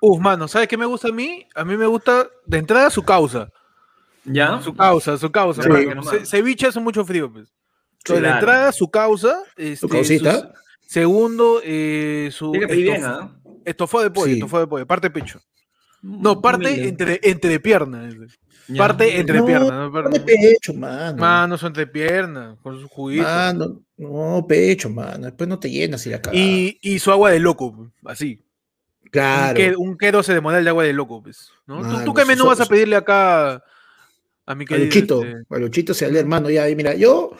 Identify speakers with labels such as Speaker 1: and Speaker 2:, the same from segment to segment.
Speaker 1: Uf, mano, ¿sabes qué me gusta a mí? A mí me gusta de entrada su causa.
Speaker 2: ¿Ya?
Speaker 1: Su causa, su causa.
Speaker 3: Sí.
Speaker 1: mano. Ce- ceviche hace mucho frío, pues. Entonces, de
Speaker 2: Claro.
Speaker 1: entrada su causa. este,
Speaker 3: causita.
Speaker 1: sus- segundo, eh, su.
Speaker 2: Tiene que pedir bien,
Speaker 1: estof-
Speaker 2: ¿ah?
Speaker 1: Estofado de pollo,
Speaker 3: Sí.
Speaker 1: estofado de pollo, parte de pecho. No, parte
Speaker 2: Humilde.
Speaker 1: entre, entre piernas.
Speaker 2: Ya.
Speaker 1: Parte entre
Speaker 3: No,
Speaker 1: piernas. No,
Speaker 3: No de
Speaker 1: Parte-
Speaker 3: pecho, mano.
Speaker 1: Mano, son entre piernas, con sus juguitos.
Speaker 3: Mano, no, pecho, mano. Después no te llenas y la cagas.
Speaker 1: Y, y su agua de loco, pues, así.
Speaker 3: claro.
Speaker 1: Un, que- un quedo se demora el de agua de loco, pues. ¿no? ¿Tú, tú
Speaker 3: Mano,
Speaker 1: qué menú
Speaker 3: eso-
Speaker 1: vas a
Speaker 3: eso-
Speaker 1: pedirle acá a mi
Speaker 3: A
Speaker 1: querido?
Speaker 3: Luchito,
Speaker 1: este?
Speaker 3: a Luchito se habla, hermano, ya, y mira, yo,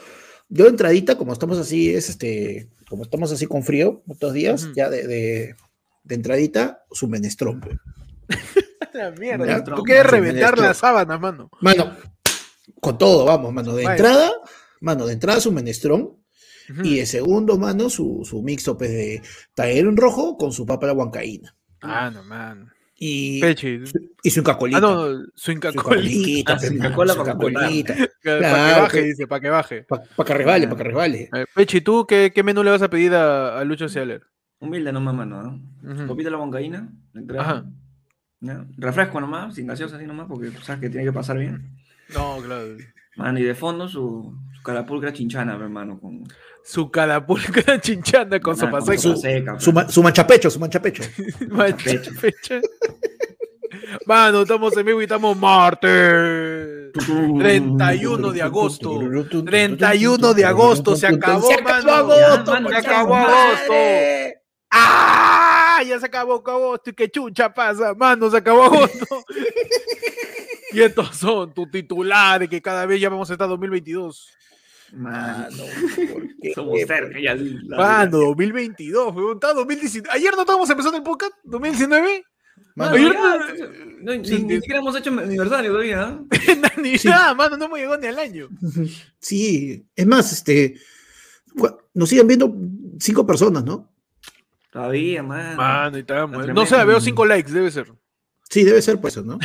Speaker 3: yo de entradita, como estamos así, es este, como estamos así con frío, estos días,
Speaker 1: Ujú.
Speaker 3: ya de, de, de entradita, su menestrón. pues. pe.
Speaker 1: La mierda,
Speaker 3: Ya,
Speaker 1: tú
Speaker 2: Trump,
Speaker 1: quieres
Speaker 3: sí,
Speaker 1: reventar
Speaker 3: Ernesto.
Speaker 1: la sábana, mano.
Speaker 3: Mano, con todo, vamos, mano, de
Speaker 1: Vaya.
Speaker 3: entrada, mano, de entrada su menestrón,
Speaker 1: Ujú.
Speaker 3: y de segundo, mano, su, su mixto, pues, de taller rojo con su papa a la huancaína.
Speaker 1: Ah, no, man.
Speaker 3: Y,
Speaker 1: Pechi.
Speaker 3: y su incacolita.
Speaker 1: Ah, no, su
Speaker 3: su
Speaker 1: incacolita.
Speaker 3: incacolita,
Speaker 2: Ah,
Speaker 3: pe,
Speaker 2: su
Speaker 3: mano,
Speaker 2: incacola
Speaker 3: su
Speaker 2: para completar.
Speaker 3: incacolita.
Speaker 1: Para que
Speaker 3: Claro,
Speaker 1: baje,
Speaker 3: que-
Speaker 1: dice, para que baje.
Speaker 3: Para que resbale, para que resbale.
Speaker 1: A ver, Pechi, ¿tú qué, qué menú le vas a pedir a, a Lucho Sealer?
Speaker 2: Humilde nomás, mano. ¿no?
Speaker 1: Ujú.
Speaker 2: Copita de la bancaína,
Speaker 1: Mm. Ajá.
Speaker 2: Refresco nomás, sin gaseosa así nomás, porque sabes que tiene que pasar bien.
Speaker 1: No, claro.
Speaker 2: Mano, y de fondo su, su carapulcra chinchana, pe, hermano. Con,
Speaker 1: Su calapulca chinchanda con
Speaker 2: mano,
Speaker 1: sopa seca.
Speaker 3: sopa
Speaker 2: sopa seca, pe.
Speaker 3: Su, ma- su manchapecho, su manchapecho.
Speaker 1: Mancha, fecha. Mano, estamos en vivo y estamos martes.
Speaker 2: pues.
Speaker 1: 31 de agosto. 31 de agosto. Se acabó,
Speaker 3: Se acabó
Speaker 1: mano.
Speaker 3: agosto,
Speaker 2: Ya, mano,
Speaker 1: Se
Speaker 3: concha
Speaker 1: acabó
Speaker 3: madre.
Speaker 1: agosto. ¡Ah! Ya se acabó agosto. ¿Y qué chucha pasa? Mano, se acabó agosto. y estos son tus titulares que cada vez ya vamos a estar 2022.
Speaker 2: Mano,
Speaker 3: Mano, Ah, ¿por qué?
Speaker 2: somos cerca ya. la-
Speaker 1: Mano, 2022. weón, está 2019. Ayer no estábamos empezando el podcast. 2019.
Speaker 3: Mano,
Speaker 1: Oye,
Speaker 2: ya,
Speaker 1: no-
Speaker 2: entonces, no, ni, ni siquiera hemos hecho mi aniversario todavía. ¿ah? ¿no?
Speaker 1: ni nada, mano. No me llegó ni al año.
Speaker 3: Sí, es más, este, cua- nos siguen viendo cinco personas, ¿no?
Speaker 2: Todavía, mano.
Speaker 1: Mano, y está muerto.
Speaker 2: tremendo.
Speaker 1: No sé, veo 5 likes, debe ser.
Speaker 3: Sí, debe ser por eso, ¿no?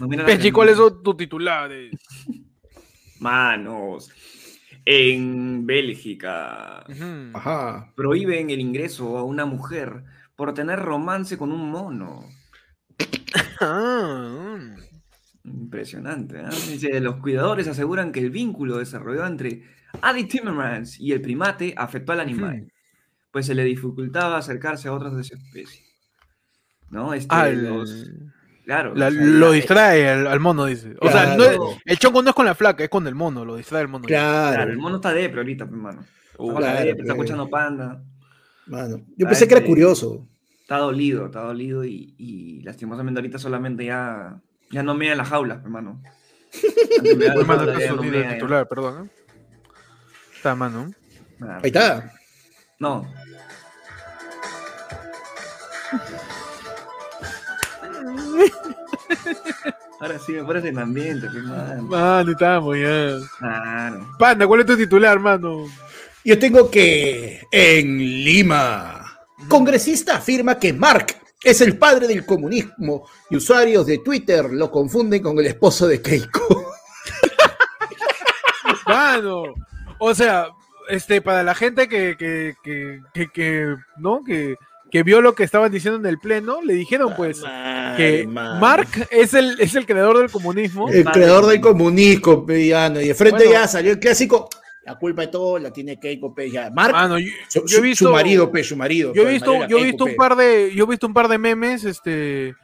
Speaker 2: Nos mira la
Speaker 1: Pechi,
Speaker 2: gente.
Speaker 1: ¿cuáles son tus titulares?
Speaker 2: Manos. En Bélgica
Speaker 1: Ujú.
Speaker 3: Ajá.
Speaker 2: prohíben el ingreso a una mujer por tener romance con un mono.
Speaker 1: Ah, mm.
Speaker 2: Impresionante. ¿ah? Dice, los cuidadores aseguran que el vínculo desarrollado entre Adi Timmermans y el primate afectó al animal,
Speaker 1: Hmm.
Speaker 2: pues se le dificultaba acercarse a otras de su especie. ¿No? Este,
Speaker 1: Al-
Speaker 2: los- claro.
Speaker 1: la-
Speaker 2: o sea,
Speaker 1: lo
Speaker 2: la-
Speaker 1: distrae al, al mono, dice. O sea, no
Speaker 3: Claro.
Speaker 1: es- el chongo no es con la flaca, es con el mono, lo distrae el mono.
Speaker 2: claro, el
Speaker 3: Claro,
Speaker 2: mono está depre ahorita, pues, hermano.
Speaker 1: Uh,
Speaker 2: está,
Speaker 3: claro,
Speaker 2: depre, está
Speaker 3: claro.
Speaker 2: escuchando panda,
Speaker 3: mano. Yo
Speaker 2: Ah,
Speaker 3: pensé que era
Speaker 2: este-
Speaker 3: curioso.
Speaker 2: está dolido, está dolido y, y lastimosamente ahorita solamente ya, ya no mea en las jaulas, hermano. Antes meaba en las
Speaker 1: Hermano,
Speaker 2: jaulas,
Speaker 1: acá
Speaker 2: ya no
Speaker 1: sonido
Speaker 2: mea,
Speaker 1: de
Speaker 2: ya.
Speaker 1: titular, perdón. ¿eh? Está, mano.
Speaker 2: Claro.
Speaker 3: Ahí está.
Speaker 2: No. Ahora sí me pones en ambiente, qué mal.
Speaker 1: Mano, estamos ya.
Speaker 2: Claro.
Speaker 1: Panda, ¿cuál es tu titular, mano?
Speaker 3: Yo tengo que en Lima. Congresista afirma que Mark es el padre del comunismo y usuarios de Twitter lo confunden con el esposo de Keiko.
Speaker 1: Mano. O sea, este, para la gente que, que, que, que, que, ¿no? Que, que vio lo que estaban diciendo en el pleno, le dijeron, pues, que Mark es el, es el creador del comunismo.
Speaker 3: el creador del comunismo, pe, ya, no, y de frente
Speaker 1: Bueno.
Speaker 3: ya salió el clásico. La culpa de todo la tiene Keiko, pe, ya. Mark,
Speaker 1: Mano, yo,
Speaker 3: su,
Speaker 1: Ah, yo he
Speaker 3: su-
Speaker 1: visto-
Speaker 3: su marido, pe, su marido.
Speaker 1: yo he
Speaker 3: pe, el
Speaker 1: visto,
Speaker 3: marido
Speaker 1: yo he
Speaker 3: era
Speaker 1: visto un
Speaker 3: Keiko, pe.
Speaker 1: par de, yo he visto un par de memes, este,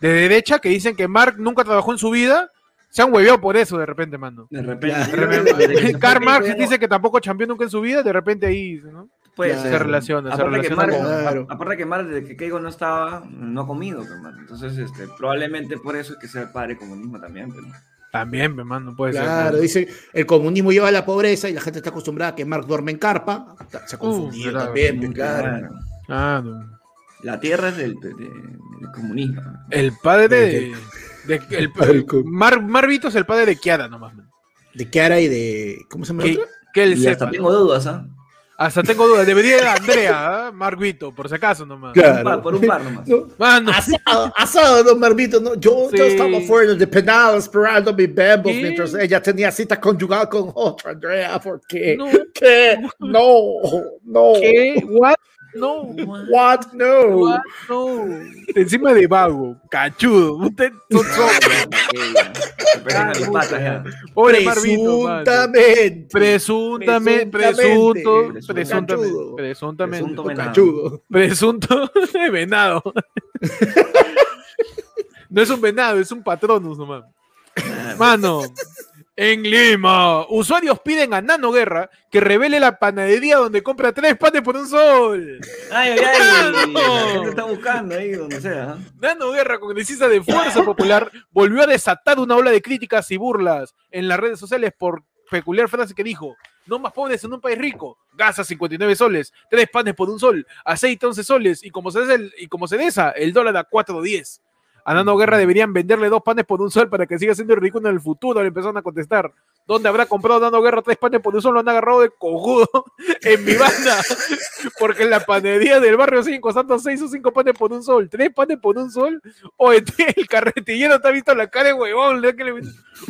Speaker 1: de derecha que dicen que Mark nunca trabajó en su vida. Se han hueveado por eso de repente, mano.
Speaker 2: De
Speaker 3: Claro.
Speaker 2: repente.
Speaker 1: Karl Marx dice que tampoco champion nunca en su vida, de repente ahí, ¿no?
Speaker 2: Puede
Speaker 3: Claro.
Speaker 2: ser.
Speaker 1: Se relaciona, se
Speaker 2: Aparte que
Speaker 1: relaciona
Speaker 2: Marx-
Speaker 3: con- Claro.
Speaker 2: a- Aparte que Marx, desde que Keigo no estaba, no ha comido, pues, mano. Entonces, este, probablemente por eso es que sea el padre comunismo también, pero.
Speaker 1: También, pe, mano, puede
Speaker 3: Claro,
Speaker 1: ser.
Speaker 3: dice, el comunismo lleva a la pobreza y la gente está acostumbrada a que Mark duerme en carpa. Se ha confundido
Speaker 1: Uh, claro.
Speaker 3: también, pe,
Speaker 2: Puta,
Speaker 3: claro.
Speaker 2: mano.
Speaker 1: ¿no? Ah, no.
Speaker 2: La tierra es del, de- de- del comunismo. mano.
Speaker 1: El padre de, de- el,
Speaker 3: Ay, co-
Speaker 1: Mar, Marvito es el padre de Kiara nomás, man.
Speaker 3: De Kiara y de. ¿Cómo se llama? la
Speaker 1: Que,
Speaker 3: otra?
Speaker 1: que él
Speaker 2: Y hasta
Speaker 1: sepa.
Speaker 2: tengo dudas, ¿ah?
Speaker 1: Hasta tengo dudas. Debería ir a Andrea, ¿ah? Marvito, por si acaso nomás. Ah,
Speaker 3: Claro.
Speaker 2: Un par- Por un par nomás.
Speaker 3: No.
Speaker 1: Mano,
Speaker 3: Asado, asado, don Marmito. ¿no? Yo, yo
Speaker 1: Sí.
Speaker 3: estaba fuera del penal esperando mi bambos
Speaker 1: Sí.
Speaker 3: mientras ella tenía cita conyugal con otra Andrea. ¿Por qué?
Speaker 1: no,
Speaker 3: eh, ¿Qué? No, no.
Speaker 1: ¿qué? ¿What? No.
Speaker 3: What? No.
Speaker 1: What? No. Encima de vago, cachudo. Usted no sobra.
Speaker 2: las patas ya.
Speaker 1: Pobre Marvito, mano.
Speaker 3: Presuntamente.
Speaker 1: Presuntamente, presunto,
Speaker 3: Presuntamente.
Speaker 1: presuntamente,
Speaker 3: Cachudo.
Speaker 1: presuntamente,
Speaker 2: Presunto.
Speaker 3: Cachudo.
Speaker 1: presunto de venado. No es un venado, es un patronus nomás. Mano, en Lima, usuarios piden a Nano Guerra que revele la panadería donde compra tres panes por un sol.
Speaker 2: Ay, ay, ay.
Speaker 1: Claro.
Speaker 2: La gente está buscando ahí donde sea. ¿eh?
Speaker 1: Nano Guerra, congresista de Fuerza Popular, volvió a desatar una ola de críticas y burlas en las redes sociales por peculiar frase que dijo: No más pobres en un país rico, gas a 59 soles, tres panes por un sol, aceite 11 soles, y como se, des el, y como se desa, el dólar a 4.10. A Nano Guerra deberían venderle dos panes por un sol para que siga siendo el ridículo en el futuro, le empezaron a contestar. ¿Dónde habrá comprado Nano Guerra tres panes por un sol? Lo han agarrado de cojudo en mi banda. Porque en la panadería del barrio 5, Santos 6 o 5 panes por un sol, tres panes por un sol. O el carretillero te ha visto la cara de huevón. le- que le-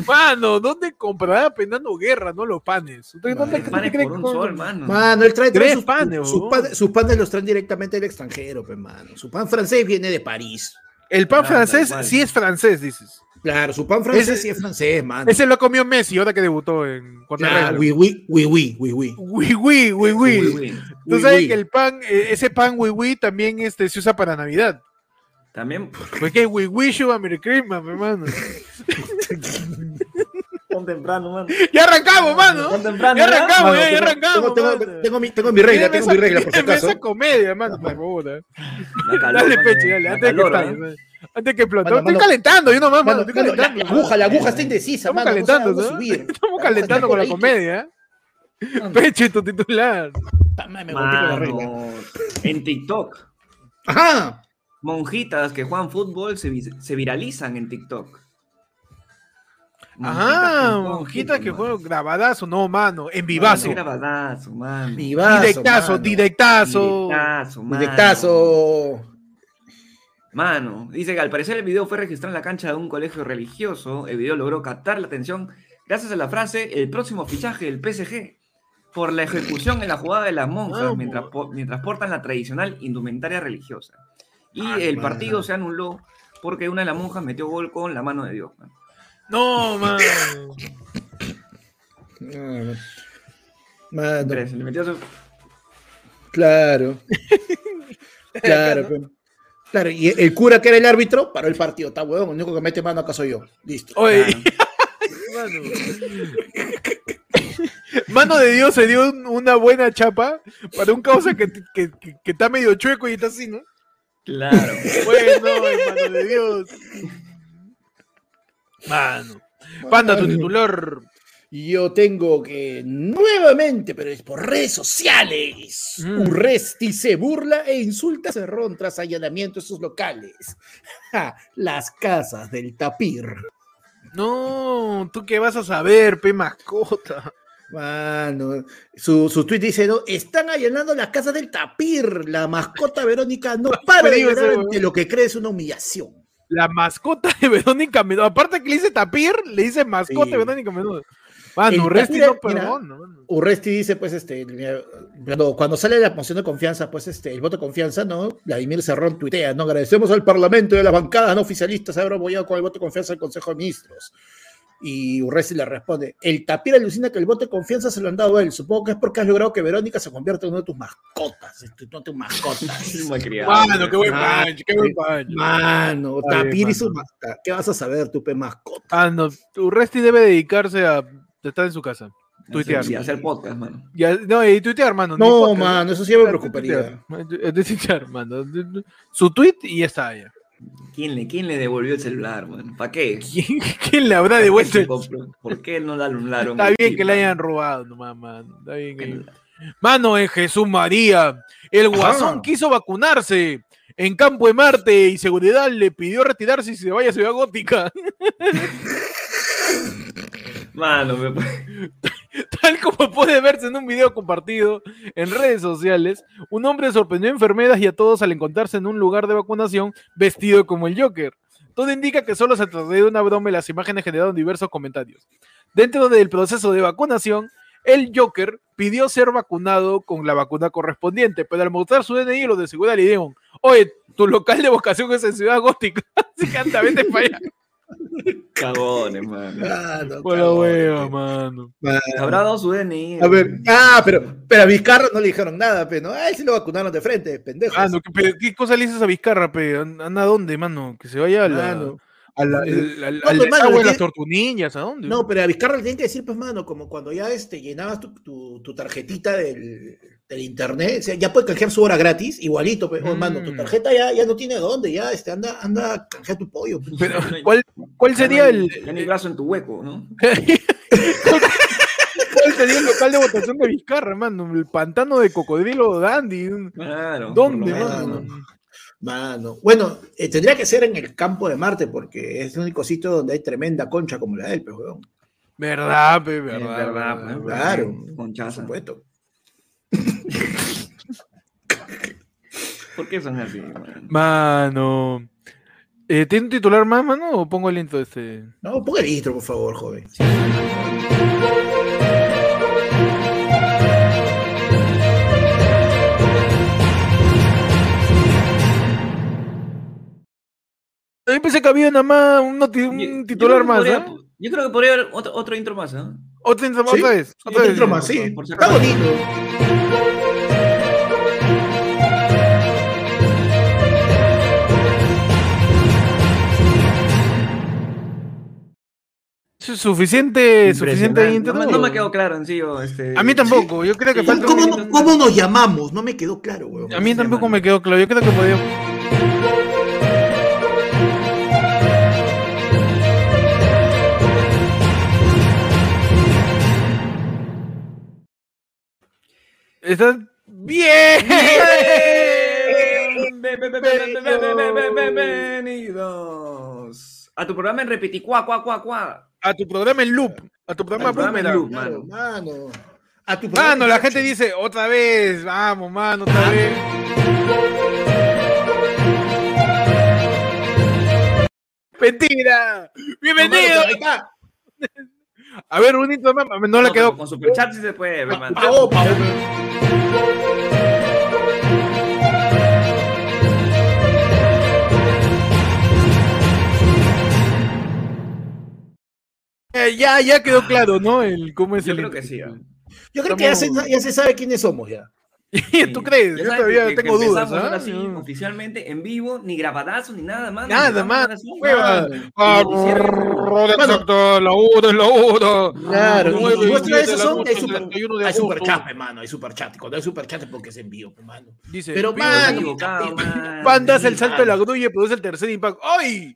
Speaker 1: Mano, ¿dónde comprará penando guerra, no los panes? Entonces, ¿dónde-
Speaker 3: Tres
Speaker 1: dónde
Speaker 2: Panes
Speaker 1: cree
Speaker 2: por un
Speaker 1: que-
Speaker 2: sol, mano.
Speaker 3: Mano, él trae
Speaker 1: Tres
Speaker 3: sus,
Speaker 1: panes,
Speaker 3: sus
Speaker 1: huevón.
Speaker 3: pan- sus panes los traen directamente del extranjero, pues, mano. Su pan francés viene de París.
Speaker 1: El pan
Speaker 2: Ah,
Speaker 1: francés
Speaker 2: tal cual.
Speaker 1: sí es francés, dices.
Speaker 3: Claro, su pan francés
Speaker 1: Ese-
Speaker 3: sí es francés, mano.
Speaker 1: Ese lo comió Messi ahora que debutó en contra
Speaker 3: Claro,
Speaker 1: Real.
Speaker 3: oui, oui, oui, oui, oui, oui.
Speaker 1: Uy, uy, uy, uy.
Speaker 2: Uy, uy.
Speaker 1: Tú
Speaker 3: Uy,
Speaker 1: sabes
Speaker 3: uy.
Speaker 1: que el pan, eh, ese pan uy, uy, también este, se usa para Navidad. Pues
Speaker 2: También
Speaker 1: Porque uy, uy, you a Merry Christmas, hermano.
Speaker 2: pon temprano, mano.
Speaker 1: ya arrancamos, mano.
Speaker 2: Pon temprano.
Speaker 1: Ya
Speaker 2: ¿verdad?
Speaker 1: arrancamos. eh,
Speaker 3: Mano,
Speaker 1: ya
Speaker 3: tengo-
Speaker 1: arrancamos,
Speaker 3: tengo-
Speaker 1: mano.
Speaker 3: tengo- Tengo mi- tengo mi regla, tengo mi regla, por si
Speaker 1: Mírame
Speaker 3: acaso.
Speaker 1: esa comedia, mano, por favor. eh.
Speaker 2: Da calor,
Speaker 1: Dale,
Speaker 2: mano,
Speaker 1: peche, dale.
Speaker 2: da
Speaker 1: Antes de que
Speaker 2: calor,
Speaker 1: estalle,
Speaker 2: ¿eh?
Speaker 1: eh. Antes que explote.
Speaker 3: Mano,
Speaker 1: Estoy
Speaker 3: mano.
Speaker 1: calentando, yo nomás, mano.
Speaker 3: Mano,
Speaker 1: Estoy
Speaker 3: mano, la,
Speaker 1: calentando.
Speaker 3: la aguja, la aguja está indecisa,
Speaker 1: Estamos
Speaker 3: mano, no
Speaker 1: calentando,
Speaker 3: sabe
Speaker 1: ¿no?
Speaker 3: dónde subir.
Speaker 1: Estamos
Speaker 3: La aguja está
Speaker 1: calentando con la
Speaker 3: por ahí.
Speaker 1: comedia. ¿eh? Peche, tu titular.
Speaker 3: Ta madre, me golpeé con la regla.
Speaker 2: Mano, en TikTok,
Speaker 3: Ajá.
Speaker 2: monjitas que juegan fútbol se, vi- se viralizan en TikTok.
Speaker 1: Ajá, monjita que juega
Speaker 2: juegan
Speaker 1: grabadazo, no, mano. En
Speaker 2: Vivazo.
Speaker 1: vivazo.
Speaker 2: Grabadazo, mano.
Speaker 3: Vivazo,
Speaker 1: directazo,
Speaker 3: mano.
Speaker 1: Ah, directazo.
Speaker 2: Directazo, mano.
Speaker 3: Directazo.
Speaker 2: Mano, dice que al parecer el video fue registrado en la cancha de un colegio religioso. El video logró captar la atención gracias a la frase el próximo fichaje del PSG por la ejecución en la jugada de las monjas
Speaker 1: Vamos.
Speaker 2: mientras, po- mientras portan la tradicional indumentaria religiosa. Y
Speaker 3: Ah,
Speaker 2: el
Speaker 3: mano.
Speaker 2: partido se anuló porque una de las monjas metió gol con la mano de Dios. mano.
Speaker 1: No, mano.
Speaker 3: Ah, Mano,
Speaker 2: Tres, le metió su-
Speaker 3: claro. claro, pe. claro. Y el cura que era el árbitro paró el partido. Está huevón, el único que mete mano acá soy yo. Listo.
Speaker 1: Oye,
Speaker 2: Claro.
Speaker 1: mano. Mano de Dios se dio un- una buena chapa para un causa que, que- que- que está medio chueco y está así, ¿no?
Speaker 2: Claro.
Speaker 1: Bueno, hermano de Dios. Mano. Panda, tu titular.
Speaker 3: Yo tengo que nuevamente, pero es por redes sociales.
Speaker 1: Mm.
Speaker 3: Urresti se burla e insulta a Cerrón tras allanamiento de sus locales. Ja, las casas del tapir.
Speaker 1: No, tú qué vas a saber, pe mascota.
Speaker 3: Mano, su, su tweet dice, ¿no? Están allanando la casa del tapir. La mascota Verónica no para de
Speaker 1: Digo,
Speaker 3: llorar
Speaker 1: ese
Speaker 3: ante lo que cree es una humillación.
Speaker 1: La mascota de Verónica Menudo. Aparte que le dice tapir, le dice mascota
Speaker 3: Sí.
Speaker 1: de Verónica Menudo. Mano,
Speaker 3: El
Speaker 1: Resti
Speaker 3: tapir,
Speaker 1: no
Speaker 3: mira,
Speaker 1: perdona. mano.
Speaker 3: Urresti dice, pues, este, cuando, cuando sale la moción de confianza, pues, este, el voto de confianza, ¿no? Vladimir Cerrón tuitea, ¿no? Agradecemos al Parlamento y a las bancadas no oficialistas haber apoyado con el voto de confianza del Consejo de Ministros. Y Urresti le responde, el tapir alucina que el voto de confianza se lo han dado a él. Supongo que es porque has logrado que Verónica se convierta en una de tus mascotas, en tu- en una de tus mascotas.
Speaker 2: Malcriado.
Speaker 1: Mano, qué buen
Speaker 3: Ah,
Speaker 1: pancho, qué buen pancho.
Speaker 3: Mano,
Speaker 1: Está bien,
Speaker 3: tapir y su
Speaker 1: mano.
Speaker 3: mascota. ¿Qué vas a saber, tu pe mascota?
Speaker 1: Ah, no, Urresti debe dedicarse a estar en su casa. Tuitear.
Speaker 2: Sí, hacer podcast, mano.
Speaker 1: Y a- no, y tuitear, mano. ni
Speaker 3: No,
Speaker 1: podcast.
Speaker 3: mano, eso sí me preocuparía.
Speaker 1: Tuitear, tuitear, mano. Su tweet y ya está. Ya.
Speaker 2: ¿Quién le, ¿Quién le devolvió el celular, mano? ¿Para qué?
Speaker 1: ¿Quién, quién le habrá devuelto? el-
Speaker 2: ¿Por qué no la anularon?
Speaker 1: Está
Speaker 2: el
Speaker 1: bien que
Speaker 2: chip,
Speaker 1: le
Speaker 2: mano?
Speaker 1: hayan robado, nomás, mano. Está bien que... Mano en Jesús María. El guasón
Speaker 3: Ajá.
Speaker 1: quiso vacunarse en Campo de Marte y seguridad le pidió retirarse y se vaya a Ciudad Gótica.
Speaker 2: Mano, me parece.
Speaker 1: Tal como puede verse en un video compartido en redes sociales, un hombre sorprendió a enfermeras y a todos al encontrarse en un lugar de vacunación vestido como el Joker. Todo indica que solo se trató de una broma y las imágenes generaron diversos comentarios. Dentro del proceso de vacunación, el Joker pidió ser vacunado con la vacuna correspondiente, pero al mostrar su DNI los de seguridad le dijeron, oye, tu local de vocación es en Ciudad Gótica, así que anda, vete para allá.
Speaker 2: Cagones, mano.
Speaker 3: Ah, no,
Speaker 1: Bueno,
Speaker 3: cabrón.
Speaker 1: hueva, mano.
Speaker 3: Mano.
Speaker 2: Habrá dado su DNI.
Speaker 3: A ver, ah, pero, pero a Vizcarra no le dijeron nada, pero a él sí lo vacunaron de frente, pendejo.
Speaker 1: Ah, no, ¿qué, pero ¿qué cosa le dices a Vizcarra, pe? ¿An- ¿Anda a dónde, mano? Que se vaya a la...
Speaker 3: Mano.
Speaker 1: A la, el- al-
Speaker 3: No,
Speaker 1: al
Speaker 3: pues, mano,
Speaker 1: desagüe de
Speaker 3: tiene-
Speaker 1: las tortunillas, ¿a dónde?
Speaker 3: No, pero a Vizcarra le tienen que decir, pues, mano, como cuando ya este, llenabas tu, tu- tu tarjetita del, del internet, o sea, ya puedes canjear su hora gratis, igualito, pues, oh, mano, tu
Speaker 1: Mm.
Speaker 3: tarjeta ya, ya no tiene dónde, ya, este, anda, anda, a canjear tu pollo. pues.
Speaker 1: Pero, ¿cuál, ¿cuál sería el,
Speaker 2: Ya ni brazo en tu hueco, ¿no?
Speaker 1: ¿Cuál sería el local de votación de Vizcarra, hermano? El pantano de Cocodrilo Dandy. un-
Speaker 2: Claro.
Speaker 1: ¿Dónde,
Speaker 3: menos,
Speaker 1: mano?
Speaker 3: Mano, bueno, eh, tendría que ser en el campo de Marte, porque es el único sitio donde hay tremenda concha como la del, pues, weón, por
Speaker 1: Verdad, pe,
Speaker 2: Es
Speaker 1: verdad.
Speaker 2: verdad,
Speaker 1: verdad,
Speaker 2: pues,
Speaker 1: verdad.
Speaker 3: claro.
Speaker 2: Con chaza.
Speaker 3: supuesto.
Speaker 2: ¿Por qué son así, mano?
Speaker 1: Mano. Eh, ¿Tiene un titular más, mano? ¿O pongo el intro de este?
Speaker 3: No, ponga el intro, por favor, joven.
Speaker 1: Yo pensé que había nada más un, noti- un
Speaker 2: Yo- yo
Speaker 1: titular
Speaker 2: creo que
Speaker 1: más,
Speaker 2: podría- pues.
Speaker 1: ¿ah?
Speaker 2: Yo creo que podría haber otro, otro intro más, ¿ah?
Speaker 1: Otro intro más,
Speaker 3: Sí,
Speaker 1: otra vez. otra vez.
Speaker 3: intro más, sí.
Speaker 2: Por si
Speaker 3: Está
Speaker 2: acaso.
Speaker 3: bonito.
Speaker 1: Su- Suficiente, Eh, suficiente
Speaker 2: Impresionante.
Speaker 1: intro.
Speaker 2: No, me- no me quedó claro en sí. o Este,
Speaker 1: A mí tampoco, yo creo que
Speaker 2: Sí.
Speaker 3: ¿Cómo,
Speaker 1: falta un
Speaker 3: cómo
Speaker 1: minuto.
Speaker 3: no- cómo nos llamamos? No me quedó claro, weón.
Speaker 1: A mí
Speaker 2: Sí,
Speaker 1: tampoco
Speaker 2: mano.
Speaker 1: me quedó claro, yo creo que podía... ¿Estás bien?
Speaker 2: Bien, bien, bien, bien, bien, bien, bien, bien, bien, bien, Bienvenidos a tu programa en Repeticuá, cuá, cuá, cuá.
Speaker 1: A tu programa en loop, a tu programa,
Speaker 2: Al programa en
Speaker 1: boomerang.
Speaker 2: loop.
Speaker 3: Claro,
Speaker 2: mano.
Speaker 3: mano. A tu
Speaker 1: Mano, la
Speaker 3: Chacho.
Speaker 1: gente dice, otra vez, vamos, mano, otra vez. Mentira.
Speaker 3: No, mano,
Speaker 1: Bienvenido.
Speaker 3: pero ahí está.
Speaker 1: A ver, un intro más, no le
Speaker 2: No,
Speaker 1: quedó. Ah,
Speaker 2: pero Con superchat sí se puede,
Speaker 3: Pa-
Speaker 2: hermano.
Speaker 3: Pao, pao.
Speaker 1: Eh, ya, ya quedó claro, ¿no? El cómo es
Speaker 2: Yo
Speaker 1: el.
Speaker 2: creo que sí. ¿ah?
Speaker 3: Yo creo que ya se,
Speaker 1: Estamos-
Speaker 3: ya se sabe quiénes somos ya.
Speaker 1: sí. ¿Tú
Speaker 2: Sí.
Speaker 1: crees? Yo
Speaker 2: Ya sabes
Speaker 1: todavía
Speaker 2: que- que
Speaker 1: tengo dudas.
Speaker 2: empezamos
Speaker 1: ¿ah?
Speaker 2: ahora sí, oficialmente, en vivo, ni grabadazo, ni nada, mano.
Speaker 1: Nada
Speaker 2: Empezamos
Speaker 1: más.
Speaker 2: ahora sí,
Speaker 1: Hueva.
Speaker 2: mano.
Speaker 1: Ah,
Speaker 2: Y lo hicieron.
Speaker 1: brr, exacto, la uno, la uno.
Speaker 3: Claro,
Speaker 1: y
Speaker 3: y muestra de esas son
Speaker 1: que
Speaker 3: hay super, hay superchat, hermano, hay superchat. Cuando hay superchat es porque se envió, hermano.
Speaker 1: Dice,
Speaker 3: Pero,
Speaker 1: "Viva
Speaker 2: Me he
Speaker 3: mano,
Speaker 2: equivocado, mano.
Speaker 1: Pandas
Speaker 2: Sí,
Speaker 1: el salto de la
Speaker 2: mano.
Speaker 1: grulla y produce el tercer impacto. ¡Ay!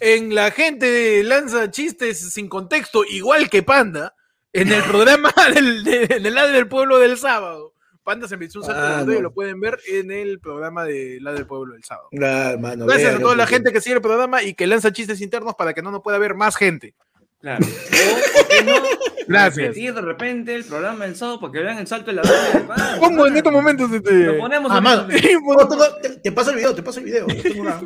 Speaker 1: En la gente lanza chistes sin contexto, igual que Panda, en el programa del, de- en el lado del pueblo del sábado. Panda se envió un salto de la
Speaker 3: Ah,
Speaker 1: grulla,
Speaker 3: no.
Speaker 1: lo pueden ver en el programa de lado del pueblo del sábado.
Speaker 3: Claro, hermano.
Speaker 1: Gracias a
Speaker 3: véalo,
Speaker 1: toda la
Speaker 3: porque-
Speaker 1: gente que sigue el programa y que lanza chistes internos para que no nos pueda ver más gente.
Speaker 2: Claro. O, ¿por qué no?
Speaker 1: Gracias.
Speaker 2: Repetir de repente el programa del sábado para que vean el salto de la grulla.
Speaker 1: Pongo en estos momentos este-
Speaker 2: Lo ponemos
Speaker 3: Ah,
Speaker 2: ahorita.
Speaker 3: mano. No, tengo- te, te paso el video, te paso el video. Yo tengo una-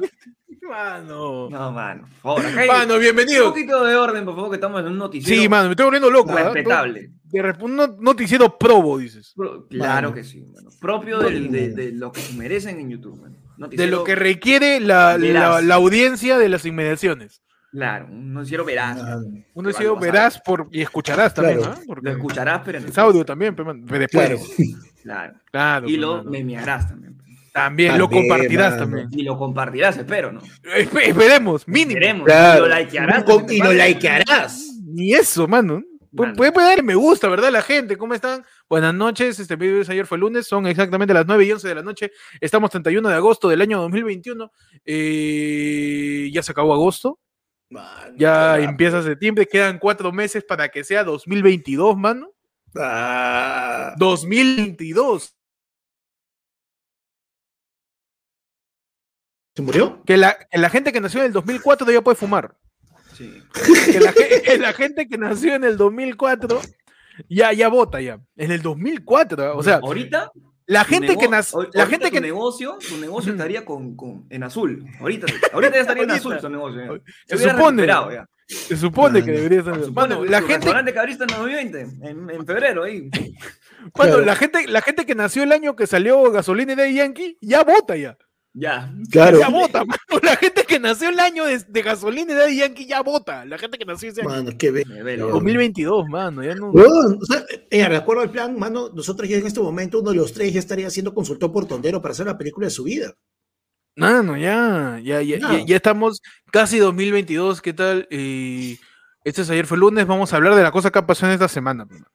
Speaker 1: Mano.
Speaker 2: No, mano. Por favor, acá hay
Speaker 1: Mano,
Speaker 2: un
Speaker 1: bienvenido.
Speaker 2: poquito de orden, por favor, que estamos en un noticiero
Speaker 1: Sí, mano, me estoy volviendo loco. ¿ah?
Speaker 2: respetable.
Speaker 1: De rep- un not- noticiero probo, dices.
Speaker 2: Pro- Claro
Speaker 3: Mano.
Speaker 2: que sí, mano. Propio del- de, de lo que se merecen en YouTube, mano.
Speaker 1: De
Speaker 2: Noticiero-
Speaker 1: lo que requiere la, la,
Speaker 2: Verás.
Speaker 1: la audiencia de las inmediaciones.
Speaker 2: Claro, un noticiero veraz.
Speaker 3: Ah,
Speaker 1: Uno
Speaker 2: Que
Speaker 1: sido
Speaker 2: vas a
Speaker 1: verás por, y escucharás también,
Speaker 3: Claro.
Speaker 1: ¿ah?
Speaker 2: Lo
Speaker 1: Porque
Speaker 2: escucharás, pero en
Speaker 1: es audio también, pero, man, pero después.
Speaker 3: Claro.
Speaker 1: Claro.
Speaker 2: Claro. Y
Speaker 1: pues,
Speaker 2: lo
Speaker 1: mano.
Speaker 2: memearás también. pues.
Speaker 1: también lo
Speaker 3: También,
Speaker 1: compartirás
Speaker 3: mano.
Speaker 1: también.
Speaker 2: Y lo compartirás, espero, ¿no?
Speaker 1: Espe- esperemos, mínimo.
Speaker 2: Veremos.
Speaker 3: Claro.
Speaker 2: Y lo likearás.
Speaker 3: Con- y lo
Speaker 2: Mano.
Speaker 3: likearás.
Speaker 1: Ni eso, mano. Pu-
Speaker 2: Mano.
Speaker 1: Puede, puede dar me gusta, ¿verdad? La gente, ¿cómo están? Buenas noches, este video es ayer fue lunes, son exactamente las 9 y 11 de la noche, estamos 31 de agosto del año 2021, Eh, ya se acabó agosto,
Speaker 3: Mano,
Speaker 1: Ya
Speaker 3: qué
Speaker 1: empieza septiembre, quedan cuatro meses para que sea 2022, mano.
Speaker 3: rápido. Ah,
Speaker 1: 2022.
Speaker 3: ¿Se murió?
Speaker 1: Que la, que la gente que nació en el 2004 todavía puede fumar.
Speaker 2: Sí.
Speaker 1: Que la, ge- que la gente que nació en el 2004 ya, ya vota ya. En el 2004, o sea,
Speaker 2: ¿Ahorita?
Speaker 1: La gente que nas-
Speaker 2: nació
Speaker 1: la gente que- Mm.
Speaker 2: negocio, tu negocio estaría con, con- en azul. Ahorita, ahorita ya estaría en
Speaker 1: Ahorita.
Speaker 2: azul tu negocio. ya.
Speaker 1: Se
Speaker 2: hubiera
Speaker 1: supone.
Speaker 2: recuperado ya.
Speaker 1: Se supone que debería ser.
Speaker 2: Supone
Speaker 1: Mano,
Speaker 2: que
Speaker 1: la
Speaker 2: tu
Speaker 1: gente,
Speaker 2: restaurante cabrista en 2020, en, en febrero ahí.
Speaker 1: mano,
Speaker 3: Claro.
Speaker 1: la gente, la gente que nació el año que salió Gasolina y Daddy Yankee, ya vota ya.
Speaker 2: Ya.
Speaker 3: Claro.
Speaker 1: Ya vota, mano. La gente que nació el año de, de Gasolina y Daddy Yankee ya vota. La gente que nació ese año.
Speaker 3: Mano, qué bello.
Speaker 2: Me velo.
Speaker 1: 2022, mano, ya no.
Speaker 3: Huevón, o sea, eh, de acuerdo al plan, mano, nosotros ya en este momento, uno de los tres ya estaría siendo consultor por tondero para hacer la película de su vida.
Speaker 1: Mano, ya, ya, ya,
Speaker 3: No.
Speaker 1: ya, ya estamos casi 2022, ¿qué tal? Y este es ayer fue lunes, vamos a hablar de la cosa que ha pasado en esta semana. mano.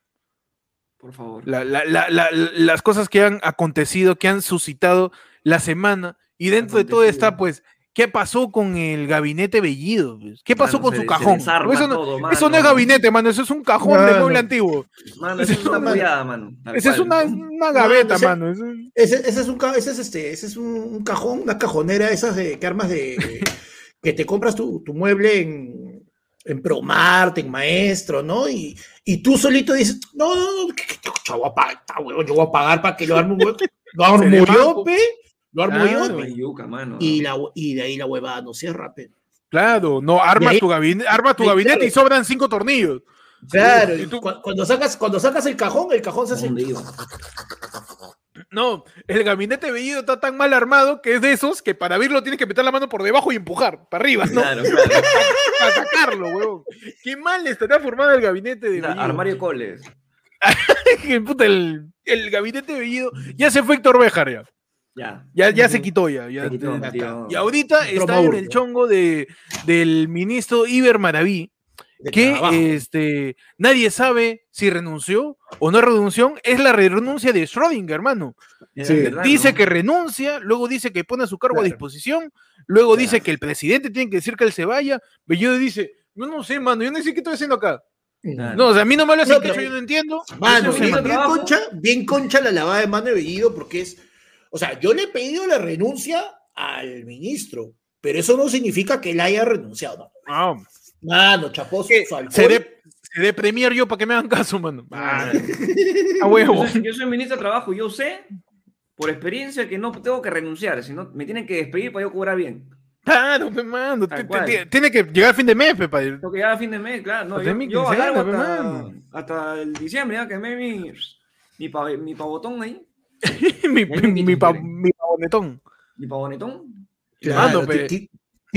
Speaker 2: Por favor.
Speaker 1: La- la- la- la- las cosas que han acontecido, que han suscitado la semana. Y dentro de todo
Speaker 2: Acontecido.
Speaker 1: está, pues, ¿qué pasó con el gabinete Bellido? pues? ¿Qué pasó
Speaker 2: Mano,
Speaker 1: con
Speaker 2: se-
Speaker 1: su
Speaker 2: se
Speaker 1: cajón?
Speaker 2: desarma
Speaker 1: Porque eso no,
Speaker 2: todo,
Speaker 1: eso no
Speaker 2: mano.
Speaker 1: es gabinete, mano, eso es un cajón de
Speaker 3: Mano.
Speaker 1: mueble antiguo.
Speaker 2: Mano, eso es una
Speaker 3: Mano.
Speaker 2: apoyada, mano. tal
Speaker 1: Esa es
Speaker 2: cual.
Speaker 1: una, una gaveta,
Speaker 3: ese-
Speaker 1: mano. eso-
Speaker 3: Ese, ese es un ca- ese es este, ese es un, un cajón, una cajonera, esas de que armas de que te compras tu, tu mueble en, en Promart, en Maestro, ¿no? Y, y tú solito dices, no, no, no, que- que- que- yo voy a pagar, ta, huevón, yo voy a pagar para que lo arme un huevo. Lo armo
Speaker 1: Se le
Speaker 3: yo,
Speaker 1: banco.
Speaker 3: pe, lo armo yo,
Speaker 1: Claro.
Speaker 3: pe.
Speaker 2: Ay, yuca, mano.
Speaker 3: Y, la, y de ahí la huevada no cierra, pe.
Speaker 1: Claro, no, armas
Speaker 3: ahí-
Speaker 1: tu gabinete, armas tu
Speaker 3: Sí,
Speaker 1: gabinete
Speaker 3: claro.
Speaker 1: y sobran cinco tornillos.
Speaker 3: Claro,
Speaker 1: y
Speaker 3: y
Speaker 1: tú-
Speaker 3: cu- cuando, sacas, cuando sacas el cajón, el cajón se hace.
Speaker 2: ¿Dónde iba?
Speaker 1: No, el gabinete Bellido está tan mal armado que es de esos que para abrirlo tienes que meter la mano por debajo y empujar, para arriba, ¿no?
Speaker 2: Claro, claro.
Speaker 1: Para sacarlo, huevón. Qué mal estará formado el gabinete de
Speaker 2: La-
Speaker 1: Bellido.
Speaker 2: armario Coles.
Speaker 1: Que puta, el, el gabinete de Bellido. Ya se fue Héctor Béjar, ya.
Speaker 2: Ya.
Speaker 1: Ya, ya se
Speaker 3: Ujú.
Speaker 1: quitó, ya. ya.
Speaker 2: Se quitó,
Speaker 3: acá.
Speaker 2: tío.
Speaker 1: Y ahorita
Speaker 3: Entró
Speaker 1: está en
Speaker 3: Mauro.
Speaker 1: el chongo de, del ministro Iber Maraví,
Speaker 3: de
Speaker 1: que
Speaker 3: trabajo.
Speaker 1: este, nadie sabe si renunció o no renunció. Es la renuncia de Schrödinger, hermano.
Speaker 2: Ya,
Speaker 3: Sí.
Speaker 2: ¿verdad,
Speaker 1: dice
Speaker 2: no?
Speaker 1: que renuncia, luego dice que pone su cargo a
Speaker 3: Claro.
Speaker 1: disposición, luego
Speaker 2: Claro.
Speaker 1: dice que el presidente tiene que decir que él se vaya. Bellido dice, yo no sé, mano, yo no sé qué estoy haciendo acá.
Speaker 2: Claro.
Speaker 1: No, o sea, a mí no me lo hacen
Speaker 3: No,
Speaker 1: caso,
Speaker 3: pero-
Speaker 1: yo no entiendo.
Speaker 3: Mano,
Speaker 1: Yo no sé,
Speaker 3: bien,
Speaker 2: hizo
Speaker 1: mano.
Speaker 3: bien
Speaker 2: trabajo.
Speaker 3: concha, bien concha la lavada de mano de Bellido, porque es. O sea, yo le he pedido la renuncia al ministro, pero eso no significa que él haya renunciado. ¿no?
Speaker 1: Ah,
Speaker 3: Mano, chaposo,
Speaker 1: ¿Qué?
Speaker 3: su alcohol.
Speaker 1: seré, seré premier yo para que me hagan caso, mano. Ah,
Speaker 2: Mano.
Speaker 1: a huevo.
Speaker 2: Yo soy, yo soy ministro de Trabajo, yo sé por experiencia que no tengo que renunciar, sino me tienen que despedir para yo cobrar bien.
Speaker 1: Claro, pe, mano.
Speaker 2: Tal
Speaker 1: te- te-
Speaker 2: cual.
Speaker 1: te- Tiene que llegar a fin de mes, pepa.
Speaker 2: Tengo que llegar a fin de mes, claro. No,
Speaker 1: Hasta
Speaker 2: yo
Speaker 1: mi
Speaker 2: yo
Speaker 1: quincena,
Speaker 2: alargo
Speaker 1: pues,
Speaker 2: hasta,
Speaker 1: mano.
Speaker 2: hasta el diciembre, ya quemé mi, mi, pa- mi pavotón ahí,
Speaker 1: mi,
Speaker 2: Ya ni
Speaker 1: mi,
Speaker 2: me
Speaker 1: pa-
Speaker 2: quieren.
Speaker 1: mi pavonetón.
Speaker 2: mi pavonetón.
Speaker 3: Claro,
Speaker 1: Mano,
Speaker 3: te-
Speaker 1: pe-
Speaker 3: te, ¿te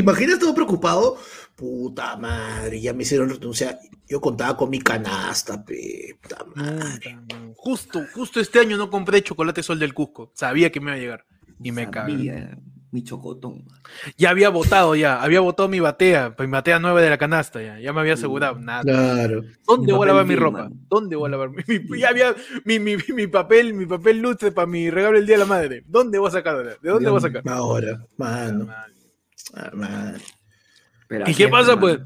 Speaker 3: imaginas todo preocupado? Puta madre, ya me hicieron renunciar. Yo contaba con mi canasta, pe, puta madre.
Speaker 1: Justo, justo este año no compré chocolate sol del Cusco. Sabía que me iba a llegar. Y me cagué.
Speaker 2: Sabía, Mi chocotón.
Speaker 1: Ya había votado ya, había votado mi batea, pues, mi batea nueva de la canasta ya, ya me había asegurado, nada.
Speaker 3: Claro.
Speaker 1: ¿Dónde
Speaker 2: Mi
Speaker 1: voy a
Speaker 2: papel
Speaker 1: lavar mi
Speaker 2: film,
Speaker 1: ropa?
Speaker 2: mano.
Speaker 1: ¿Dónde voy a lavar mi, mi- ya había mi, mi, mi papel, mi papel lustre para mi regalo el día de la madre? ¿Dónde voy a sacar ahora? ¿De dónde voy a sacar?
Speaker 3: Ahora, mano. Ah, mano.
Speaker 2: Pero
Speaker 1: ¿Y
Speaker 2: así
Speaker 1: qué
Speaker 2: es,
Speaker 1: pasa
Speaker 2: mano.
Speaker 1: pues?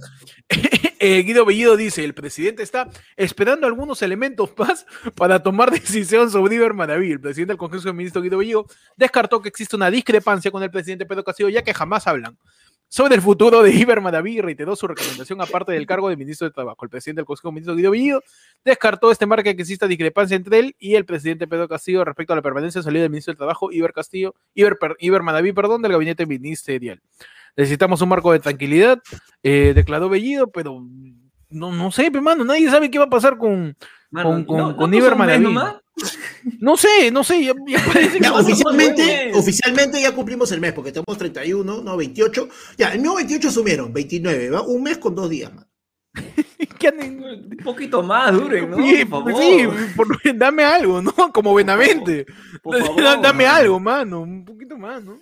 Speaker 1: Eh, Guido Bellido dice, el presidente está esperando algunos elementos más para tomar decisión sobre Iber Maraví. El presidente del Congreso de Ministros, Guido Bellido, descartó que existe una discrepancia con el presidente Pedro Castillo, ya que jamás hablan. Sobre el futuro de Iber Maraví y reiteró su recomendación aparte del cargo de ministro de Trabajo. El presidente del Consejo de Ministros, Guido Bellido, descartó este marca que exista discrepancia entre él y el presidente Pedro Castillo respecto a la permanencia de salida del ministro del Trabajo, Iber Castillo, Iber, per- Iber Madaví, perdón, del gabinete ministerial. Necesitamos un marco de tranquilidad, eh, declaró Bellido, pero no, no sé, pe, mano, nadie sabe qué va a pasar con...
Speaker 2: Mano,
Speaker 1: con- con- con
Speaker 2: pasó un
Speaker 1: Iber
Speaker 2: mes
Speaker 1: Maraví.
Speaker 2: nomás.
Speaker 1: No sé, no sé, ya, ya parece que
Speaker 3: Ya,
Speaker 1: pasó.
Speaker 2: bueno,
Speaker 3: oficialmente,
Speaker 2: bueno.
Speaker 3: oficialmente ya cumplimos el mes, porque tenemos 31, no, 28. Ya, el mío 28 asumieron, 29, ¿va? Un mes con dos días, mano.
Speaker 1: ¿Qué han-
Speaker 2: Un poquito más duren, ¿no?
Speaker 1: Oye,
Speaker 2: Por favor.
Speaker 1: sí, pues por- dame algo, ¿no? Como Benavente.
Speaker 2: Por favor,
Speaker 1: Da- dame
Speaker 2: mano.
Speaker 1: algo, mano, un poquito más, ¿no?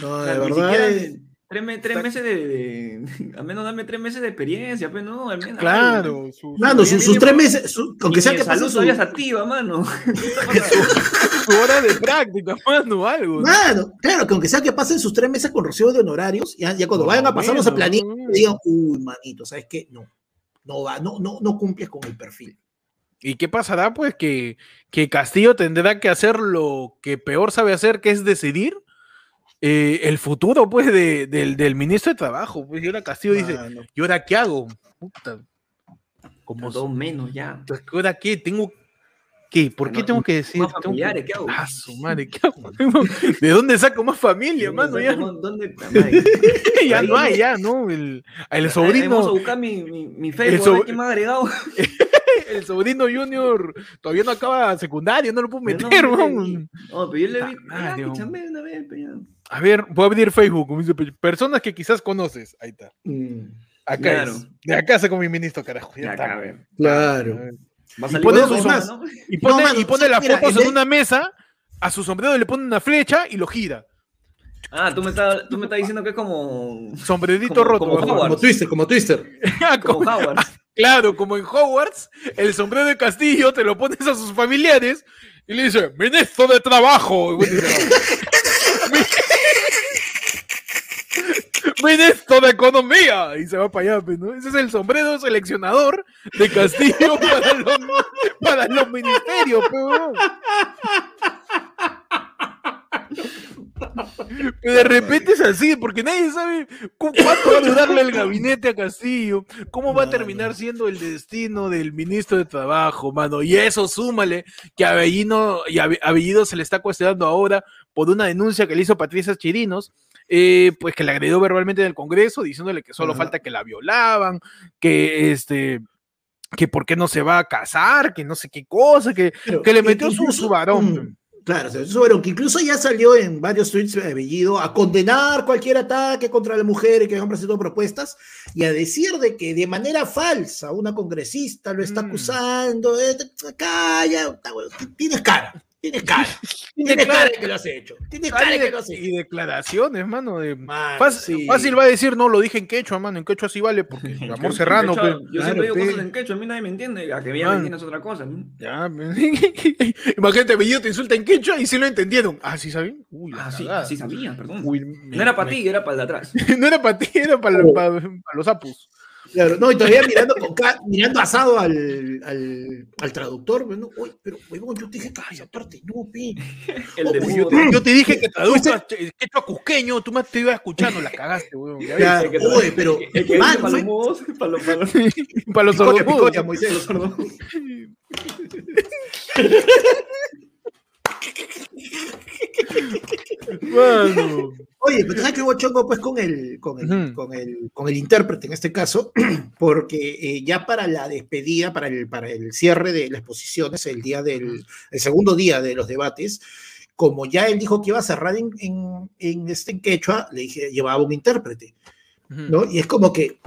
Speaker 3: No,
Speaker 2: O
Speaker 3: de
Speaker 2: sea, ni
Speaker 3: verdad.
Speaker 2: siquiera
Speaker 3: eh,
Speaker 2: tres, me- tres meses de, de- Al menos dame tres meses de experiencia, pues no, al menos. algo,
Speaker 1: Claro. su-
Speaker 3: Mano, sus, sus tres meses, su-
Speaker 2: ¿no?
Speaker 3: aunque
Speaker 2: Y
Speaker 3: sea
Speaker 2: mi
Speaker 3: que
Speaker 2: salud
Speaker 3: pasen su,
Speaker 2: todavía es activa, mano.
Speaker 1: su hora de práctica, mano, algo. ¿no?
Speaker 3: Mano, claro, que aunque sea que pasen sus tres meses con recibo de honorarios, ya, ya cuando
Speaker 1: Por
Speaker 3: vayan
Speaker 1: lo
Speaker 3: a pasarnos a
Speaker 1: menos,
Speaker 3: planilla,
Speaker 1: ¿no?
Speaker 3: digan, uy, manito, ¿sabes qué? No, no va, no, no, no cumples con el perfil.
Speaker 1: ¿Y qué pasará? Pues que, que Castillo tendrá que hacer lo que peor sabe hacer, que es decidir eh, el futuro, pues, de- del, del ministro de Trabajo. Pues, y ahora Castillo dice,
Speaker 3: Mano,
Speaker 1: ¿y ahora qué hago? Puta. Como
Speaker 2: Dos menos ya.
Speaker 1: ¿Ahora qué? Tengo
Speaker 4: ¿Qué? ¿Por qué
Speaker 2: No,
Speaker 4: tengo
Speaker 2: y
Speaker 4: que decir?
Speaker 2: más
Speaker 4: tengo que-
Speaker 2: familiares, ¿qué hago?
Speaker 1: Ah, su madre, ¿qué hago? ¿De dónde saco más familia, mano? Ya,
Speaker 2: ¿Dónde- dónde- madre?
Speaker 1: ya no hay, ya, ¿no? El, ah, el
Speaker 2: Vamos a
Speaker 1: sobrino,
Speaker 2: buscar mi, mi, mi Facebook,
Speaker 1: El
Speaker 2: a ver
Speaker 1: sobr-
Speaker 2: quién me ha agregado.
Speaker 1: el sobrino junior todavía no acaba secundaria, no lo puedo
Speaker 2: Pero no,
Speaker 1: meter,
Speaker 2: yo le
Speaker 1: weón.
Speaker 2: vi- No, pero yo le
Speaker 1: Puta
Speaker 2: vi.
Speaker 1: madre,
Speaker 2: ah, que
Speaker 1: weón.
Speaker 2: chambee una vez, pero ya.
Speaker 1: A ver, voy a abrir Facebook. como dice Pecho. Personas que quizás conoces. Ahí está.
Speaker 3: Mm,
Speaker 1: Acá
Speaker 2: Claro.
Speaker 1: es. De acá saco mi ministro, carajo. Ya
Speaker 2: Ya
Speaker 1: está.
Speaker 2: acá, weón.
Speaker 3: Claro.
Speaker 2: Va a
Speaker 1: Y
Speaker 2: salir
Speaker 1: pones
Speaker 2: con
Speaker 1: sus
Speaker 2: todo,
Speaker 3: más.
Speaker 2: ¿no?
Speaker 1: Y pone,
Speaker 3: mano,
Speaker 1: y pone
Speaker 3: sí,
Speaker 1: las
Speaker 3: mira,
Speaker 1: fotos
Speaker 3: el
Speaker 1: en
Speaker 3: de-
Speaker 1: una mesa, a su sombrero le pone una flecha y lo gira.
Speaker 2: Ah, tú me estás, tú me estás diciendo que es como.
Speaker 1: Sombrerito
Speaker 2: Como-
Speaker 1: roto.
Speaker 2: como
Speaker 1: bajo.
Speaker 2: Howard.
Speaker 3: Como Twister, como Twister.
Speaker 1: Ah,
Speaker 2: Como
Speaker 1: como-
Speaker 2: Howard.
Speaker 1: claro, como en Hogwarts, el sombrero de Castillo te lo pones a sus familiares y le dice, ministro de trabajo. Y vos dices, "Mi- Ministro de Economía y se va para allá, pues, ¿no? Ese es el sombrero seleccionador de Castillo para los, para los ministerios, pues, weón. Y De repente es así, porque nadie sabe cu- cuánto va a durarle el gabinete a Castillo, cómo va a terminar siendo el destino del ministro de Trabajo, mano. Y eso súmale que a Avellino, y a Ave- Avellido se le está cuestionando ahora por una denuncia que le hizo Patricia Chirinos, eh, pues que le agredió verbalmente en el Congreso, diciéndole que solo
Speaker 3: Ajá.
Speaker 1: falta que la violaban, que este que por qué no se va a casar, que no sé qué cosa, que, que le metió su, su varón.
Speaker 3: Mm, Claro, se su varón, que incluso ya salió en varios tweets de Bellido a condenar cualquier ataque contra la mujer y que han presentado propuestas y a decir de que de manera falsa una congresista lo está
Speaker 1: Mm.
Speaker 3: acusando. eh, calla, puta, weón, ti- tienes cara, tienes cara, tienes cara de que lo has hecho, tienes cara de que lo has hecho.
Speaker 1: Y declaraciones, mano, de
Speaker 3: Mano,
Speaker 1: Fácil,
Speaker 3: sí.
Speaker 1: fácil va a decir, no, lo dije en quechua, mano, en quechua sí vale, porque el amor serrano, pues".
Speaker 2: De hecho,
Speaker 1: pe.
Speaker 2: Yo
Speaker 3: Claro,
Speaker 2: siempre digo
Speaker 3: pe.
Speaker 2: cosas en quechua, a mí nadie me entiende. A que bien me
Speaker 1: Man.
Speaker 2: entiendes otra cosa. ¿no?
Speaker 1: Ya, pe. Imagínate, Bellido te insulta en quechua y sí lo entendieron. Ah, sí saben. Uy, la
Speaker 2: Ah, sí,
Speaker 1: cagada.
Speaker 2: sí sabía, perdón.
Speaker 1: Uy, me-
Speaker 2: no era para
Speaker 1: me-
Speaker 2: ti, era para el de atrás.
Speaker 1: no era para ti, era para
Speaker 3: Oh.
Speaker 1: pa- pa los apus.
Speaker 3: Claro, no, y todavía mirando, con ca- mirando asado al, al, al traductor, pues, ¿no? Uy, pero huevón, yo te dije, calla, aparte, no, pe.
Speaker 2: El de
Speaker 3: Uy,
Speaker 1: Yo
Speaker 2: fútbol.
Speaker 1: te, yo te dije
Speaker 3: Pues
Speaker 1: que traduzcas eh, quechua cusqueño, tú más te ibas escuchando, la cagaste, weón. ya
Speaker 3: Ya,
Speaker 2: que-
Speaker 3: Uy, pero,
Speaker 2: El que dice
Speaker 3: mano,
Speaker 2: para los
Speaker 3: fue-
Speaker 2: mudos, para los para los-
Speaker 1: ves. Para los
Speaker 3: Picote,
Speaker 1: sordomudos.
Speaker 3: picote,
Speaker 2: para
Speaker 3: Moisés.
Speaker 2: los sordos.
Speaker 1: pues, Mano.
Speaker 3: Oye, pero ¿sabes que hubo chongo pues con el, con el,
Speaker 1: Ujú.
Speaker 3: con el, con el intérprete en este caso? Porque eh, ya para la despedida, para el, para el cierre de las posiciones, el día del, el segundo día de los debates, como ya él dijo que iba a cerrar en, en, en este en quechua, le dije, llevaba un intérprete. ¿no? Y es como que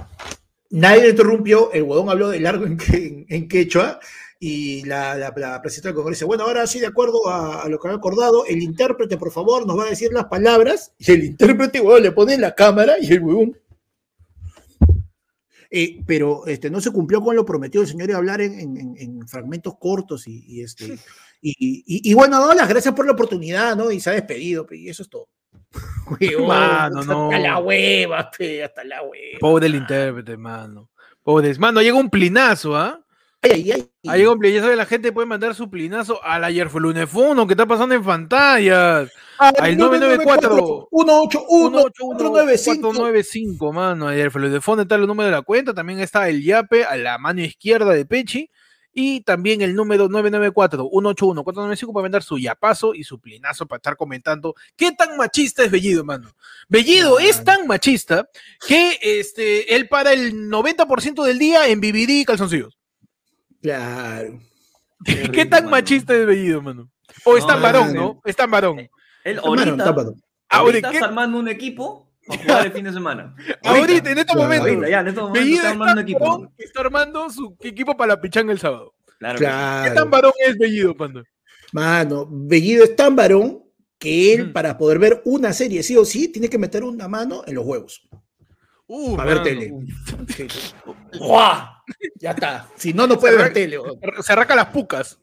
Speaker 3: nadie le interrumpió, el huevón habló de largo en, en- en quechua y la, la, la presidenta del Congreso dice, bueno, ahora sí, de acuerdo a, a lo que han acordado, el intérprete, por favor, nos va a decir las palabras y el intérprete, huevón, le pone la cámara y el huevón... Eh, pero este, no se cumplió con lo prometido el señor de hablar en, en- en- en fragmentos cortos y, y, este, y, y- y- y bueno, no, las gracias por la oportunidad, ¿no? Y se ha despedido, pe, y eso es todo. Huevón,
Speaker 1: Mano,
Speaker 3: hasta
Speaker 1: no.
Speaker 3: la hueva, pe, hasta la hueva.
Speaker 1: Pobre el intérprete, mano. Pobres. Mano, llega un plinazo, ¿ah?
Speaker 3: Ay, ay, ay.
Speaker 1: Ahí, hombre, ya sabe, la gente puede mandar su plinazo al ayer fue lunes funo que está pasando en pantallas. al 994.
Speaker 3: 181
Speaker 1: 495, mano. Ayer fue lunes fondo, está el número de la cuenta. También está el yape a la mano izquierda de Pechi. Y también el número 994-181-495 para mandar su yapazo y su plinazo para estar comentando qué tan machista es Bellido, mano. Bellido es tan machista que este, él para el 90% del día en BBD y calzoncillos.
Speaker 3: Claro.
Speaker 1: ¿Qué
Speaker 2: Terrible,
Speaker 1: tan
Speaker 2: mano.
Speaker 1: machista es Bellido, mano? O es
Speaker 2: No,
Speaker 1: tan
Speaker 2: no,
Speaker 1: varón,
Speaker 3: no,
Speaker 1: ¿no? Es tan varón.
Speaker 2: Él
Speaker 3: Mano,
Speaker 2: ahorita,
Speaker 3: tápalo.
Speaker 1: Ahora,
Speaker 2: ahorita
Speaker 1: ¿qué?
Speaker 2: está armando un equipo para jugar el fin de semana.
Speaker 1: Ahorita, en este
Speaker 3: Claro.
Speaker 1: momento.
Speaker 2: Ahorita, ya, en estos momentos
Speaker 1: Bellido
Speaker 2: está
Speaker 1: es
Speaker 2: armando un
Speaker 1: tan
Speaker 2: equipo.
Speaker 1: varón que está armando su equipo para la pichanga el sábado.
Speaker 2: Claro. que
Speaker 1: ¿Qué
Speaker 2: sí.
Speaker 1: tan
Speaker 3: Claro.
Speaker 1: varón es Bellido, panda?
Speaker 3: Mano, Bellido es tan varón que él,
Speaker 1: Mm.
Speaker 3: para poder ver una serie sí o sí, tiene que meter una mano en los huevos.
Speaker 1: Uh,
Speaker 3: Para ver
Speaker 1: mano.
Speaker 3: tele. Sí. ¡Guau! Ya está. Si no, no puede ver tele. weón.
Speaker 1: Se arranca las pucas.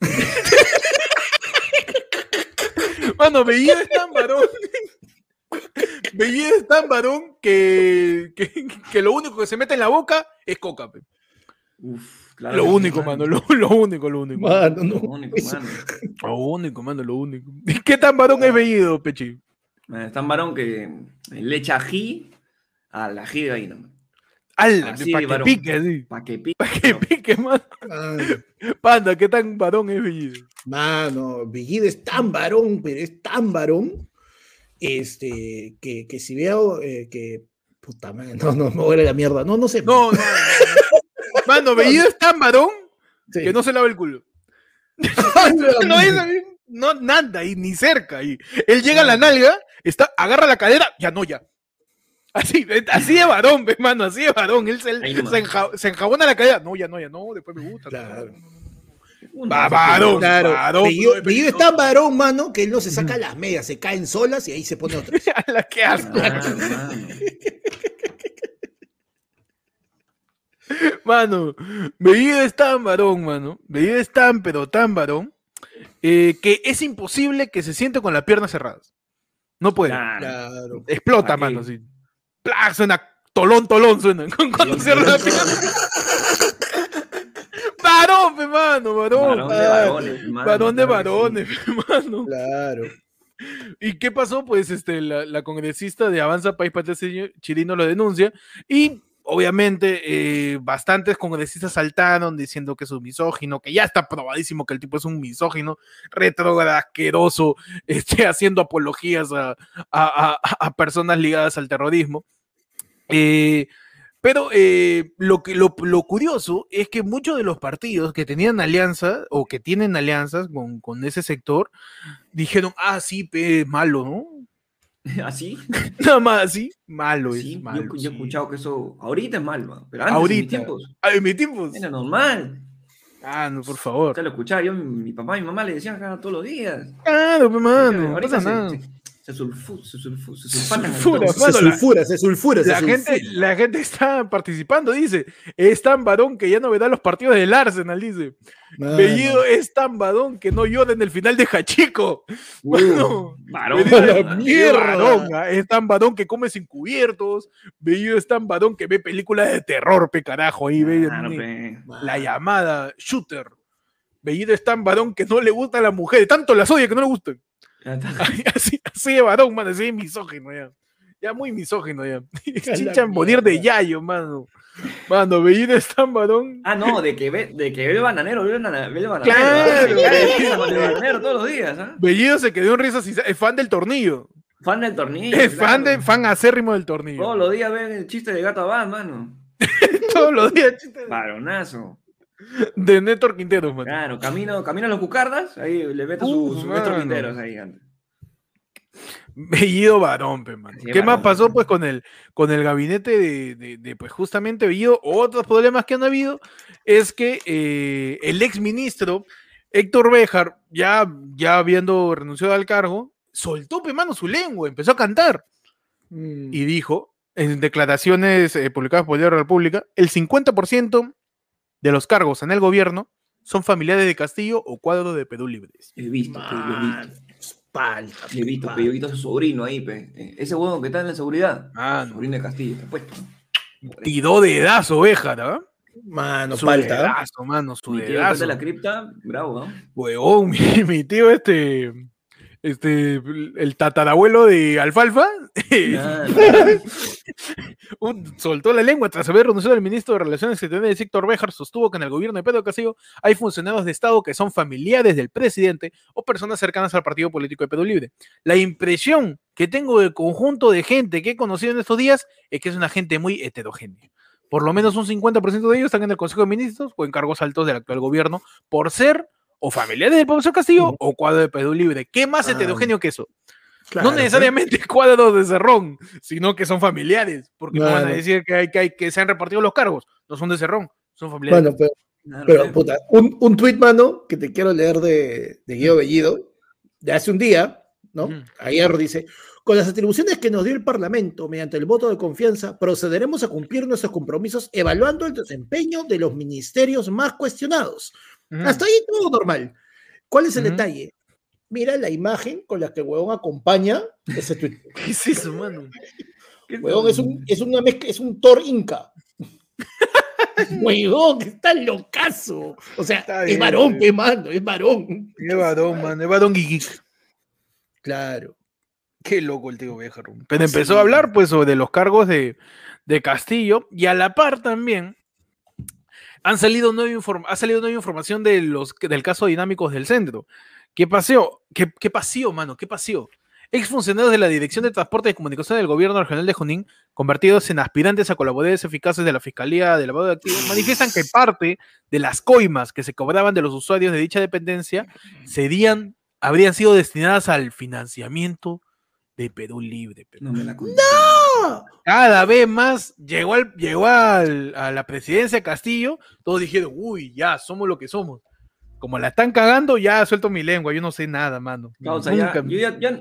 Speaker 1: Mano, Bellido es tan varón. Bellido es tan varón que, que, que lo único que se mete en la boca es coca. pe.
Speaker 2: Uf, claro
Speaker 1: Lo
Speaker 2: que sí,
Speaker 1: único, mano. Lo, lo único, lo único.
Speaker 3: Mano, no.
Speaker 2: Lo único,
Speaker 3: Eso-
Speaker 2: mano.
Speaker 1: Lo único, mano, lo único. ¿Qué tan varón es Bellido, Pechi?
Speaker 2: Man, Es tan varón que le echa ají al ají de gallina. man.
Speaker 1: Ala, para que pique, así.
Speaker 2: Para que pique.
Speaker 1: Para que pique, mano.
Speaker 3: Ay,
Speaker 1: Panda, qué tan varón es Bellido.
Speaker 3: Mano, Bigid es tan varón, pero es tan varón, este, que, que si veo eh, que. Puta madre, no, no, me voy a ir a la mierda. No, no sé.
Speaker 1: No, no. Mano, Bellido es tan varón
Speaker 3: Sí.
Speaker 1: que no se lava el culo. No es no, nada, y ni cerca. Y él llega a la nalga, está, agarra la cadera, ya no, ya. Así, eh, así de varón, ve, mano, así de varón. Él se,
Speaker 2: Ahí nomás.
Speaker 1: se enja- se enjabona la cadera, no, ya no, ya no, después me gusta.
Speaker 3: Claro.
Speaker 1: Va, varón,
Speaker 3: Claro,
Speaker 1: varón.
Speaker 3: Bellido,
Speaker 1: no,
Speaker 3: Bellido es tan varón, mano, que él no se saca las medias, se caen solas y ahí se pone otra.
Speaker 1: A la que asco.
Speaker 2: Claro, mano.
Speaker 1: Mano, Bellido es tan varón, mano. Bellido es tan, pero tan varón, eh, que es imposible que se siente con las piernas cerradas. No puede.
Speaker 2: Claro.
Speaker 3: Claro.
Speaker 1: Explota,
Speaker 2: Aquí.
Speaker 1: mano, así. ¡Plac! Suena tolón, tolón, suena. Cuando
Speaker 2: Tolón,
Speaker 1: cierra la
Speaker 2: tolón.
Speaker 1: pierna. Varón, pe, mano, varón.
Speaker 2: Varón de varones, mano,
Speaker 1: Varón de
Speaker 2: claro que sí.
Speaker 1: varones, pe, mano.
Speaker 3: Claro.
Speaker 1: ¿Y qué pasó? Pues este, la, la congresista de Avanza País Patricio Chirino lo denuncia y obviamente eh, bastantes congresistas saltaron diciendo que es un misógino, que ya está probadísimo que el tipo es un misógino, retrógrado, asqueroso, este, haciendo apologías a, a- a- a personas ligadas al terrorismo. Eh, pero eh, lo, que, lo, lo curioso es que muchos de los partidos que tenían alianzas o que tienen alianzas con, con ese sector dijeron, ah, sí, pe, es malo, ¿no?
Speaker 2: ¿Así?
Speaker 1: Nada más así, malo es,
Speaker 2: ¿Ah, Sí, yo-
Speaker 1: malo.
Speaker 2: yo,
Speaker 1: sí.
Speaker 2: he escuchado que eso ahorita es malo, mano, pero antes en mis
Speaker 1: Ahorita.
Speaker 2: tiempos
Speaker 1: Ah, en mis tiempos.
Speaker 2: era normal.
Speaker 1: Ah, no, por favor.
Speaker 2: Usted lo escuchaba, yo, mi papá y mi mamá le decían acá todos los días.
Speaker 1: Claro, pe, mano, no
Speaker 2: Ahorita
Speaker 1: pasa
Speaker 2: se-
Speaker 1: nada.
Speaker 2: Se, se sulfu- se sulfu- se sulfatan en
Speaker 1: sulfura,
Speaker 2: todo.
Speaker 3: Se
Speaker 1: Mano, la-
Speaker 3: sulfura, se sulfura, se
Speaker 1: La
Speaker 3: sulfura.
Speaker 1: gente, la gente está participando, dice. Es tan varón que ya no verá los partidos del Arsenal, dice.
Speaker 2: Ah,
Speaker 3: Mano.
Speaker 1: Bellido es tan varón que no llora en el final de Hachico.
Speaker 2: Uh.
Speaker 1: Mano,
Speaker 2: Varón,
Speaker 1: Bellido
Speaker 3: la
Speaker 1: es-
Speaker 2: mano.
Speaker 1: Bellido es
Speaker 3: mierda.
Speaker 1: varón, ah, es tan varón que come sin cubiertos. Bellido es tan varón que ve películas de terror, pe carajo. Ahí ve
Speaker 2: Claro,
Speaker 1: ni-
Speaker 2: pe.
Speaker 1: la llamada Shooter. Bellido es tan varón que no le gustan las mujeres, tanto las odia que no le gustan.
Speaker 2: Ya está.
Speaker 1: Así, así de varón, mano, así de misógino ya. Ya muy misógino ya.
Speaker 3: la
Speaker 1: Chinchan morir de
Speaker 3: mierda.
Speaker 1: Yayo, mano. Mano, Bellido es tan varón.
Speaker 2: Ah, no, de que ve, de que ve el bananero, ve el, nana- ve el bananero.
Speaker 1: Claro.
Speaker 2: Ya le empieza con el bananero todos los días, ¿ah?
Speaker 1: Bellido se quedó en risas y es fan del tornillo.
Speaker 2: Fan del tornillo.
Speaker 1: Es
Speaker 2: claro.
Speaker 1: fan, de, fan acérrimo del tornillo.
Speaker 2: Todos los días ven el chiste de gato Abad, mano.
Speaker 1: Todos los días chiste
Speaker 2: Varonazo.
Speaker 1: de Néstor Quintero, mano.
Speaker 2: Claro, camino, camino a los cucardas, ahí le meto
Speaker 1: Uf,
Speaker 2: sus su metro
Speaker 1: mano.
Speaker 2: quinteros ahí antes.
Speaker 1: Bellido varón, pe, mano.
Speaker 2: Sí,
Speaker 1: ¿Qué más
Speaker 2: varón,
Speaker 1: pasó
Speaker 2: varón.
Speaker 1: pues con el, con el gabinete de, de- de, pues justamente Bellido? Otros problemas que han habido es que eh, el ex ministro Héctor Béjar, ya, ya habiendo renunciado al cargo, soltó pe, mano su lengua, empezó a cantar
Speaker 3: Mm.
Speaker 1: y dijo en declaraciones eh, publicadas por el Diario de la República, el 50% de los cargos en el gobierno son familiares de Castillo o cuadros de Perú Libres.
Speaker 2: He visto, pe, yo he visto.
Speaker 3: Mano, espalda,
Speaker 2: Le he visto,
Speaker 3: espalda.
Speaker 2: pe, yo he visto a su sobrino ahí, pe. Eh, Ese huevo que está en la seguridad.
Speaker 1: Mano,
Speaker 2: Sobrino de Castillo, está puesto. ¿no? Por eso.
Speaker 1: tiró dedazo Béjar, ¿ah?
Speaker 3: Mano,
Speaker 1: su
Speaker 3: falta.
Speaker 1: dedazo, mano, su
Speaker 2: Mi tío, después
Speaker 1: dedazo.
Speaker 2: de la cripta, bravo, ¿no?
Speaker 1: Huevón, mi, mi tío, este, este, el tatarabuelo de Alfalfa,
Speaker 2: Nada,
Speaker 1: un- soltó la lengua tras haber renunciado al ministro de Relaciones Exteriores, Héctor Béjar, sostuvo que en el gobierno de Pedro Castillo hay funcionarios de Estado que son familiares del presidente o personas cercanas al partido político de Perú Libre. La impresión que tengo del conjunto de gente que he conocido en estos días es que es una gente muy heterogénea. Por lo menos un 50% de ellos están en el Consejo de Ministros o en cargos altos del actual gobierno por ser o familiares del profesor Castillo o cuadro de Perú Libre. ¿Qué más
Speaker 3: Ah.
Speaker 1: heterogéneo que eso?
Speaker 3: Claro, pues.
Speaker 1: no necesariamente cuadros de cerrón, sino que son familiares, porque no van a
Speaker 3: Claro.
Speaker 1: decir que, hay, que, hay- que se han repartido los cargos, no son de cerrón, son familiares.
Speaker 3: Mano, pero,
Speaker 2: nada,
Speaker 3: pero, pues,
Speaker 2: pe.
Speaker 3: puta, un, un tweet, mano, que te quiero leer de, de Guido Bellido, de hace un día, ¿no?
Speaker 1: Ujú.
Speaker 3: Ayer dice, con las atribuciones que nos dio el Parlamento mediante el voto de confianza, procederemos a cumplir nuestros compromisos evaluando el desempeño de los ministerios más cuestionados.
Speaker 1: Ujú.
Speaker 3: Hasta ahí todo normal. ¿Cuál es el
Speaker 1: Mm. Ujú.
Speaker 3: detalle? Mira la imagen con la que el huevón acompaña ese tweet.
Speaker 1: ¿Qué es eso, mano?
Speaker 2: ¿Qué
Speaker 3: Huevón,
Speaker 2: tal?
Speaker 3: es un, es una mezcla, es un Thor Inca. Huevón, está locazo. O sea,
Speaker 1: Está
Speaker 3: es
Speaker 1: bien,
Speaker 3: varón,
Speaker 1: bien.
Speaker 3: pe, mano, es varón.
Speaker 1: Qué varón, mano, es varón geek.
Speaker 3: Claro.
Speaker 1: Qué loco el tío Bejarón. Pero empezó a hablar, pues, sobre los cargos de, de Castillo. Y a la par también han salido nueva ha salido nueva información de los, del caso de Dinámicos del Centro. ¿Qué paseo? ¿Qué, qué paseo, mano? ¿Qué paseo? Exfuncionarios de la Dirección de Transporte y Comunicación del Gobierno Regional de Junín, convertidos en aspirantes a colaboradores eficaces de la Fiscalía de Lavado de Activos, manifiestan que parte de las coimas que se cobraban de los usuarios de dicha dependencia serían, habrían sido destinadas al financiamiento de Perú Libre. Perú.
Speaker 2: No me la conté.
Speaker 3: ¡No!
Speaker 1: Cada vez más llegó, al, llegó al, a la presidencia Castillo, todos dijeron, uy, ya, somos lo que somos. Como la están cagando, ya suelto mi lengua, yo no sé nada, mano.
Speaker 2: Causa,
Speaker 1: Nunca
Speaker 2: ya-
Speaker 1: me-
Speaker 2: yo, ya, ya-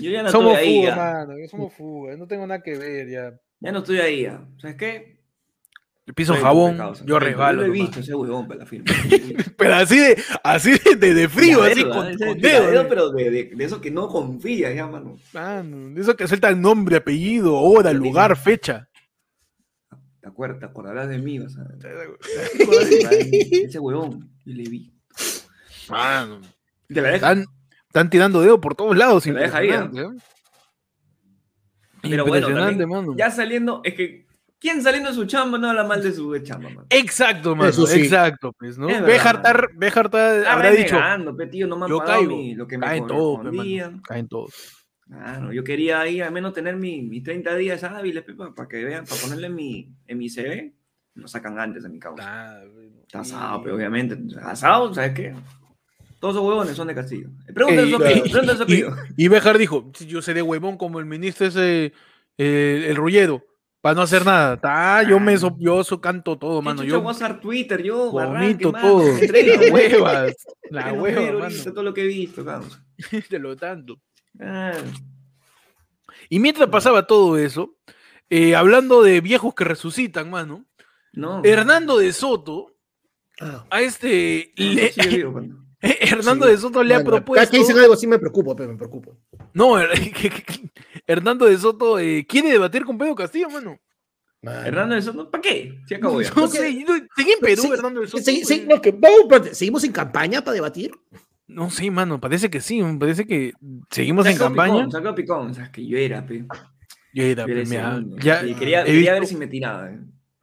Speaker 2: yo ya no
Speaker 1: somos
Speaker 2: estoy ahí.
Speaker 1: fuga,
Speaker 2: Ya.
Speaker 1: mano, yo somos fuga, no tengo nada que ver, ya.
Speaker 2: Ya no estoy ahí. Ya. ¿Sabes qué?
Speaker 1: Yo piso
Speaker 2: Bueno,
Speaker 1: jabón,
Speaker 2: causa.
Speaker 1: yo
Speaker 2: Yo
Speaker 1: resbalo.
Speaker 2: lo he
Speaker 1: nomás.
Speaker 2: visto ese huevón para la firma.
Speaker 1: Pero así de, así de, de- de frío, así
Speaker 2: Tiradero, ¿eh?
Speaker 1: con,
Speaker 2: Ese
Speaker 1: con
Speaker 2: tiradero,
Speaker 1: dedos.
Speaker 2: pero de, de, de eso que no confía ya, mano.
Speaker 1: Mano, de eso que suelta el nombre, apellido, hora,
Speaker 2: Pero
Speaker 1: lugar, fecha.
Speaker 2: ¿Te acuerdas? Te acordarás de mí, vas a
Speaker 3: acuerdas?
Speaker 2: Ese huevón, yo le vi.
Speaker 1: Mano,
Speaker 2: Te la deja.
Speaker 1: están, están tirando dedo por todos lados.
Speaker 2: Pero deja ahí, ¿eh?
Speaker 1: impresionante, ¿eh?
Speaker 2: Pero bueno,
Speaker 1: Impresionante,
Speaker 2: también,
Speaker 1: mano.
Speaker 2: ya saliendo, es que, ¿quién saliendo de su chamba no habla mal de su chamba, mano?
Speaker 1: Exacto, mano.
Speaker 3: Eso sí.
Speaker 1: Exacto, pues, ¿no?
Speaker 2: Es verdad, Ah,
Speaker 1: Bejar
Speaker 2: mano.
Speaker 1: tar- Bejar tar-
Speaker 2: Está
Speaker 1: habrá dicho.
Speaker 2: renegando, pe, tío, no me han
Speaker 1: Yo
Speaker 2: pagado
Speaker 1: caigo.
Speaker 2: mi- lo que me
Speaker 1: Caen todos, pe, mano.
Speaker 2: correspondía.
Speaker 1: Caen todos.
Speaker 2: Claro, yo quería ahí al menos tener mi- mis 30 días hábiles, para que vean, para ponerle mi, en mi CV. Lo sacan antes de mi causa. Tasado, pero obviamente. Tasado, ¿sabes qué? Todos esos huevones son de Castillo. Eh, Pregúntale
Speaker 1: Y-
Speaker 2: su apellido, pregúntale su apellido.
Speaker 1: Y Bejar dijo: Yo seré huevón como el ministro ese, eh, el Rulledo, para no hacer nada. Ta, yo me so- yo so- canto todo, mano.
Speaker 2: yo
Speaker 1: Yo
Speaker 2: voy a usar Twitter, yo
Speaker 1: vomito todo. La
Speaker 2: Entrega,
Speaker 1: hueva. La
Speaker 2: La
Speaker 1: hueva,
Speaker 2: hueva,
Speaker 1: mano.
Speaker 2: todo lo que he visto, cabrón.
Speaker 1: Te lo tanto.
Speaker 2: Ah,
Speaker 1: Y mientras pasaba todo eso, eh, hablando de viejos que resucitan, mano,
Speaker 2: no.
Speaker 1: Hernando de Soto,
Speaker 3: Ah.
Speaker 1: a este. le-
Speaker 2: Sigue vivo, mano.
Speaker 1: Hernando
Speaker 3: Sí.
Speaker 1: de Soto le ha
Speaker 3: Bueno, Cada
Speaker 1: propuesto.
Speaker 3: que dicen algo así me preocupo, pero me preocupo.
Speaker 1: No, eh, que- que- que- Hernando de Soto eh, quiere debatir con Pedro Castillo, mano.
Speaker 3: Mano.
Speaker 2: Hernando de Soto, ¿para qué? Se acabó ya.
Speaker 1: No sé, yo- sigue en Perú,
Speaker 3: Sí,
Speaker 1: Hernando de Soto.
Speaker 3: Sí, sí,
Speaker 1: güey?
Speaker 3: no, que vamos por- ¿Seguimos en campaña para debatir?
Speaker 1: No sé, mano, parece que sí, parece que seguimos en
Speaker 2: Sacó
Speaker 1: campaña.
Speaker 2: Picón, sacó Picón, o sea, que yo era, pe.
Speaker 1: Yo era,
Speaker 2: Yo era el
Speaker 1: me ha-
Speaker 2: segundo.
Speaker 1: ya,
Speaker 2: Y quería,
Speaker 1: he
Speaker 2: quería ver
Speaker 1: visto-
Speaker 2: si me tiraba. eh.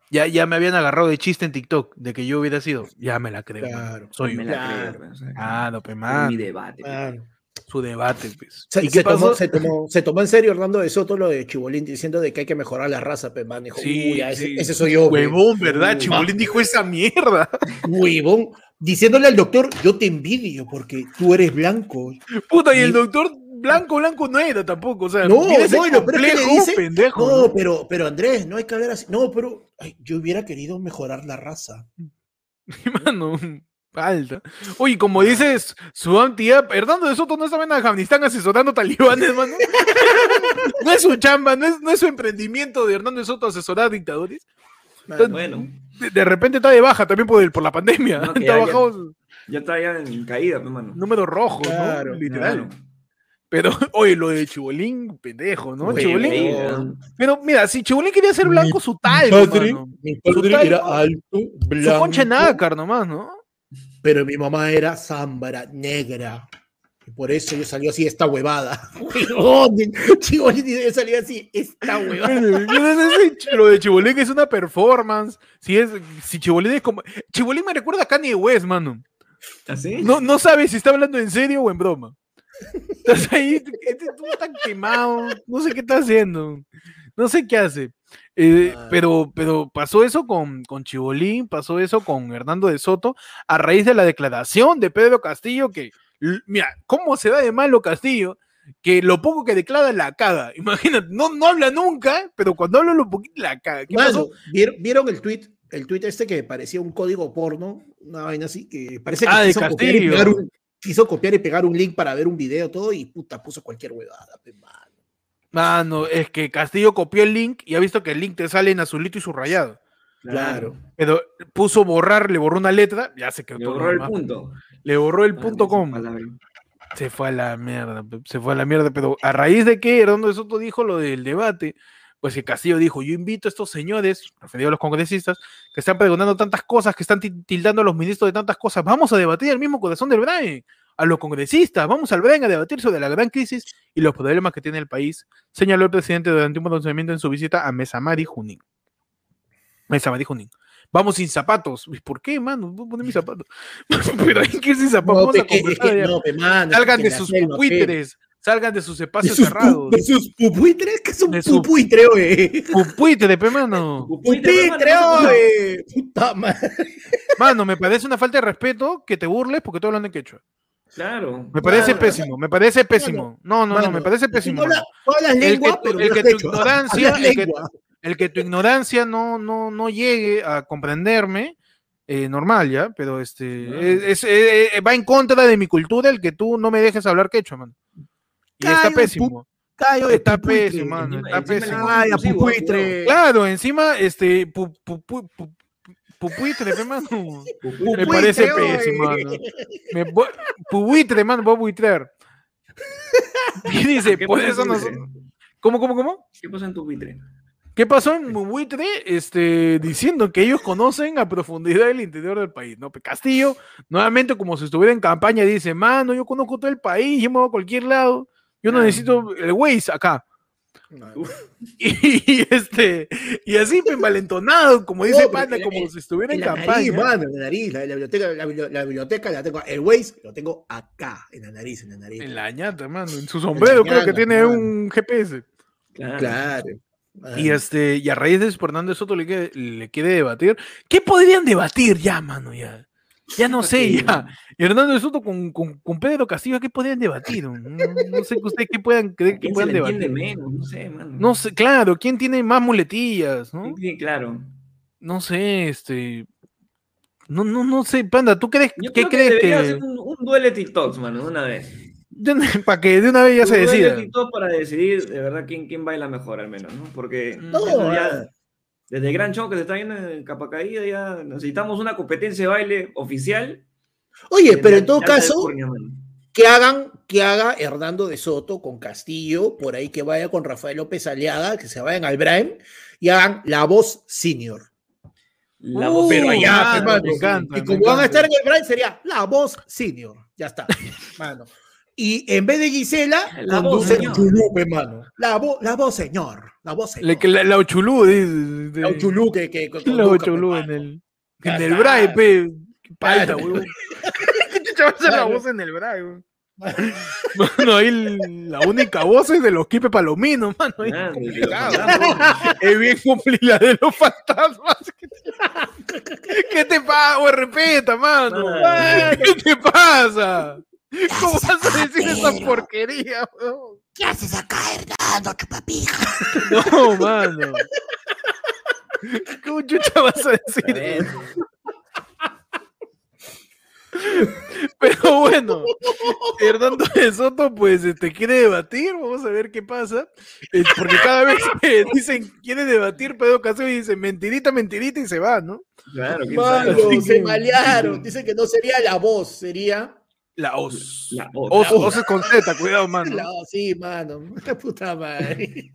Speaker 1: ya, ya me habían agarrado de chiste en TikTok de que yo hubiera sido. Ya me la creo. mano.
Speaker 3: Claro.
Speaker 1: Soy
Speaker 2: Me
Speaker 1: yo.
Speaker 2: la
Speaker 3: Claro.
Speaker 2: creo, pe, o sea,
Speaker 1: Ah, no, pe,
Speaker 2: fue
Speaker 1: mano.
Speaker 2: mi debate. pe.
Speaker 3: Mano.
Speaker 1: su debate. Pues.
Speaker 3: Se,
Speaker 1: ¿Y
Speaker 3: se
Speaker 1: qué pasó?
Speaker 3: tomó, se, tomó, se tomó en serio Hernando de Soto lo de Chibolín diciendo de que hay que mejorar la raza, pe, man. Dijo,
Speaker 1: Sí,
Speaker 3: "Uy, ya, ese,
Speaker 1: sí.
Speaker 3: ese soy yo. pe".
Speaker 1: Huevón, ¿verdad?
Speaker 2: Uh,
Speaker 1: Chibolín dijo esa mierda.
Speaker 3: Huevón. Diciéndole al doctor, yo te envidio porque tú eres blanco.
Speaker 1: Puta, y el
Speaker 3: Sí.
Speaker 1: doctor blanco, blanco no era tampoco. O sea,
Speaker 3: No,
Speaker 1: tiene ese
Speaker 3: no, y lo peor es que le
Speaker 1: complejo,
Speaker 3: dice,
Speaker 1: pendejo.
Speaker 3: No,
Speaker 1: ¿no?
Speaker 3: pero, pero Andrés, no hay que hablar así. No, pero ay, yo hubiera querido mejorar la raza.
Speaker 1: Mano, alta. Oye, como dices, su tía, Hernando de Soto no estaba en Afganistán asesorando talibanes, mano. no es su chamba, no es, no es su emprendimiento de Hernando de Soto asesorar dictadores.
Speaker 3: Mano,
Speaker 2: Bueno,
Speaker 1: De, de repente está de baja también por, el- por la pandemia.
Speaker 2: No, que
Speaker 1: está
Speaker 2: ya- ya-
Speaker 1: bajado su
Speaker 2: ya estaba ya en caída, pe, mano.
Speaker 1: número rojo,
Speaker 3: Claro,
Speaker 1: ¿no? Literal.
Speaker 2: Claro.
Speaker 1: Pero, oye, lo de Chibolín, pendejo, ¿no?
Speaker 3: Oye,
Speaker 1: Chibolín.
Speaker 3: oye,
Speaker 2: Increíble,
Speaker 1: Pero mira, si Chibolín quería ser blanco, su tal,
Speaker 3: padre,
Speaker 1: mano.
Speaker 3: mi
Speaker 1: Su talco.
Speaker 3: padre era alto,
Speaker 1: Su concha de
Speaker 3: blanco,
Speaker 1: nácar nomás, ¿no?
Speaker 3: pero mi mamá era zámbara, negra. Y por eso yo salí así, esta huevada. Huevón, Chibolín yo salí así, esta huevada.
Speaker 1: Entonces, lo de Chibolín es una performance. Si es, si Chibolín es como. Chibolín me recuerda a Kanye West, mano.
Speaker 2: ¿no? ¿Así?
Speaker 1: No, no sabes si está hablando en serio o en broma. Estás ahí, este, tú estás quemado, no sé qué está haciendo, no sé qué hace. Eh,
Speaker 3: Claro.
Speaker 1: pero, pero pasó eso con, con Chibolín, pasó eso con Hernando de Soto, a raíz de la declaración de Pedro Castillo, que, l- mira, ¿cómo se da de malo Castillo? Que lo poco que declara la caga. Imagínate, no, no habla nunca, pero cuando habla lo poquito la caga. ¿Qué
Speaker 3: Mano,
Speaker 1: pasó?
Speaker 3: ¿vieron, vieron el tweet? El tweet este que parecía un código porno, una vaina así, que parece que
Speaker 1: Ah, de
Speaker 3: quiso, copiar y
Speaker 1: Castillo.
Speaker 3: pegar un, quiso copiar y pegar un link para ver un video, todo, y puta, puso cualquier huevada, pe, mano.
Speaker 1: Mano, Ah, es que Castillo copió el link y ha visto que el link te sale en azulito y subrayado.
Speaker 3: Claro.
Speaker 1: Pero puso borrar, le borró una letra, ya se quedó
Speaker 2: Le
Speaker 1: todo lo
Speaker 2: borró el
Speaker 1: demás.
Speaker 2: punto. Ah,
Speaker 1: Le borró el punto com. Se fue a la mierda, pe- se fue a la mierda. Pero a raíz de que Hernando de Soto dijo lo del debate, pues que Castillo dijo: Yo invito a estos señores, referido a los congresistas, que están preguntando tantas cosas, que están ti- tildando a los ministros de tantas cosas. Vamos a debatir el mismo corazón del Brain. a los congresistas, vamos al Bren a debatir sobre la gran crisis y los problemas que tiene el país, señaló el presidente durante un pronunciamiento en su visita a Mesamari Junín. Mesamari Junín. Vamos sin zapatos. ¿Por qué, mano? Voy a poner mis zapatos. Pero hay que ir sin zapatos.
Speaker 3: No,
Speaker 1: Vamos a
Speaker 3: pe- que- es
Speaker 1: conversar
Speaker 3: que
Speaker 1: ya.
Speaker 3: no, pe, mano,
Speaker 1: salgan
Speaker 3: que
Speaker 1: de
Speaker 3: la
Speaker 1: sus
Speaker 3: selva, pe.
Speaker 1: pupitres, salgan de sus
Speaker 3: ¿De
Speaker 1: espacios
Speaker 3: sus, pu-
Speaker 1: cerrados.
Speaker 3: de sus pupuitres? ¿Qué es un
Speaker 1: De su-
Speaker 3: pupuitre, oye?
Speaker 1: Pupitre, pe, mano.
Speaker 3: ¡Pupitre, oye! ¡Puta madre!
Speaker 1: Mano, me parece una falta de respeto que te burles porque estoy hablando en quechua.
Speaker 2: Claro.
Speaker 1: Me parece
Speaker 3: Mano,
Speaker 1: pésimo, me parece pésimo. No, no,
Speaker 3: Mano,
Speaker 1: no, me parece
Speaker 3: tú
Speaker 1: pésimo.
Speaker 3: hablas-
Speaker 1: mano.
Speaker 3: tú hablas
Speaker 1: El que
Speaker 3: lengua,
Speaker 1: tu-
Speaker 3: pero
Speaker 1: el
Speaker 3: no
Speaker 1: que
Speaker 3: has
Speaker 1: tu
Speaker 3: hecho.
Speaker 1: ignorancia,
Speaker 3: Hablas
Speaker 1: el que-
Speaker 3: lengua.
Speaker 1: El que tu ignorancia no, no, no llegue a comprenderme, eh, normal ya, pero este
Speaker 2: Claro.
Speaker 1: es- es- eh, eh, va en contra de mi cultura el que tú no me dejes hablar quechua, mano. Y está
Speaker 3: Cállate,
Speaker 1: pésimo.
Speaker 3: Callo de
Speaker 1: Está
Speaker 3: pupuitre.
Speaker 1: pésimo, mano.
Speaker 2: Encima-
Speaker 1: Está
Speaker 2: encima le
Speaker 1: pésimo.
Speaker 2: ponen
Speaker 3: Ay, a
Speaker 2: inclusivo,
Speaker 3: pupuitre.
Speaker 1: Claro, encima, este, pu, pu- pu- pu- pupuitre, pe, mano. Me
Speaker 2: Pupuitre.
Speaker 1: parece
Speaker 3: Pupuitre, oye.
Speaker 1: pésimo, mano. Me voy- pupuitre, mano, voy a buitrear. Y dice,
Speaker 2: ¿Qué
Speaker 1: por
Speaker 2: pasa en
Speaker 1: eso
Speaker 2: tu
Speaker 1: no
Speaker 2: buitre?
Speaker 1: ¿Cómo, cómo, cómo?
Speaker 2: ¿Qué pasa en tu buitre?
Speaker 1: ¿Qué pasó en Buitre? Este, diciendo que ellos conocen a profundidad el interior del país, ¿no? Pe- Castillo, nuevamente como si estuviera en campaña, dice, mano, yo conozco todo el país, yo me voy a cualquier lado, yo no
Speaker 2: Ah.
Speaker 1: necesito el Waze acá. Y, este, y así, pe, envalentonado, como dice
Speaker 3: pero
Speaker 1: Panda,
Speaker 3: el-
Speaker 1: como
Speaker 3: el-
Speaker 1: si estuviera
Speaker 3: En
Speaker 1: en
Speaker 3: la nariz,
Speaker 1: campaña.
Speaker 3: mano, en la nariz, la, la biblioteca, la, bibli- la biblioteca la tengo, el Waze lo tengo acá, en la nariz, en la nariz.
Speaker 1: En la ñata, mano, en su sombrero creo que
Speaker 3: ñata,
Speaker 1: tiene
Speaker 3: mano.
Speaker 1: un GPS.
Speaker 2: Claro.
Speaker 3: Claro.
Speaker 1: Y este, y a raíz de eso, Fernando Soto le quiere, le quiere debatir. ¿Qué podrían debatir ya, mano? Ya, ya no sé, ya. Y Hernando Soto con, con, con Pedro Castillo, ¿qué podrían debatir? No, no sé que ustedes qué puedan creer que
Speaker 2: ¿A quién se
Speaker 1: puedan
Speaker 2: le entiende
Speaker 1: debatir.
Speaker 2: menos? No sé, mano.
Speaker 1: No sé, claro, ¿quién tiene más muletillas?
Speaker 2: Sí,
Speaker 1: No,
Speaker 2: sí, claro.
Speaker 1: no sé, este. No, no, no sé, Panda, ¿tú crees
Speaker 2: Yo
Speaker 1: qué
Speaker 2: creo que
Speaker 1: crees
Speaker 2: debería
Speaker 1: que.?
Speaker 2: hacer un, un duelo de TikToks, mano, de una vez.
Speaker 1: Para que de una vez ya
Speaker 2: Un
Speaker 1: se
Speaker 2: duelo de
Speaker 1: decida.
Speaker 2: TikTok para decidir de verdad quién, quién baila mejor, al menos, ¿no? Porque
Speaker 1: No,
Speaker 2: eso ya-
Speaker 3: ah.
Speaker 2: desde el gran show que se está viendo en Capacaída, ya necesitamos una competencia de baile oficial.
Speaker 3: Oye,
Speaker 2: de
Speaker 3: pero
Speaker 2: la-
Speaker 3: en todo
Speaker 2: de Alta
Speaker 3: caso,
Speaker 2: California, mano.
Speaker 3: que hagan, que haga Hernando de Soto con Castillo, por ahí que vaya con Rafael López Aliaga, que se vayan al Braem y hagan la voz senior.
Speaker 2: La
Speaker 1: Uh,
Speaker 2: voz-
Speaker 3: Pero
Speaker 1: Uy,
Speaker 3: allá,
Speaker 1: mano,
Speaker 3: hermano,
Speaker 1: me encanta,
Speaker 3: y
Speaker 1: me
Speaker 3: como van
Speaker 1: encanta.
Speaker 3: a estar en el Braem sería la voz senior. Ya está, mano. Y en vez de Gisela,
Speaker 2: La voz
Speaker 3: conducen
Speaker 2: señor.
Speaker 3: Chulupe, mano. La, voz, la voz señor. La voz señor.
Speaker 1: Le- que La, la Ochulú, dice, de-
Speaker 3: La Uchulú que, que, que
Speaker 1: La
Speaker 3: conduzca,
Speaker 1: Ochulú en
Speaker 3: hermano.
Speaker 1: el.
Speaker 3: Ya
Speaker 1: En el
Speaker 3: está.
Speaker 1: brae, pe. Qué
Speaker 3: Claro.
Speaker 1: Palta, huevón. ¿Qué chucha va a hacer la
Speaker 3: Claro.
Speaker 1: voz en el brae, huevón? Mano, ahí la única voz es de los Kipe Palomino, mano. ahí
Speaker 2: Ah,
Speaker 1: Es
Speaker 2: de- de los
Speaker 1: complicado.
Speaker 2: fantasmas.
Speaker 1: Es bien complicada de los fantasmas. ¿Qué te- ¿Qué te pasa, güey? Respeta, mano.
Speaker 2: Mano.
Speaker 1: ¿Qué te pasa? ¿Cómo vas a decir esa porquería, huevón?
Speaker 4: ¿Qué haces acá, Hernando, chupapija?
Speaker 1: No, mano. ¿Cómo chucha vas a decir
Speaker 2: ver.
Speaker 1: eso? Pero bueno, Hernando de Soto, pues te quiere debatir, vamos a ver qué pasa. Eh, Porque cada vez que dicen quiere debatir, Pedro Castillo dice mentirita, mentirita y se va, ¿no?
Speaker 2: Claro, quién sabe.
Speaker 3: Mano,
Speaker 1: Así
Speaker 3: se
Speaker 1: que-
Speaker 3: malearon. Dicen que no sería la voz, sería.
Speaker 1: La os.
Speaker 2: La voz.
Speaker 1: Os,
Speaker 3: la os.
Speaker 1: os es con Z, cuidado, mano.
Speaker 3: la- sí, mano. La puta madre.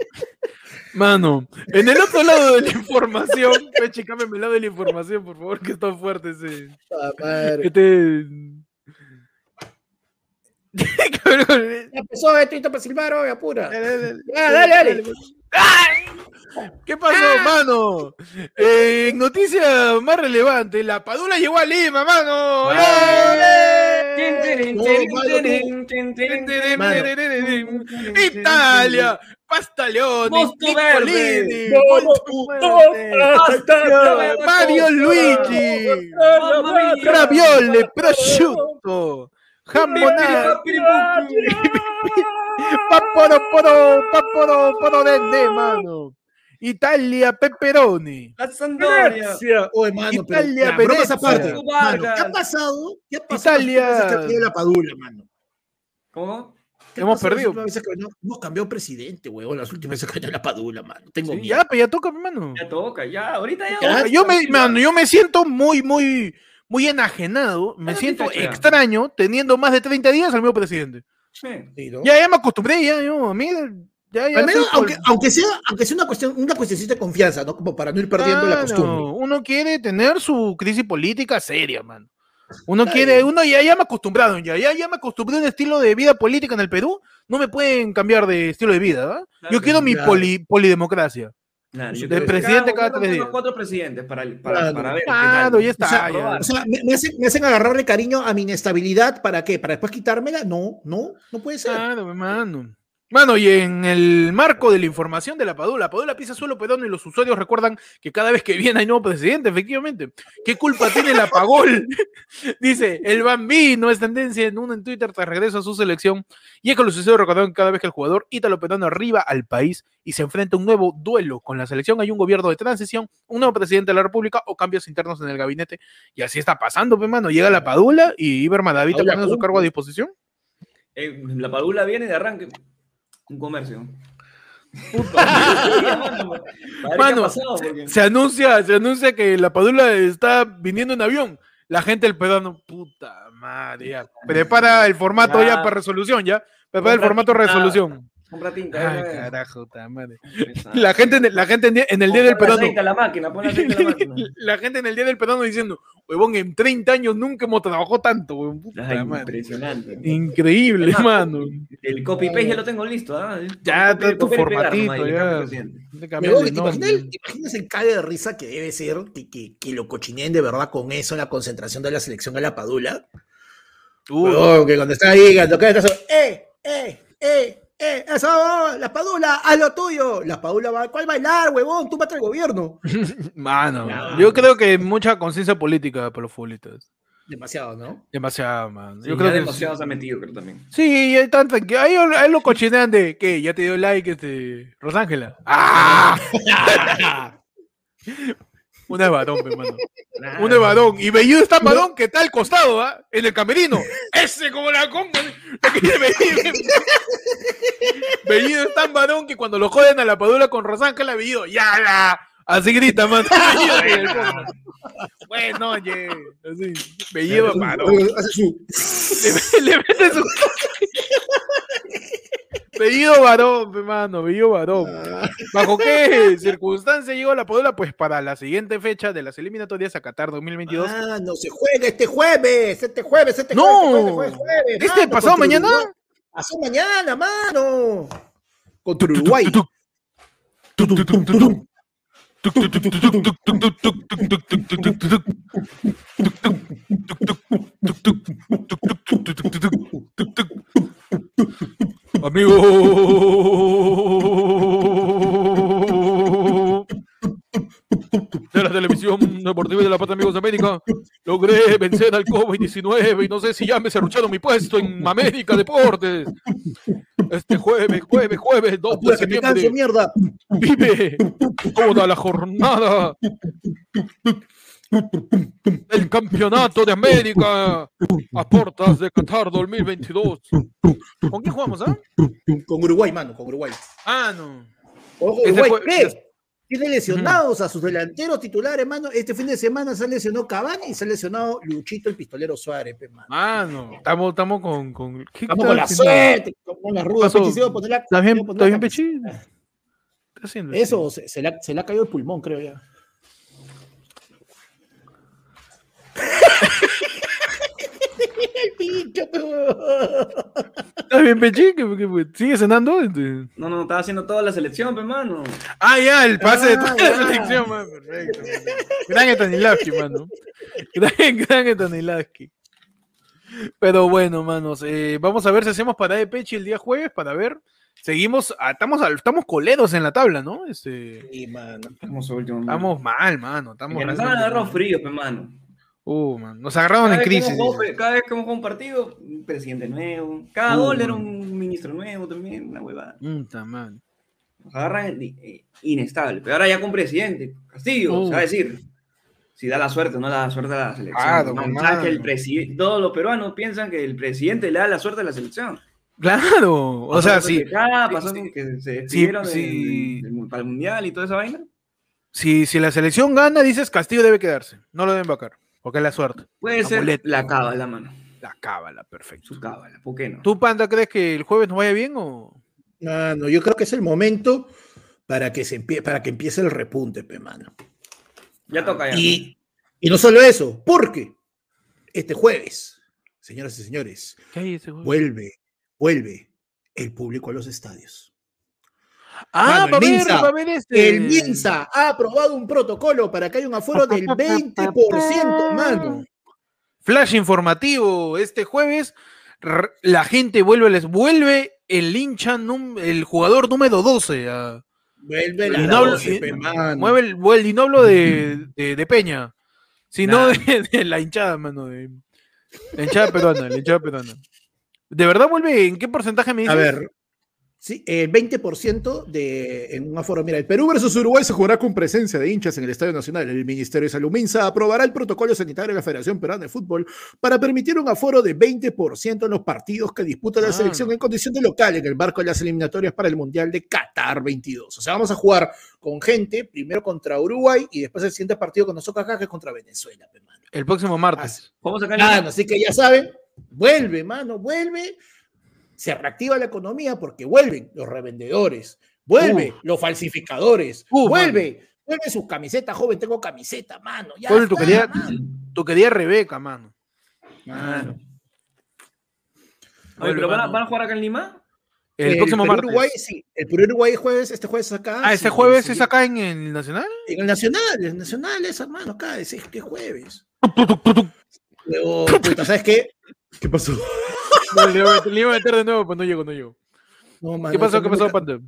Speaker 1: Mano, en el otro lado de la información, Pechi, cámbiame el lado de la información, por favor, que está fuerte ese.
Speaker 3: Puta madre.
Speaker 1: ¿Qué te- Tiene que ver con el-
Speaker 3: Ya empezó el trito para silbar, hoy, apura.
Speaker 1: Dale, Ah, dale.
Speaker 3: Ya, dale, dale.
Speaker 1: ¿Qué pasó,
Speaker 2: Ah.
Speaker 1: mano? Eh, noticia más relevante, la Padula llegó a Lima, mano.
Speaker 2: Wow. Tin,
Speaker 1: ¡Eh!
Speaker 2: tin,
Speaker 3: No,
Speaker 2: tin,
Speaker 3: mano,
Speaker 2: tin, tin, tin, tin.
Speaker 1: Mano. Italia, Pastaglioni,
Speaker 2: Mosto
Speaker 1: Piccolini,
Speaker 2: verde.
Speaker 3: No,
Speaker 1: Mosto
Speaker 3: no,
Speaker 1: verde,
Speaker 3: hasta
Speaker 2: no,
Speaker 3: acá.
Speaker 1: Mario
Speaker 2: no,
Speaker 1: Luigi,
Speaker 2: Mamma mia.
Speaker 1: ravioli, prosciutto, jammonada. Paporo, poro, paporo, poro de mano. Italia, pepperoni.
Speaker 2: La Sampdoria.
Speaker 3: Oye, mano, pero,
Speaker 1: Italia,
Speaker 3: ya, bromas
Speaker 1: Venecia.
Speaker 3: aparte. mano, ¿Qué ha
Speaker 2: Vargas.
Speaker 3: pasado? ¿Qué ha pasado?
Speaker 1: Italia.
Speaker 3: las últimas veces que ha venido la Padula, mano.
Speaker 2: ¿Cómo?
Speaker 3: ¿Qué ha
Speaker 1: Hemos
Speaker 3: pasado las
Speaker 1: perdido.
Speaker 3: últimas veces que ha venido? hemos cambiado presidente, huevón. Las últimas veces que ha venido la Padula, mano. Tengo
Speaker 1: Sí,
Speaker 3: miedo.
Speaker 1: ya, pues ya toca, mi mano.
Speaker 2: Ya toca, ya, ahorita ya.
Speaker 3: Ya,
Speaker 2: toca.
Speaker 1: Yo me,
Speaker 2: Tranquila.
Speaker 1: mano, yo me siento muy, muy, muy enajenado. Me
Speaker 2: Claro,
Speaker 1: siento
Speaker 2: Pikachu.
Speaker 1: extraño teniendo más de 30 días al mismo presidente.
Speaker 2: Sí.
Speaker 3: Sí, ¿no?
Speaker 1: Ya, ya me acostumbré, ya, yo, a mí, ya, ya.
Speaker 3: Al menos,
Speaker 1: soy
Speaker 3: aunque,
Speaker 1: col-
Speaker 3: aunque sea, aunque sea una cuestión, una cuestioncita de
Speaker 1: Ah,
Speaker 3: confianza, ¿no? Como para no ir perdiendo la
Speaker 1: Claro,
Speaker 3: costumbre.
Speaker 1: Uno quiere tener su crisis política seria, mano. Uno quiere, uno ya, ya me acostumbraron, ya, ya, ya me acostumbré a un estilo de vida política en el Perú. No me pueden cambiar de estilo de vida, ¿verdad?
Speaker 2: Claro
Speaker 1: Yo
Speaker 2: que
Speaker 1: quiero
Speaker 2: sí,
Speaker 1: mi
Speaker 3: claro.
Speaker 1: poli- polidemocracia.
Speaker 2: Claro, yo
Speaker 1: Del
Speaker 2: creo que
Speaker 1: presidente cada
Speaker 2: uno
Speaker 1: tres
Speaker 2: tiene
Speaker 1: días.
Speaker 2: cuatro presidentes para, para,
Speaker 3: Claro.
Speaker 2: para ver. qué
Speaker 1: Claro,
Speaker 2: tal.
Speaker 1: ya está.
Speaker 3: O sea,
Speaker 1: ya.
Speaker 3: O sea, me, me hacen, me hacen agarrarle cariño a mi inestabilidad, ¿para qué? ¿Para después quitármela? No, no, no puede ser.
Speaker 1: Claro, hermano. Mano, y en el marco de la información de la Padula, Padula pisa suelo pedono y los usuarios recuerdan que cada vez que viene hay nuevo presidente, efectivamente. ¿Qué culpa tiene la Pagol? Dice, el bambino es tendencia en uno en Twitter tras regreso a su selección. Y es que los usuarios recordaron que cada vez que el jugador Ítalo Pedono arriba al país y se enfrenta a un nuevo duelo con la selección, hay un gobierno de transición, un nuevo presidente de la República o cambios internos en el gabinete. Y así está pasando, pe, mano. Llega la Padula y Iber Madavita
Speaker 3: Ahora
Speaker 1: poniendo su
Speaker 3: cumple.
Speaker 1: cargo a disposición.
Speaker 2: Eh, la padula viene de arranque. Un comercio.
Speaker 1: Mano,
Speaker 2: Mano,
Speaker 1: Se anuncia, se anuncia que la Padula está viniendo en avión. La gente del pedano, puta madre, ya. Prepara el formato ya,
Speaker 2: Ya.
Speaker 1: para resolución, ya. Prepara el
Speaker 2: Compra
Speaker 1: formato
Speaker 2: tinta.
Speaker 1: resolución.
Speaker 2: compra tinta.
Speaker 1: Ay,
Speaker 2: eh,
Speaker 1: carajo, ta madre.
Speaker 2: esa.
Speaker 1: La gente, en el- la gente en die- en el día del
Speaker 2: Ponle
Speaker 1: pedano.
Speaker 2: aceite a la máquina, ponle aceite a la máquina.
Speaker 1: La gente en el día del pedano diciendo, huevón, en 30 años nunca hemos trabajado tanto, huevón, puta
Speaker 2: Ay,
Speaker 1: madre.
Speaker 2: impresionante.
Speaker 1: Increíble,
Speaker 2: Es más,
Speaker 1: mano.
Speaker 2: El copy paste ya lo tengo listo. ¿ah?
Speaker 1: Ya
Speaker 2: Copy-
Speaker 1: está tu
Speaker 2: copiar y pegar
Speaker 1: formatito,
Speaker 2: nomás, y le
Speaker 1: ya.
Speaker 2: cambio el presidente.
Speaker 1: Cambiarle
Speaker 3: Luego, ¿te,
Speaker 1: nombre.
Speaker 3: imaginas, el- te imaginas el cague de risa que debe ser que, que, que lo cochineen de verdad con eso en la concentración de la selección a la padula?
Speaker 1: Uy,
Speaker 3: Huevón, que cuando está ahí, cuando cae, estás- ¡eh, eh, eh, eh! ¡Eso! ¡La padula! ¡Haz lo tuyo! La padula va. ¿Cuál bailar, huevón? Tú mata al gobierno.
Speaker 1: Mano,
Speaker 3: Ya.
Speaker 1: yo creo que mucha conciencia política para los futbolistas.
Speaker 3: Demasiado, ¿no?
Speaker 1: Demasiado, man.
Speaker 2: Sí,
Speaker 1: Yo creo
Speaker 2: ya
Speaker 1: que
Speaker 2: demasiado se ha metido, creo también.
Speaker 1: sí, ya están tranqui- ahí, ahí lo cochinean de que ya te dio like este Rosángela. ¡Ah! Una de varón, pe, mano.
Speaker 2: Ah.
Speaker 1: Una de varón. Y Belludo está varón que está al costado, ¿ah? En el camerino. Ese como la compa. la que tiene Bellido. Bellido es tan varón que cuando lo joden a la padula con Rosángela, Bellido, ¡ya la! Así grita, mano. Bellido en el fondo. Bueno, oye. Pues, Así. Bellido varón.
Speaker 3: Hace su-
Speaker 1: Le, le mete su. Pedido varón, hermano, pedido varón. ¿Bajo qué circunstancia llegó la Padula? Pues para la siguiente fecha de las eliminatorias a Qatar 2022.
Speaker 3: Ah, no se juega este jueves, este jueves, este
Speaker 1: No.
Speaker 3: jueves, este jueves, este jueves, jueves,
Speaker 1: ¿Este
Speaker 3: mano,
Speaker 1: pasado
Speaker 3: contra
Speaker 1: mañana?
Speaker 3: Uruguay. Pasado mañana, mano. Contra Uruguay.
Speaker 1: Amigo de la televisión deportiva y de la pata Amigos de América, logré vencer al COVID-19 y no sé si ya me cerrucharon mi puesto en América Deportes. Este jueves, jueves, jueves, 2 de
Speaker 3: Apura que me canso,
Speaker 1: septiembre,
Speaker 3: mierda.
Speaker 1: vive toda la jornada del Campeonato de América a portas de Qatar 2022. ¿Con quién jugamos, ah?
Speaker 3: Con Uruguay, mano, con Uruguay.
Speaker 1: Ah, no.
Speaker 3: Ojo,
Speaker 1: Ese
Speaker 3: Uruguay,
Speaker 1: fue-
Speaker 3: ¿qué?
Speaker 1: ese-
Speaker 3: Tiene lesionados a sus delanteros titulares, mano. Este fin de semana se ha lesionado Cavani y se ha lesionado Luchito el pistolero Suárez, pe, mano.
Speaker 1: Mano, estamos, estamos con, con... ¿Qué
Speaker 3: Vamos con la
Speaker 1: estás haciendo?
Speaker 3: suerte, con la ruda.
Speaker 1: pasó?
Speaker 3: Pechi, se iba a poner la-
Speaker 1: ¿Estás
Speaker 3: se
Speaker 1: bien,
Speaker 3: iba a poner
Speaker 1: ¿estás
Speaker 3: la
Speaker 1: bien
Speaker 3: camiseta.
Speaker 1: Pechín? ¿Qué estás haciendo?
Speaker 3: Eso, se, se le ha- se le ha caído el pulmón, creo ya. el pincho, pe, huevón.
Speaker 1: ¿Estás bien Pechín? ¿Qué- qué fue? ¿Sigue cenando? Este-
Speaker 2: No, no, estaba haciendo toda la selección, pe, mano.
Speaker 1: Ah, ya, el pase de
Speaker 3: Ah,
Speaker 1: toda
Speaker 3: ya.
Speaker 1: la selección, man. Perfecto. man. Gran Stanislavski, mano. Gran, gran Stanislavski. Pero bueno, manos, eh, vamos a ver si hacemos parada de Pechi el día jueves para ver. Seguimos, ah, estamos, al- estamos coleros en la tabla, ¿no? Este,
Speaker 3: Sí, mano.
Speaker 2: Vamos a último. mano.
Speaker 1: estamos mal, mano. Estamos
Speaker 2: Que nos han
Speaker 1: realmente
Speaker 2: agarrado
Speaker 1: mal.
Speaker 2: fríos, pe, pues, mano.
Speaker 1: Uh, man, Nos agarraron en
Speaker 2: Cada vez que
Speaker 1: crisis.
Speaker 2: hemos jugado-
Speaker 1: dice.
Speaker 2: Cada vez que hemos jugado un partido, un presidente nuevo. Cada
Speaker 1: Uh,
Speaker 2: gol era
Speaker 1: mano.
Speaker 2: un ministro nuevo también, una huevada.
Speaker 1: Puta, man.
Speaker 2: Nos agarran di- eh, inestable. Pero ahora ya con presidente, Castillo,
Speaker 1: Uh.
Speaker 2: se va a decir. Si da la suerte, no da la suerte a la selección.
Speaker 1: Claro,
Speaker 2: no,
Speaker 1: mano.
Speaker 2: ¿sabes que el presi- todos los peruanos piensan que el presidente le da la suerte a la selección.
Speaker 1: Claro, o sea,
Speaker 2: sí.
Speaker 1: sí. sí,
Speaker 2: pasó
Speaker 1: sí.
Speaker 2: con que se despidieron del-
Speaker 1: sí.
Speaker 2: del- del- para el mundial y toda esa vaina.
Speaker 1: Si, si la selección gana, dices Castillo debe quedarse. No lo deben vacar. Porque es la suerte.
Speaker 2: Puede ser
Speaker 1: Amuleto.
Speaker 2: la cábala, mano.
Speaker 1: La cábala, perfecto.
Speaker 2: Su cábala, ¿por qué no?
Speaker 1: ¿Tú, Panda, crees que el jueves nos vaya bien o.?
Speaker 3: Mano, yo creo que es el momento para que, se empie- para que empiece el repunte, pe, mano.
Speaker 2: Ya toca ya.
Speaker 3: Y, y no solo eso, porque este jueves, señoras y señores,
Speaker 1: ¿Qué hay ese juego?
Speaker 3: vuelve, vuelve el público a los estadios.
Speaker 1: ah,
Speaker 3: Mano,
Speaker 1: va a
Speaker 3: el
Speaker 1: ver,
Speaker 3: Minsa,
Speaker 1: va a ver este.
Speaker 3: El Minsa ha aprobado un protocolo para que haya un aforo del 20%, mano.
Speaker 1: Flash informativo, este jueves r- la gente vuelve, les vuelve el hincha, num- el jugador número 12. a-
Speaker 3: Vuelve
Speaker 1: Y
Speaker 3: la
Speaker 1: no hablo-
Speaker 3: 12, pe, mano.
Speaker 1: mueve el, vuel- y no hablo de, de- de Peña, sino de, de la hinchada, mano. De, la hinchada peruana, la hinchada peruana. ¿De verdad vuelve? ¿En qué porcentaje me dices?
Speaker 3: A ver. Sí, el 20% de, en un aforo. Mira, el Perú versus Uruguay se jugará con presencia de hinchas en el Estadio Nacional. El Ministerio de Salud Minsa aprobará el protocolo sanitario de la Federación Peruana de Fútbol para permitir un aforo de 20% en los partidos que disputa la
Speaker 1: Ah.
Speaker 3: selección en condición de local en el marco de las eliminatorias para el Mundial de Qatar 22. O sea, vamos a jugar con gente, primero contra Uruguay y después el siguiente partido que nos toca acá que es contra Venezuela, pe, mano.
Speaker 1: El próximo martes.
Speaker 2: Vamos a sacar
Speaker 3: Mano, así que ya saben, vuelve, mano, vuelve. Se reactiva la economía porque vuelven los revendedores, vuelve
Speaker 1: Uf.
Speaker 3: los falsificadores,
Speaker 1: Uf,
Speaker 3: vuelve, vuelve sus camisetas, joven, tengo camiseta, mano. Ya
Speaker 1: Vuelve tu
Speaker 3: está,
Speaker 1: calidad.
Speaker 3: mano.
Speaker 1: Tu querida Rebeca, mano.
Speaker 2: Mano. Oye,
Speaker 1: Vuelve,
Speaker 2: pero van a,
Speaker 1: mano.
Speaker 2: ¿van a jugar acá en Lima?
Speaker 1: El, próximo
Speaker 3: Perú
Speaker 1: martes.
Speaker 3: Uruguay, sí, el Perú Uruguay jueves, este jueves es acá.
Speaker 1: ah, ese
Speaker 3: sí,
Speaker 1: jueves
Speaker 3: sí,
Speaker 1: es acá en el Nacional.
Speaker 3: En el Nacional, el Nacional es, hermano, acá, es este jueves. Luego, puta, ¿sabes qué? ¿Qué pasó?
Speaker 1: No, le iba a meter- le iba a meter de nuevo, pues no llego, no llego.
Speaker 3: Ah, No, mano,
Speaker 1: ¿Qué pasó?
Speaker 3: esto
Speaker 1: ¿Qué
Speaker 3: no me
Speaker 1: pasó,
Speaker 3: ca-
Speaker 1: Panda?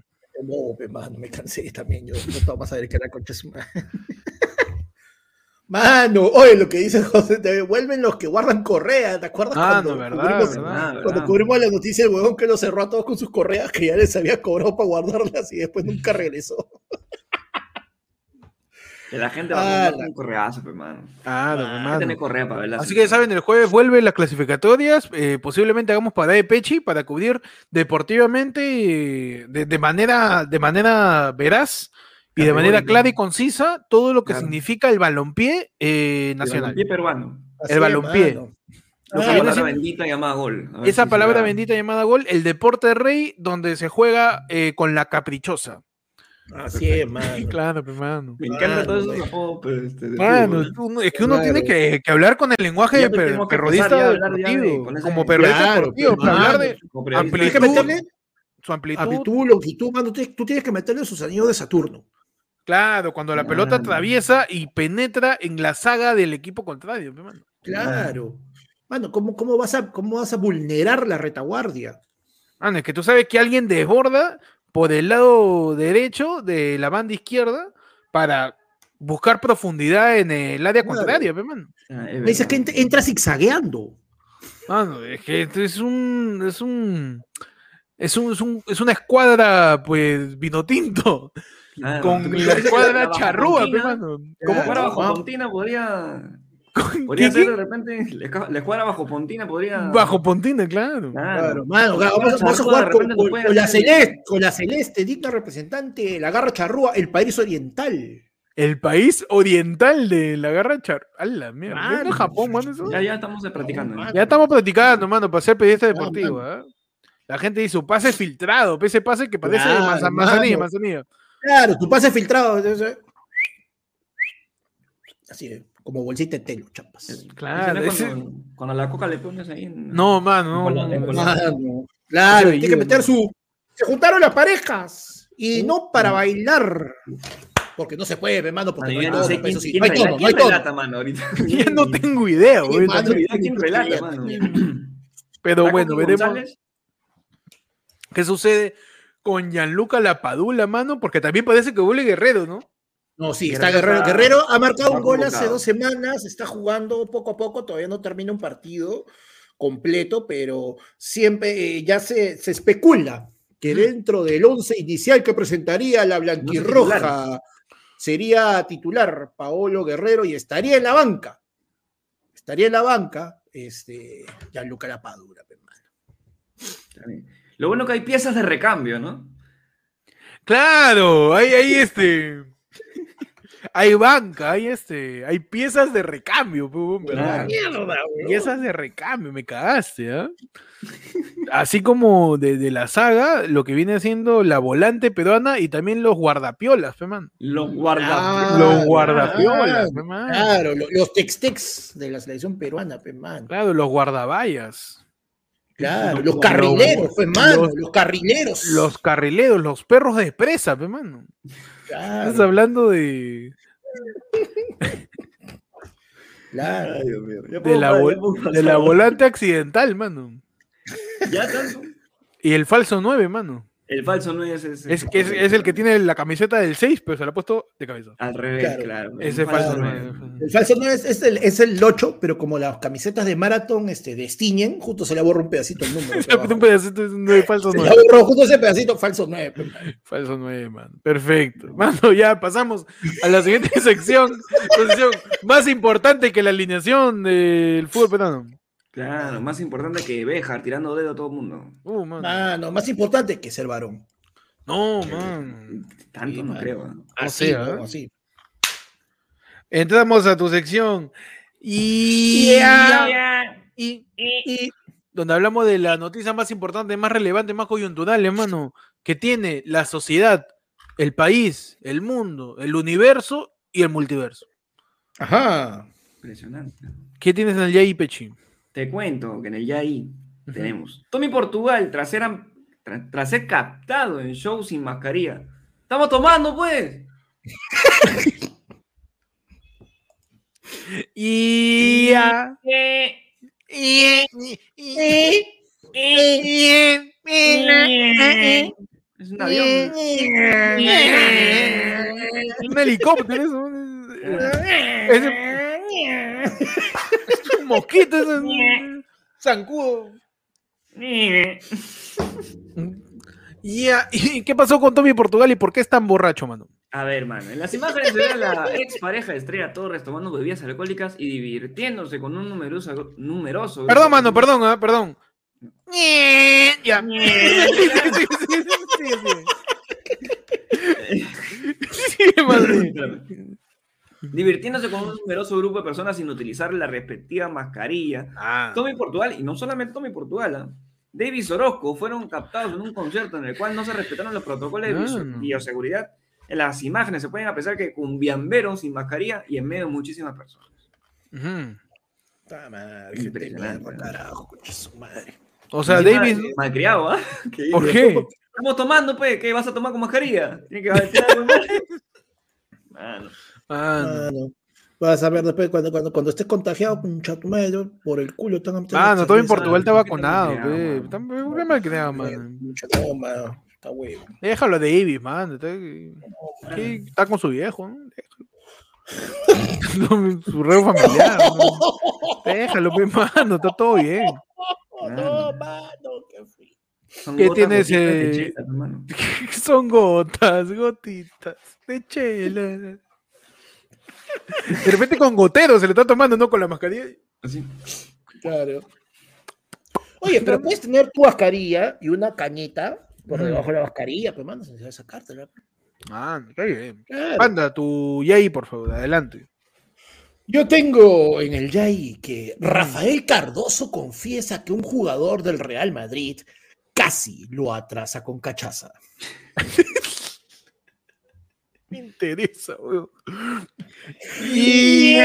Speaker 3: No, pe, mano, me cansé también. Yo no estaba más a ver que la concha es una. Mano, oye, lo que dice José, te vuelven los que guardan correas, ¿te acuerdas?
Speaker 1: Ah,
Speaker 3: cuando
Speaker 1: no, verdad,
Speaker 3: cubrimos,
Speaker 1: verdad.
Speaker 2: Ah,
Speaker 3: cuando
Speaker 2: ¿verdad?
Speaker 3: cubrimos la noticia del huevón que lo cerró a todos con sus correas que ya les había cobrado para guardarlas y después nunca regresó.
Speaker 2: Que La gente va a jugar con correazo, pues, mano.
Speaker 1: Ah, no,
Speaker 3: Ah,
Speaker 1: hermano.
Speaker 2: Hay que tener correa para verla.
Speaker 1: Así que ya saben, el jueves vuelve las clasificatorias. eh, posiblemente hagamos parada de Pechi para cubrir deportivamente eh, de, de manera, de manera veraz y de
Speaker 2: Categórica.
Speaker 1: manera clara y concisa todo lo que
Speaker 2: Claro.
Speaker 1: significa el balompié eh, nacional. Ah,
Speaker 2: Pie peruano.
Speaker 3: Así,
Speaker 1: El balompié.
Speaker 2: Lo
Speaker 3: mano.
Speaker 2: que
Speaker 3: Ah,
Speaker 1: viene
Speaker 2: palabra
Speaker 1: siendo-
Speaker 2: bendita llamada gol. A ver
Speaker 1: Esa
Speaker 2: si
Speaker 1: palabra
Speaker 2: se da.
Speaker 1: bendita llamada gol, el deporte rey donde se juega eh, con la caprichosa.
Speaker 3: Así es, mano.
Speaker 1: Claro, hermano.
Speaker 2: Me encanta todo eso. pues,
Speaker 3: Mano,
Speaker 2: este,
Speaker 1: Mano,
Speaker 2: Ah,
Speaker 1: uno- es que uno
Speaker 3: Claro.
Speaker 1: tiene que, que hablar con el lenguaje
Speaker 2: Ya
Speaker 1: de
Speaker 2: te
Speaker 1: per-
Speaker 2: tengo que
Speaker 1: perrodista
Speaker 2: empezar ya a hablar ya de-
Speaker 1: deportivo,
Speaker 2: con ese-
Speaker 1: como perrodista
Speaker 3: Claro,
Speaker 1: deportivo, para
Speaker 3: hermano.
Speaker 1: hablar de
Speaker 2: pues,
Speaker 1: Ah,
Speaker 3: Tienes que
Speaker 1: amplitud,
Speaker 3: meterle
Speaker 2: Ah,
Speaker 1: su amplitud,
Speaker 3: amplitud, longitud, mano. tú- Tú tienes que meterle sus anillos de Saturno.
Speaker 1: Claro, cuando la pelota
Speaker 2: Claro.
Speaker 1: atraviesa y penetra en la saga del equipo contrario. pe, mano.
Speaker 3: Claro. Mano, ¿cómo, cómo, vas a, ¿cómo vas a vulnerar la retaguardia?
Speaker 1: Mano, es que tú sabes que alguien desborda por el lado derecho de la banda izquierda para buscar profundidad en el área
Speaker 3: Claro.
Speaker 1: contraria, pe, mano.
Speaker 3: Me dices que ent- entra zigzagueando.
Speaker 1: Mano, es que esto es un es un es un, es un- es una escuadra pues vino tinto
Speaker 2: Ah, pues,
Speaker 1: con la escuadra charrúa, pe, mano. Ah,
Speaker 2: Como
Speaker 3: Claro,
Speaker 2: fuera bajo
Speaker 3: vamos.
Speaker 2: Pontina podría.
Speaker 1: ¿Con-
Speaker 2: Podría
Speaker 1: qué- qué?
Speaker 2: ser de repente. La esca- la escuadra bajo Pontina podría. Ah,
Speaker 1: Bajo Pontina, claro.
Speaker 3: Claro,
Speaker 2: Claro.
Speaker 3: mano, claro, vamos,
Speaker 2: Garra
Speaker 3: vamos a
Speaker 2: Charrúa,
Speaker 3: jugar
Speaker 2: de
Speaker 3: con,
Speaker 2: repente nos
Speaker 3: con-
Speaker 2: puede
Speaker 3: con la
Speaker 2: hacer-
Speaker 3: celeste, con la celeste, digna representante, la garra charrúa, el país oriental.
Speaker 1: El país oriental de la garra char. A la mierda. ¿no era
Speaker 3: Mano.
Speaker 1: Japón, mano, eso?
Speaker 2: Ya, ya estamos practicando.
Speaker 3: Mano,
Speaker 2: ¿eh?
Speaker 1: Ya estamos practicando, mano, para ser periodista deportivo.
Speaker 3: mano.
Speaker 1: ¿ah? La gente dice un pase filtrado, pe, ese pase que parece
Speaker 3: Claro,
Speaker 1: manza-
Speaker 3: mano.
Speaker 1: manzanilla, manzanilla.
Speaker 3: Claro, tu pase filtrado. es- es- Así es, como bolsita de telo, chapas.
Speaker 1: Claro,
Speaker 2: Ese no es
Speaker 1: ese-
Speaker 2: Cuando, cuando la coca le pones ahí. en-
Speaker 1: No, mano,
Speaker 2: Con
Speaker 1: no.
Speaker 2: la-
Speaker 1: no,
Speaker 2: con
Speaker 1: no.
Speaker 2: la-
Speaker 3: Mano, claro,
Speaker 1: Ese
Speaker 3: tiene que
Speaker 1: oído,
Speaker 3: meter
Speaker 1: mano.
Speaker 3: su. Se juntaron las parejas y no para bailar. Porque no se puede, hermano, porque no hay
Speaker 2: Adivina,
Speaker 3: todo,
Speaker 2: no sé
Speaker 3: pues,
Speaker 2: quién,
Speaker 3: eso sí,
Speaker 2: quién
Speaker 3: no hay
Speaker 2: relata-
Speaker 3: todo, no
Speaker 2: quién
Speaker 3: hay todo.
Speaker 2: relata, mano, ahorita.
Speaker 1: Ya no tengo idea, güey,
Speaker 3: mano,
Speaker 1: también.
Speaker 2: Olvidé quién relata, mano.
Speaker 1: pero
Speaker 2: Paco
Speaker 1: bueno, veremos
Speaker 2: González,
Speaker 1: qué sucede con Gianluca Lapadula, mano, porque también parece que vuelve Guerrero, ¿no?
Speaker 3: No, sí,
Speaker 2: Guerrero
Speaker 3: está Guerrero.
Speaker 2: está-
Speaker 3: Guerrero ha marcado
Speaker 2: está
Speaker 3: un gol hace
Speaker 2: convocado.
Speaker 3: dos semanas, está jugando poco a poco, todavía no termina un partido completo, pero siempre eh, ya se, se especula que dentro del once inicial que presentaría la blanquirroja sería titular Paolo Guerrero y estaría en la banca. Estaría en la banca este, Gianluca Lapadura, pe, mano.
Speaker 2: está bien. Lo bueno que hay piezas de recambio, ¿no?
Speaker 1: Claro, ahí, ahí este. hay banca, hay este, hay piezas de recambio, pum, ¿verdad?
Speaker 3: Claro.
Speaker 5: Mierda,
Speaker 1: Piezas de recambio, me cagaste, ¿ah? Así como de, de la saga, lo que viene haciendo la volante peruana y también los guardapiolas, fe, man. Ah,
Speaker 2: Los guarda.
Speaker 3: Ah,
Speaker 1: Los guardapiolas, fe, man.
Speaker 3: Claro, lo- los textex de la selección peruana, pues, mano.
Speaker 1: Claro, los guardaballas,
Speaker 3: Claro, los carrileros, pues, mano, los carrileros.
Speaker 1: los carrileros, los perros de presa, pe, mano. Estás
Speaker 3: Claro,
Speaker 1: hablando de,
Speaker 3: claro.
Speaker 2: Ay, Dios mío. Ya
Speaker 1: de,
Speaker 2: puedo
Speaker 1: la,
Speaker 2: parar,
Speaker 1: vol-
Speaker 2: ya puedo parar.
Speaker 1: de la volante accidental, mano.
Speaker 2: Ya tanto.
Speaker 1: Y el falso 9, mano.
Speaker 2: El falso no es ese.
Speaker 1: Es, que es, es el que tiene la camiseta del 6, pero se la ha puesto de cabeza.
Speaker 2: Al revés,
Speaker 3: Claro.
Speaker 2: claro.
Speaker 1: Ese
Speaker 2: El
Speaker 1: falso
Speaker 3: Claro.
Speaker 1: 9.
Speaker 3: El falso no es, es el, es el 8, pero como las camisetas de maratón este, destiñen, justo se le borra un pedacito el número.
Speaker 1: Se ha puesto un pedacito de un 9, falso
Speaker 3: Se le
Speaker 1: 9.
Speaker 3: borró justo ese pedacito falso 9. pues, mano.
Speaker 1: Falso 9, mano. Perfecto. Mano, ya pasamos a la siguiente sección. la sección más importante que la alineación del fútbol peruano.
Speaker 2: Claro, más importante que Bejar tirando dedo a todo el mundo.
Speaker 1: Uh, mano.
Speaker 3: Mano, más importante que ser varón.
Speaker 1: No, mano.
Speaker 2: Tanto
Speaker 3: Sí,
Speaker 2: no
Speaker 3: mano.
Speaker 2: creo. ¿no?
Speaker 3: Así,
Speaker 1: sea,
Speaker 3: ¿no?
Speaker 1: ¿eh?
Speaker 3: así.
Speaker 1: Entramos a tu sección. Y. Y. y- Donde hablamos de la noticia más importante, más relevante, más coyuntural, hermano, que tiene la sociedad, el país, el mundo, el universo y el multiverso.
Speaker 3: Ajá.
Speaker 2: Impresionante.
Speaker 1: ¿Qué tienes en el Yay Pechi?
Speaker 2: Te cuento que en el Yahí
Speaker 1: Ujú.
Speaker 2: tenemos. Tommy Portugal, tras ser, am- tra- tras ser captado en show sin mascarilla. ¡Estamos tomando, pues!
Speaker 1: Y.
Speaker 2: Es un avión.
Speaker 1: Un helicóptero, eso.
Speaker 2: Ah.
Speaker 1: Ese- un mosquito, eso. Zancudo. Ya, ¿Y qué pasó con Tommy Portugal y por qué es tan borracho, mano?
Speaker 2: A ver, mano. En las imágenes se ve a la expareja de Estrella Torres tomando bebidas alcohólicas y divirtiéndose con un numeroso. numeroso
Speaker 1: Perdón, mano, perdón, ah, perdón. Ya. Sí, sí, sí, sí, sí, sí. Sí, mano.
Speaker 2: Divirtiéndose con un numeroso grupo de personas sin utilizar la respectiva mascarilla.
Speaker 1: Ah.
Speaker 2: Tommy Portugal, y no solamente Tommy Portugal, ¿ah? Davis Orozco fueron captados en un concierto en el cual no se respetaron los protocolos de bio-
Speaker 1: Mano.
Speaker 2: bioseguridad. En las imágenes se pueden apreciar que cumbiamberos sin mascarilla y en medio de muchísimas personas.
Speaker 1: Ujú.
Speaker 3: Puta madre, gente de
Speaker 2: Impresionante,
Speaker 3: mierda,
Speaker 2: ¿no?
Speaker 3: carajo, concha su madre.
Speaker 1: O sea,
Speaker 2: Encima,
Speaker 1: Davis,
Speaker 2: eh, Malcriado, ¿ah? Que
Speaker 1: ¿por
Speaker 2: dice,
Speaker 1: qué?
Speaker 2: Estamos tomando, pues, ¿qué vas a tomar con mascarilla? Tiene que vaciar algo más. Mano,
Speaker 1: Mano,
Speaker 3: Mano, vas a ver después cuando, cuando, cuando estés contagiado con un chatumelo por el culo. Están,
Speaker 1: mano, todo en Portugal está
Speaker 2: ¿por qué
Speaker 1: vacunado,
Speaker 2: tan malcriado,
Speaker 1: pe.
Speaker 2: mano?
Speaker 1: Tan- un problema que tenga, mano.
Speaker 3: No, mano, está huevo.
Speaker 1: Déjalo a Davis, mano. Está, que está con su viejo, ¿no? Déjalo. No, su reo familiar. ¿no? Déjalo, pe, mano, está todo bien.
Speaker 2: Mano.
Speaker 3: No, mano, qué frío.
Speaker 2: son
Speaker 1: ¿Qué
Speaker 2: gotas
Speaker 1: tienes,
Speaker 2: gotitas de
Speaker 1: eh?
Speaker 2: chela, mano.
Speaker 1: Son gotas, gotitas de chela. De repente con gotero se le está tomando, ¿no? Con la mascarilla.
Speaker 2: Así.
Speaker 3: Claro. Oye, pero puedes tener tu mascarilla y una cañita por
Speaker 1: Ujú.
Speaker 3: debajo de la mascarilla, pues mano, se va a sacártela.
Speaker 1: Ah, está bien.
Speaker 3: Claro.
Speaker 1: Panda, tu Yay, por favor, adelante.
Speaker 3: Yo tengo en el Yai que Rafael Cardoso confiesa que un jugador del Real Madrid casi lo atrasa con cachaza.
Speaker 1: Me interesa, weón. Y.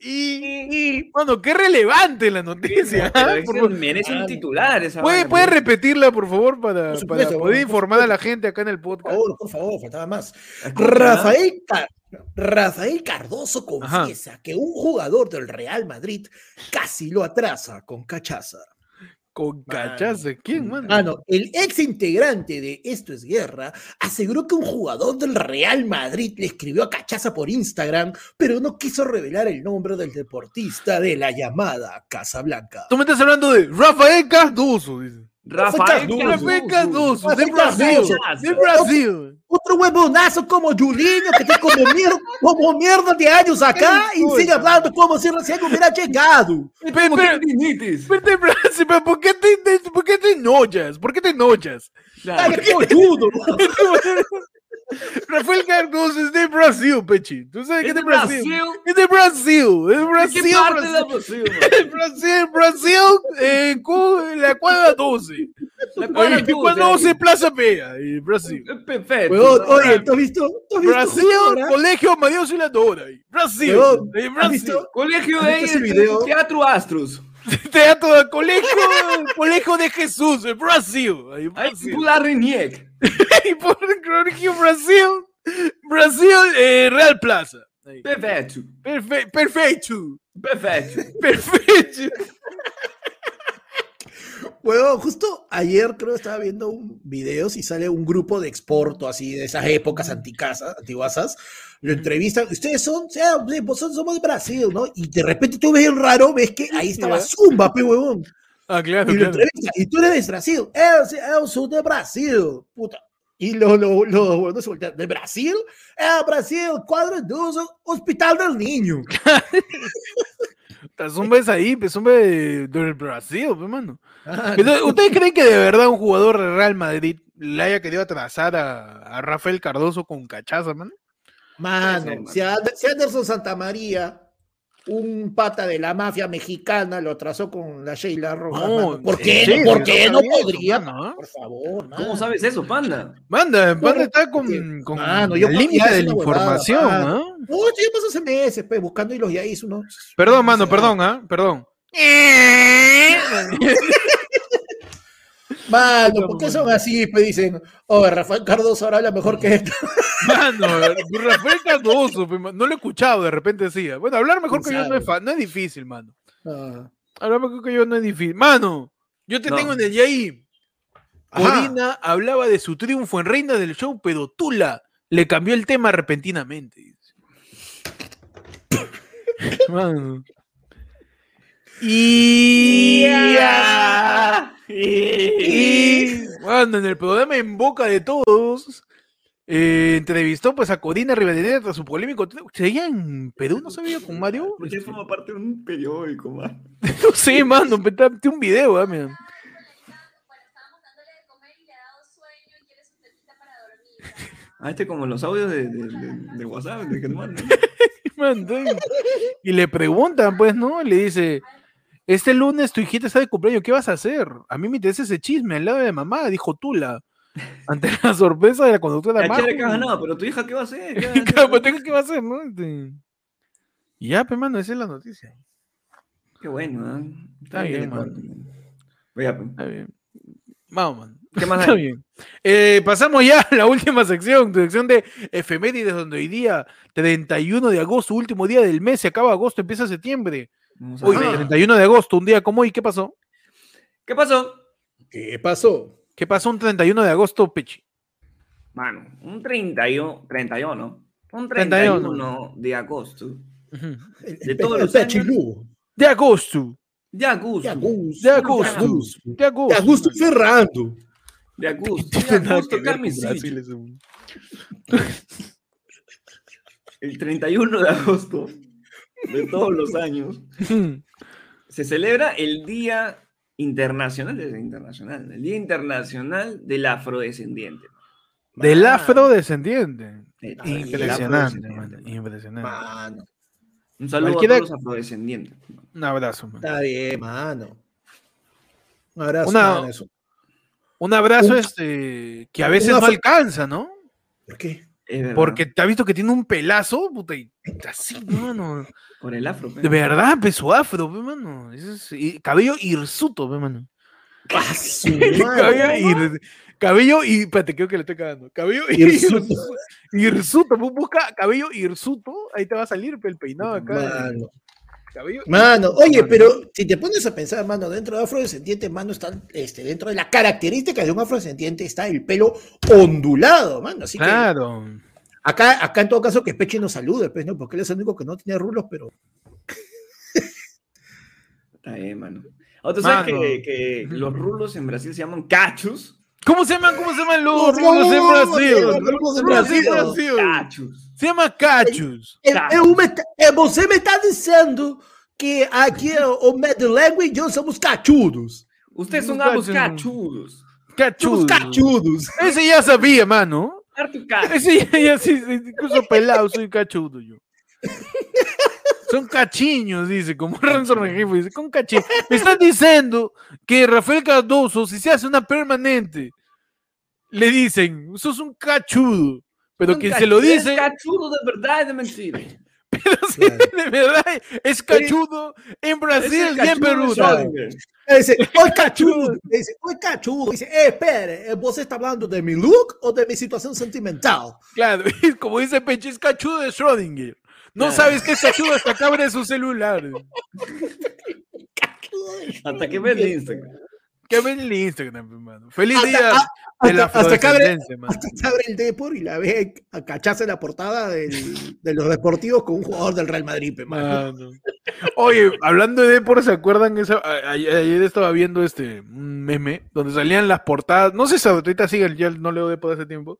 Speaker 1: y- Mano, qué relevante la noticia.
Speaker 2: Pero
Speaker 1: ¿ah?
Speaker 2: ese
Speaker 1: Por-
Speaker 2: merece un
Speaker 3: mano.
Speaker 2: titular esa
Speaker 1: ¿Puede,
Speaker 2: vaina,
Speaker 1: puede
Speaker 2: mano.
Speaker 1: repetirla, por favor, para,
Speaker 3: Por supuesto, Oh,
Speaker 1: para
Speaker 3: weón,
Speaker 1: poder
Speaker 3: por
Speaker 1: informar a
Speaker 3: supuesto.
Speaker 1: la gente acá en el
Speaker 3: Por
Speaker 1: podcast?
Speaker 3: favor, por favor, faltaba más.
Speaker 2: Escucha,
Speaker 3: Rafael, Car- Rafael Cardoso confiesa que un jugador del Real Madrid casi lo atrasa con cachaza.
Speaker 1: Con cachaza. ¿Quién, mano?
Speaker 3: Mano, Ah, el ex integrante de Esto es Guerra aseguró que un jugador del Real Madrid le escribió a Cachaza por Instagram, pero no quiso revelar el nombre del deportista de la llamada Casa Blanca.
Speaker 1: Tú me estás hablando de Rafael Cardoso, dice.
Speaker 2: Rafael
Speaker 3: Cardoso.
Speaker 1: Rafael
Speaker 2: Cardoso.
Speaker 1: Cardoso, de
Speaker 3: Rafael
Speaker 1: Brasil.
Speaker 2: Cardoso.
Speaker 1: De Brasil.
Speaker 3: Otro huevonazo como Julinho, que está como mierda, como mierda de años acá y sigue hablando como si recién hubiera llegado.
Speaker 1: Pero, pero, pero, de Brasil, pero ¿por qué te,
Speaker 2: Ah,
Speaker 1: te- por qué te enojas? ¿Por qué te enojas?
Speaker 2: Claro.
Speaker 3: Dale, cojudo.
Speaker 1: Rafael Cardoso es de Brasil, Pechi. ¿Tú sabes que es
Speaker 2: ¿Es
Speaker 1: de
Speaker 2: de
Speaker 1: Brasil?
Speaker 2: é Brasil?
Speaker 1: Es de Brasil. Es
Speaker 2: ¿Qué
Speaker 1: Brasil.
Speaker 2: parte
Speaker 1: Brasil.
Speaker 2: de Brasil,
Speaker 1: Brasil, Brasil, eh, cu- la cuadra 12.
Speaker 2: La cuadra
Speaker 1: Oye,
Speaker 2: 12,
Speaker 1: 12, Plaza Pea, eh, Brasil.
Speaker 2: man? Perfecto.
Speaker 3: Huevón, oye, ¿tú has visto? ¿Tú has visto ah?
Speaker 1: Brasil,
Speaker 3: ahora?
Speaker 1: Colegio María Osciladora. eh, Brasil,
Speaker 3: Huevón,
Speaker 1: eh,
Speaker 3: ¿Has
Speaker 1: Brasil.
Speaker 3: visto?
Speaker 2: Colegio
Speaker 3: ¿Has
Speaker 2: de este
Speaker 3: visto ese video?
Speaker 2: Teatro Astros.
Speaker 1: Teatro de Colegio, Colegio de Jesús, eh, Brasil. eh,
Speaker 2: Ahí
Speaker 1: Brasil.
Speaker 2: Pilar Reniec.
Speaker 1: Y por Colegio Brasil, Brasil, eh, Real Plaza. Ahí.
Speaker 2: Perfecto.
Speaker 1: Perfe- perfecto,
Speaker 2: Perfecto.
Speaker 1: perfecto.
Speaker 3: Huevón, justo ayer creo que estaba viendo un video si sale un grupo de exporto así de esas épocas anticasas, antiguasas, lo entrevistan, ustedes son, sea, de- vos son- somos de Brasil, ¿no? Y de repente tú ves el raro, ves que ahí estaba
Speaker 1: Ya.
Speaker 3: Zumba, pe huevón.
Speaker 1: Ah, claro,
Speaker 3: Y lo
Speaker 1: claro.
Speaker 3: entrevistan, y tú eres de Brasil, eh, eu, se- eu sou de Brasil, puta. Y los lo, lo, huevones se voltean, ¿de Brasil? Eh, Brasil, cuadro 2, Hospital del Niño.
Speaker 1: Puta, Zumba es ahí, pues, Zumba de- del Brasil, pues, mano.
Speaker 3: Ah,
Speaker 1: Entonces, ¿Ustedes creen que de verdad un jugador de Real Madrid le haya querido atrasar a, a Rafael Cardoso con cachaza, man?
Speaker 3: Mano,
Speaker 2: Puede ser,
Speaker 3: si, Ander- si Anderson Santamaría, un pata de la mafia mexicana, lo trazó con la Sheila Roja. Ah, mano, ¿Por
Speaker 1: ¿en
Speaker 3: qué?
Speaker 1: serio?
Speaker 3: ¿Por qué no
Speaker 1: sabía eso,
Speaker 3: podría?
Speaker 1: mano, ¿ah?
Speaker 3: Por favor, mano. ¿eh?
Speaker 2: ¿Cómo sabes eso, panda?
Speaker 1: Manda, Panda está
Speaker 3: porque-
Speaker 1: con, con
Speaker 3: mano, yo
Speaker 1: la
Speaker 3: creo que
Speaker 1: línea
Speaker 3: ya
Speaker 1: de
Speaker 3: es
Speaker 1: la
Speaker 3: una huevada,
Speaker 1: información,
Speaker 3: mano.
Speaker 1: ¿ah?
Speaker 3: No, esto ya pasó hace meses, pe, buscando hilos ya hizo, ¿no?
Speaker 1: Perdón, mano, perdón, ¿ah? Perdón.
Speaker 3: Mano, ¿por qué son así? Pe, dicen, oh, Rafael Cardoso ahora habla mejor
Speaker 1: Mm.
Speaker 3: que esto.
Speaker 1: Mano, Rafael Cardoso, pe, man, no lo he escuchado, de repente decía. Bueno, hablar mejor que yo no es, fa- no es difícil, mano.
Speaker 3: Ah,
Speaker 1: Hablar mejor que yo no es difícil. Mano, yo te
Speaker 2: No.
Speaker 1: tengo en el YAI.
Speaker 3: Ajá.
Speaker 1: Corina hablaba de su triunfo en Reina del Show, pero Tula le cambió el tema repentinamente. dice. Mano. Y, y- mano, en el programa En Boca de Todos eh, entrevistó pues a Corina Rivadeneira tras su polémico. tri- ¿Seguía en Perú? ¿No sabía con Mario?
Speaker 2: Porque forma parte de un periódico, man.
Speaker 1: No sé, mano, pero está- tiene un video, ah, mira.
Speaker 5: Bueno, estábamos dándole de comer y le ha dado sueño y quiere su tetita para dormir.
Speaker 2: Ah, este como los audios de, de, de, de WhatsApp de que te mandan.
Speaker 1: Man, dude. Y le preguntan, pues, ¿no? Le dice, este lunes tu hijita está de cumpleaños, ¿qué vas a hacer? A mí me interesa ese chisme al lado de mamá, dijo Tula. Ante la sorpresa de la conductora
Speaker 2: La
Speaker 1: Majo.
Speaker 2: chévere que has ganado, pero tu hija, ¿qué va a hacer? Ya,
Speaker 1: Claro, pues, tengo que va a hacer, ¿no? Este, Y ya, pues, mano, esa es la noticia.
Speaker 2: Qué bueno, ¿ah?
Speaker 1: Está bien,
Speaker 2: el
Speaker 1: man.
Speaker 2: deporte, man. Oiga, pues,
Speaker 1: Está bien. Vamos, man.
Speaker 2: ¿qué más
Speaker 1: Está
Speaker 2: hay?
Speaker 1: bien. Eh, pasamos ya a la última sección, tu sección de efemérides, donde hoy día, 31 de agosto, último día del mes, se acaba agosto, empieza septiembre. Ah.
Speaker 2: Vamos a
Speaker 1: Hoy,
Speaker 2: ver.
Speaker 1: 31 de agosto, un día como hoy, ¿qué pasó?
Speaker 2: ¿Qué pasó?
Speaker 3: ¿Qué pasó?
Speaker 1: ¿Qué pasó un 31 de agosto, Pechi?
Speaker 2: Mano, un 31, 31, un
Speaker 1: 31.
Speaker 2: 31 de agosto,
Speaker 3: El,
Speaker 2: De todos los años.
Speaker 3: Pechilú.
Speaker 1: De agosto.
Speaker 2: de
Speaker 3: De
Speaker 2: agosto,
Speaker 3: Agus.
Speaker 1: De agosto. De agosto.
Speaker 3: De Augusto Ferrando.
Speaker 2: de agosto,
Speaker 1: No
Speaker 2: de
Speaker 1: tiene nada
Speaker 2: agosto,
Speaker 1: que ver con
Speaker 2: Carmen City.
Speaker 1: Brasil, ese mundo.
Speaker 2: el 31 de agosto de todos los años, se celebra el Día Internacional, es internacional, el Día Internacional del Afrodescendiente.
Speaker 1: Del
Speaker 2: Ah.
Speaker 1: afrodescendiente.
Speaker 2: El- el
Speaker 1: Ah, Impresionante,
Speaker 2: afrodescendiente.
Speaker 1: mano, Impresionante.
Speaker 3: Mano,
Speaker 2: Un saludo
Speaker 1: Cualquiera-
Speaker 2: a todos los afrodescendientes.
Speaker 1: Un abrazo, man.
Speaker 3: está bien, mano. Un abrazo,
Speaker 1: Una-
Speaker 3: mano, eso.
Speaker 1: Un abrazo
Speaker 3: Un-
Speaker 1: este que a veces no
Speaker 3: afro-
Speaker 1: alcanza, ¿no?
Speaker 3: ¿Por qué?
Speaker 2: Es verdad,
Speaker 1: Porque te ha visto que tiene un pelazo, puta, y así, mano.
Speaker 2: por el afro. pe.
Speaker 1: De verdad, peso afro, pe, mano. Ese es- y cabello hirsuto, pe, mano.
Speaker 3: Ah, su
Speaker 1: Cabello,
Speaker 3: madre.
Speaker 1: hir- cabello y. Espérate, creo que le estoy cagando. Cabello
Speaker 3: Hirsuto.
Speaker 1: hirsuto. Hirsuto. bu- Busca cabello hirsuto. Ahí te va a salir pe, el peinado acá.
Speaker 3: Mano,
Speaker 1: Cabello
Speaker 3: mano,
Speaker 1: hirsuto,
Speaker 3: oye,
Speaker 1: mano.
Speaker 3: pero si te pones a pensar, mano, dentro de afrodescendiente, mano, están, este, dentro de la característica de un afrodescendiente está el pelo ondulado, mano. Así
Speaker 1: Claro.
Speaker 3: que acá, acá en todo caso que Peche nos salude, pues, ¿no? Porque él es el único que no tiene rulos, pero.
Speaker 2: Está bien, mano. Ahora, ¿tú sabes
Speaker 1: Mano.
Speaker 2: que, que los rulos en Brasil se llaman cachos?
Speaker 1: ¿Cómo se llaman? ¿Cómo se llaman los
Speaker 3: No,
Speaker 1: rulos en
Speaker 3: no, no,
Speaker 1: Brasil?
Speaker 3: no, rulos en
Speaker 1: Rulos en
Speaker 3: Brasil.
Speaker 1: Brasil.
Speaker 2: Cachos.
Speaker 1: Se llama cachos.
Speaker 3: Eh,
Speaker 2: Claro.
Speaker 3: eh, o me está- eh, você me está diciendo que aqui eh, o Medlengo y yo somos cachudos.
Speaker 2: Ustedes son
Speaker 1: Unos
Speaker 2: ambos
Speaker 1: cachos.
Speaker 2: cachudos.
Speaker 1: Cachos.
Speaker 3: Somos cachudos.
Speaker 1: Ese ya sabía, mano.
Speaker 2: dar tu cara.
Speaker 1: Sí, y así, incluso pelado, soy cachudo yo. Son cachiños, dice, como Ranzo Rengifo, dice, con cachiños. Me están diciendo que Rafael Cardoso, si se hace una permanente, le dicen, sos un cachudo. Pero
Speaker 2: Un
Speaker 1: quien se lo
Speaker 2: cachudo,
Speaker 1: dice,
Speaker 2: Es cachudo de verdad y de mentira.
Speaker 1: pero sí, de verdad, es cachudo en Brasil y en Perú.
Speaker 3: Schrödinger. Dice, oi cachudo. Dice, oi cachudo. Dice, eh, pera, você está hablando de mi look o de mi situación sentimental?
Speaker 1: Claro, y como dice Peche, es cachudo de Schrödinger. No
Speaker 2: Claro.
Speaker 1: sabes qué es cachudo hasta que abre su celular.
Speaker 2: Hasta que ve el Instagram.
Speaker 1: Que ven el Instagram, hermano. Feliz
Speaker 3: Hasta-
Speaker 1: día
Speaker 3: a-
Speaker 1: de la
Speaker 3: hasta- hasta que abre-
Speaker 1: afrodescendencia, hermano.
Speaker 3: Hasta que abre el Depor y la ve a cacharse la portada del- de los deportivos con un jugador del Real Madrid, pe, mano.
Speaker 1: Mano. Oye, hablando de Depor, ¿se acuerdan? Esa, a- a- ayer estaba viendo este un meme donde salían las portadas. No sé si ahorita sigue, ya no leo Depor hace tiempo.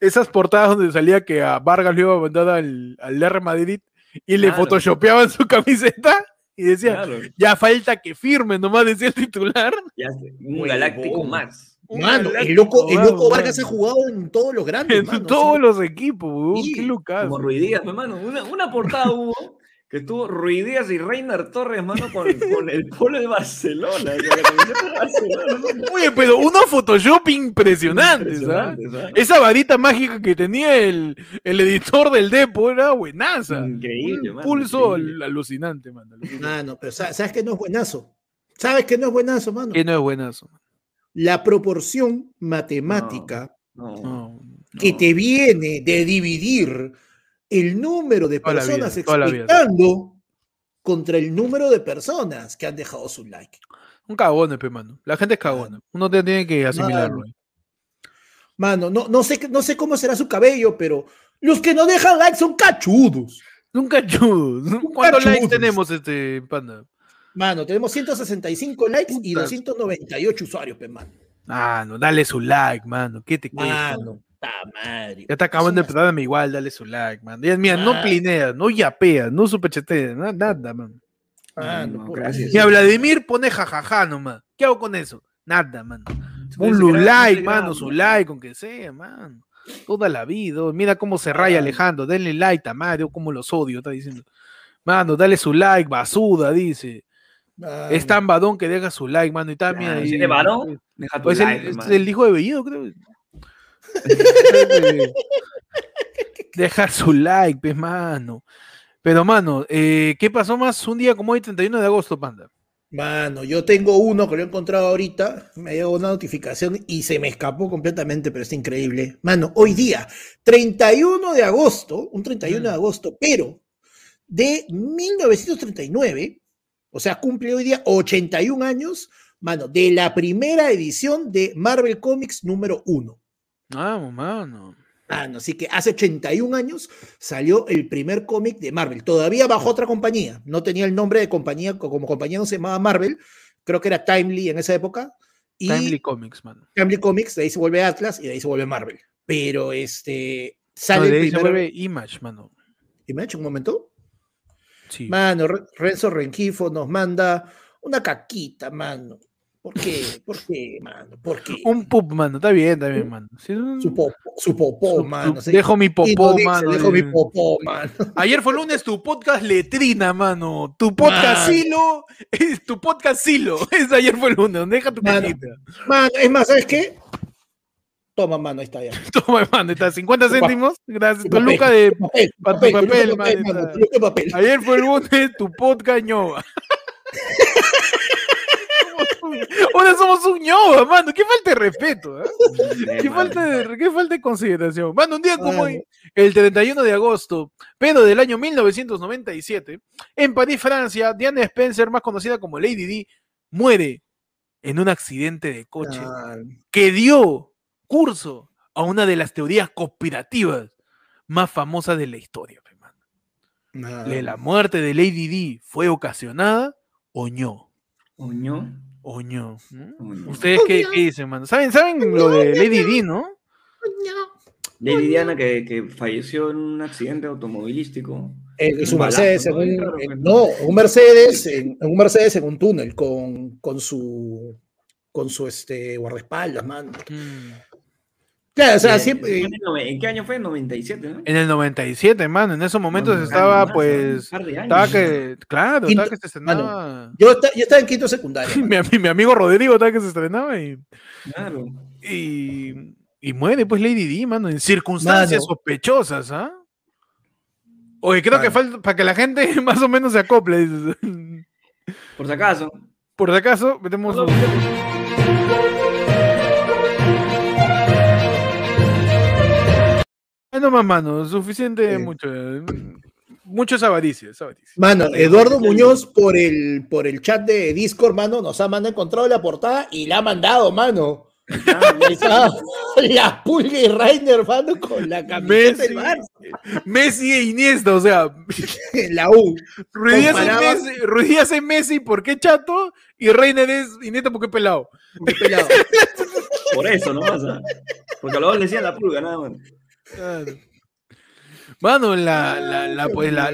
Speaker 1: Esas portadas donde salía que a Vargas le iba a mandar al, al R Madrid y le
Speaker 2: Claro.
Speaker 1: photoshopeaban su camiseta y decían,
Speaker 2: Claro.
Speaker 1: ya falta que firme, nomás decía el titular.
Speaker 2: Ya sé, un galáctico más.
Speaker 3: Mano, el
Speaker 1: galáctico,
Speaker 3: loco, el
Speaker 1: mano,
Speaker 3: loco Vargas ha
Speaker 1: mano.
Speaker 3: jugado en todos los grandes,
Speaker 1: En
Speaker 3: mano,
Speaker 1: todos
Speaker 3: sí.
Speaker 1: los equipos, weón,
Speaker 3: Sí,
Speaker 1: qué locazo.
Speaker 2: Como Ruidías, hermano. Una, una portada hubo que estuvo Ruidías y Reiner Torres, hermano, con, con el polo de Barcelona. Con la camiseta de Barcelona. hermano.
Speaker 1: Oye, pero una Photoshop impresionante, ¿sabes?
Speaker 2: Impresionante, ¿sabes?
Speaker 1: Esa varita mágica que tenía el, el editor del Depo era buenaza.
Speaker 2: Increíble,
Speaker 1: Un
Speaker 2: mano,
Speaker 1: pulso
Speaker 2: increíble.
Speaker 1: al- alucinante, mano. alucinante.
Speaker 3: Mano, pero sa- sabes que no es buenazo. ¿Sabes que no es buenazo, mano?
Speaker 1: Que no es buenazo.
Speaker 3: La proporción matemática
Speaker 2: No,
Speaker 1: No.
Speaker 3: que
Speaker 2: no.
Speaker 3: te viene de dividir el número de
Speaker 1: Toda la vida,
Speaker 3: personas
Speaker 1: toda la vida.
Speaker 3: explicando contra el número de personas que han dejado su like.
Speaker 1: Un cagón, pe, mano. La gente es cagona. Uno te- tiene que asimilarlo. eh.
Speaker 3: Mano, no, no, sé, no sé cómo será su cabello, pero los que no dejan like son cachudos.
Speaker 1: Nunca chudos. ¿Cuántos likes
Speaker 3: chudos.
Speaker 1: tenemos, este, panda?
Speaker 3: Mano, tenemos 165 likes y
Speaker 1: Puta.
Speaker 3: 298 usuarios, pe, mano.
Speaker 1: Ah, no, dale su like, mano. ¿Qué te cuesta?
Speaker 3: Mano, ta madre.
Speaker 1: Ya te acaban de
Speaker 3: Es una-
Speaker 1: empezar igual, dale su like, man. Ya, mira, no
Speaker 3: Ah.
Speaker 1: plineas, no yapeas, no superchateas, na- nada, man.
Speaker 3: Mano,
Speaker 2: No,
Speaker 3: por
Speaker 2: gracias.
Speaker 1: Mira,
Speaker 3: Dios.
Speaker 1: Vladimir pone jajaja nomás. ¿Qué hago con eso? Nada, man. Un
Speaker 2: Telegram,
Speaker 1: like,
Speaker 2: Telegram,
Speaker 1: mano, su
Speaker 2: mano.
Speaker 1: like, aunque sea, man. Toda la vida. oh, Mira cómo se raya Alejandro. Denle like, tamario, como los odio, está diciendo. Mano, dale su like, basuda, dice.
Speaker 3: Mano.
Speaker 1: Es tan badón que deja su like, mano. Y está, mira,
Speaker 2: Claro,
Speaker 1: ahí-
Speaker 2: si eres varón, deja tu
Speaker 1: Pues el-
Speaker 2: like,
Speaker 1: es
Speaker 2: hermano.
Speaker 1: el hijo de Bellido, creo. Deja su like, pues, mano. Pero, mano, eh, ¿qué pasó más un día como hoy, 31 de agosto, panda?
Speaker 3: Mano, yo tengo uno que lo he encontrado ahorita, me llegó una notificación y se me escapó completamente, pero es increíble. Mano, hoy día, 31 de agosto, un 31 de
Speaker 1: Mm.
Speaker 3: agosto, pero de 1939, o sea, cumple hoy día 81 años, mano, de la primera edición de Marvel Comics número 1.
Speaker 1: Vamos, mano.
Speaker 3: Mano, Ah, así que hace 81 años salió el primer cómic de Marvel, todavía bajo otra compañía, no tenía el nombre de compañía, co- como compañía no se llamaba Marvel, creo que era Timely en esa época, y
Speaker 1: Timely
Speaker 3: Timely,
Speaker 1: Comics, mano.
Speaker 3: Comics, de ahí se vuelve Atlas y de ahí se vuelve Marvel, pero este,
Speaker 1: No,
Speaker 3: sale
Speaker 1: de
Speaker 3: el
Speaker 1: ahí se
Speaker 3: primer...
Speaker 1: vuelve Image, mano.
Speaker 3: ¿Y me ha hecho un momento?
Speaker 1: Sí.
Speaker 3: Mano, Re- Renzo Renjifo nos manda una caquita, mano, ¿por qué? ¿Por qué, mano? ¿Por qué?
Speaker 1: Un pup, mano. Está bien, está bien,
Speaker 3: Un-
Speaker 1: mano. Sí, un-
Speaker 3: Su popó, su popó,
Speaker 1: su-
Speaker 3: mano. sí.
Speaker 1: Dejo mi
Speaker 3: Y nos
Speaker 1: popó,
Speaker 3: dice,
Speaker 1: mano.
Speaker 3: Dejo mi
Speaker 1: eh.
Speaker 3: popó, mano.
Speaker 1: Ayer fue lunes tu podcast letrina, mano. Tu podcast
Speaker 3: Mano.
Speaker 1: silo. Es tu podcast silo. Es ayer fue lunes. Deja tu
Speaker 3: Mano.
Speaker 1: cajita.
Speaker 3: Mano, es más, ¿sabes qué? Toma, mano, ahí está ya.
Speaker 1: Toma, mano. Está 50
Speaker 3: Tu pa-
Speaker 1: céntimos. Gracias.
Speaker 3: Tu
Speaker 1: Tu
Speaker 3: papel,
Speaker 1: luca de.
Speaker 3: tu papel, tu
Speaker 1: pa' tu
Speaker 3: papel, tu
Speaker 1: papel,
Speaker 3: papel,
Speaker 1: mano,
Speaker 3: mano,
Speaker 1: está.
Speaker 3: tu papel.
Speaker 1: Ayer fue lunes tu podcast ñoba. Ahora somos un ñoba, mano. Qué falta de respeto. ¿eh?
Speaker 2: Sí,
Speaker 1: Qué
Speaker 2: mano.
Speaker 1: falta de, qué falta de consideración. Mano, un día como hoy,
Speaker 3: Mano.
Speaker 1: el 31 de agosto, pero del año 1997, en París, Francia, Diana Spencer, más conocida como Lady D, muere en un accidente de coche que dio curso a una de las teorías conspirativas más famosas de la historia. pe, mano.
Speaker 3: Mano,
Speaker 1: ¿De ¿La muerte de Lady D fue ocasionada o no?
Speaker 2: Oño,
Speaker 1: ¿O no?
Speaker 2: oño.
Speaker 1: ¿Ustedes qué, qué dicen, mano? ¿Saben, saben lo de Lady D, no?
Speaker 2: Lady Diana que, que falleció en un accidente automovilístico.
Speaker 3: En su
Speaker 2: Un balazo,
Speaker 3: Mercedes, en
Speaker 2: ¿no?
Speaker 3: Eh, un,
Speaker 2: Claro que
Speaker 3: en-
Speaker 2: no.
Speaker 3: no, en un Mercedes, en, en un Mercedes en un túnel con, con su con su este guardaespaldas, mano.
Speaker 1: Mm.
Speaker 3: Claro, o sea,
Speaker 2: Eh,
Speaker 3: siempre.
Speaker 2: ¿en el nove- ¿En qué año fue? 97, ¿no?
Speaker 1: En el 97, mano, en esos momentos
Speaker 2: Bueno,
Speaker 1: estaba
Speaker 2: años,
Speaker 1: pues...
Speaker 2: un par de años,
Speaker 1: Estaba
Speaker 2: ¿no?
Speaker 1: que... Claro, estaba
Speaker 3: Quinto-
Speaker 1: que se
Speaker 3: mano,
Speaker 1: estrenaba...
Speaker 3: Yo, esta- yo estaba en quinto secundario. mano.
Speaker 1: Mi, ami- mi amigo Rodrigo estaba que se estrenaba y...
Speaker 2: Claro.
Speaker 1: Y, y muere, pues Lady Di, mano, en circunstancias
Speaker 3: Mano.
Speaker 1: sospechosas, ¿ah? Oye, creo que
Speaker 3: Mano.
Speaker 1: falta para que la gente más o menos se acople. dices.
Speaker 2: Por si acaso.
Speaker 1: Por si acaso, metemos. un- Ah, No más, mano, suficiente,
Speaker 3: Sí.
Speaker 1: mucho. eh, Mucho es avaricia, es avaricia.
Speaker 3: Mano, Eduardo Muñoz por el, por el chat de Discord, mano, nos ha mandado encontrado la portada y la ha mandado, mano.
Speaker 2: Ah, ya está.
Speaker 3: Está la pulga y Rainer, mano, con la camiseta
Speaker 1: Messi.
Speaker 3: del Barça,
Speaker 1: Messi e Iniesta, o sea,
Speaker 3: en la U.
Speaker 1: Ruiz Díaz es
Speaker 3: Comparabas-
Speaker 1: Messi, Ruiz Díaz es Messi, ¿por qué chato? Y Reiner es Iniesta, ¿por qué pelado?
Speaker 3: Muy pelado.
Speaker 2: Por eso, ¿no? O sea, porque a los dos le decían la pulga, nada más.
Speaker 1: Claro. Mano, la, la, la, pues, la,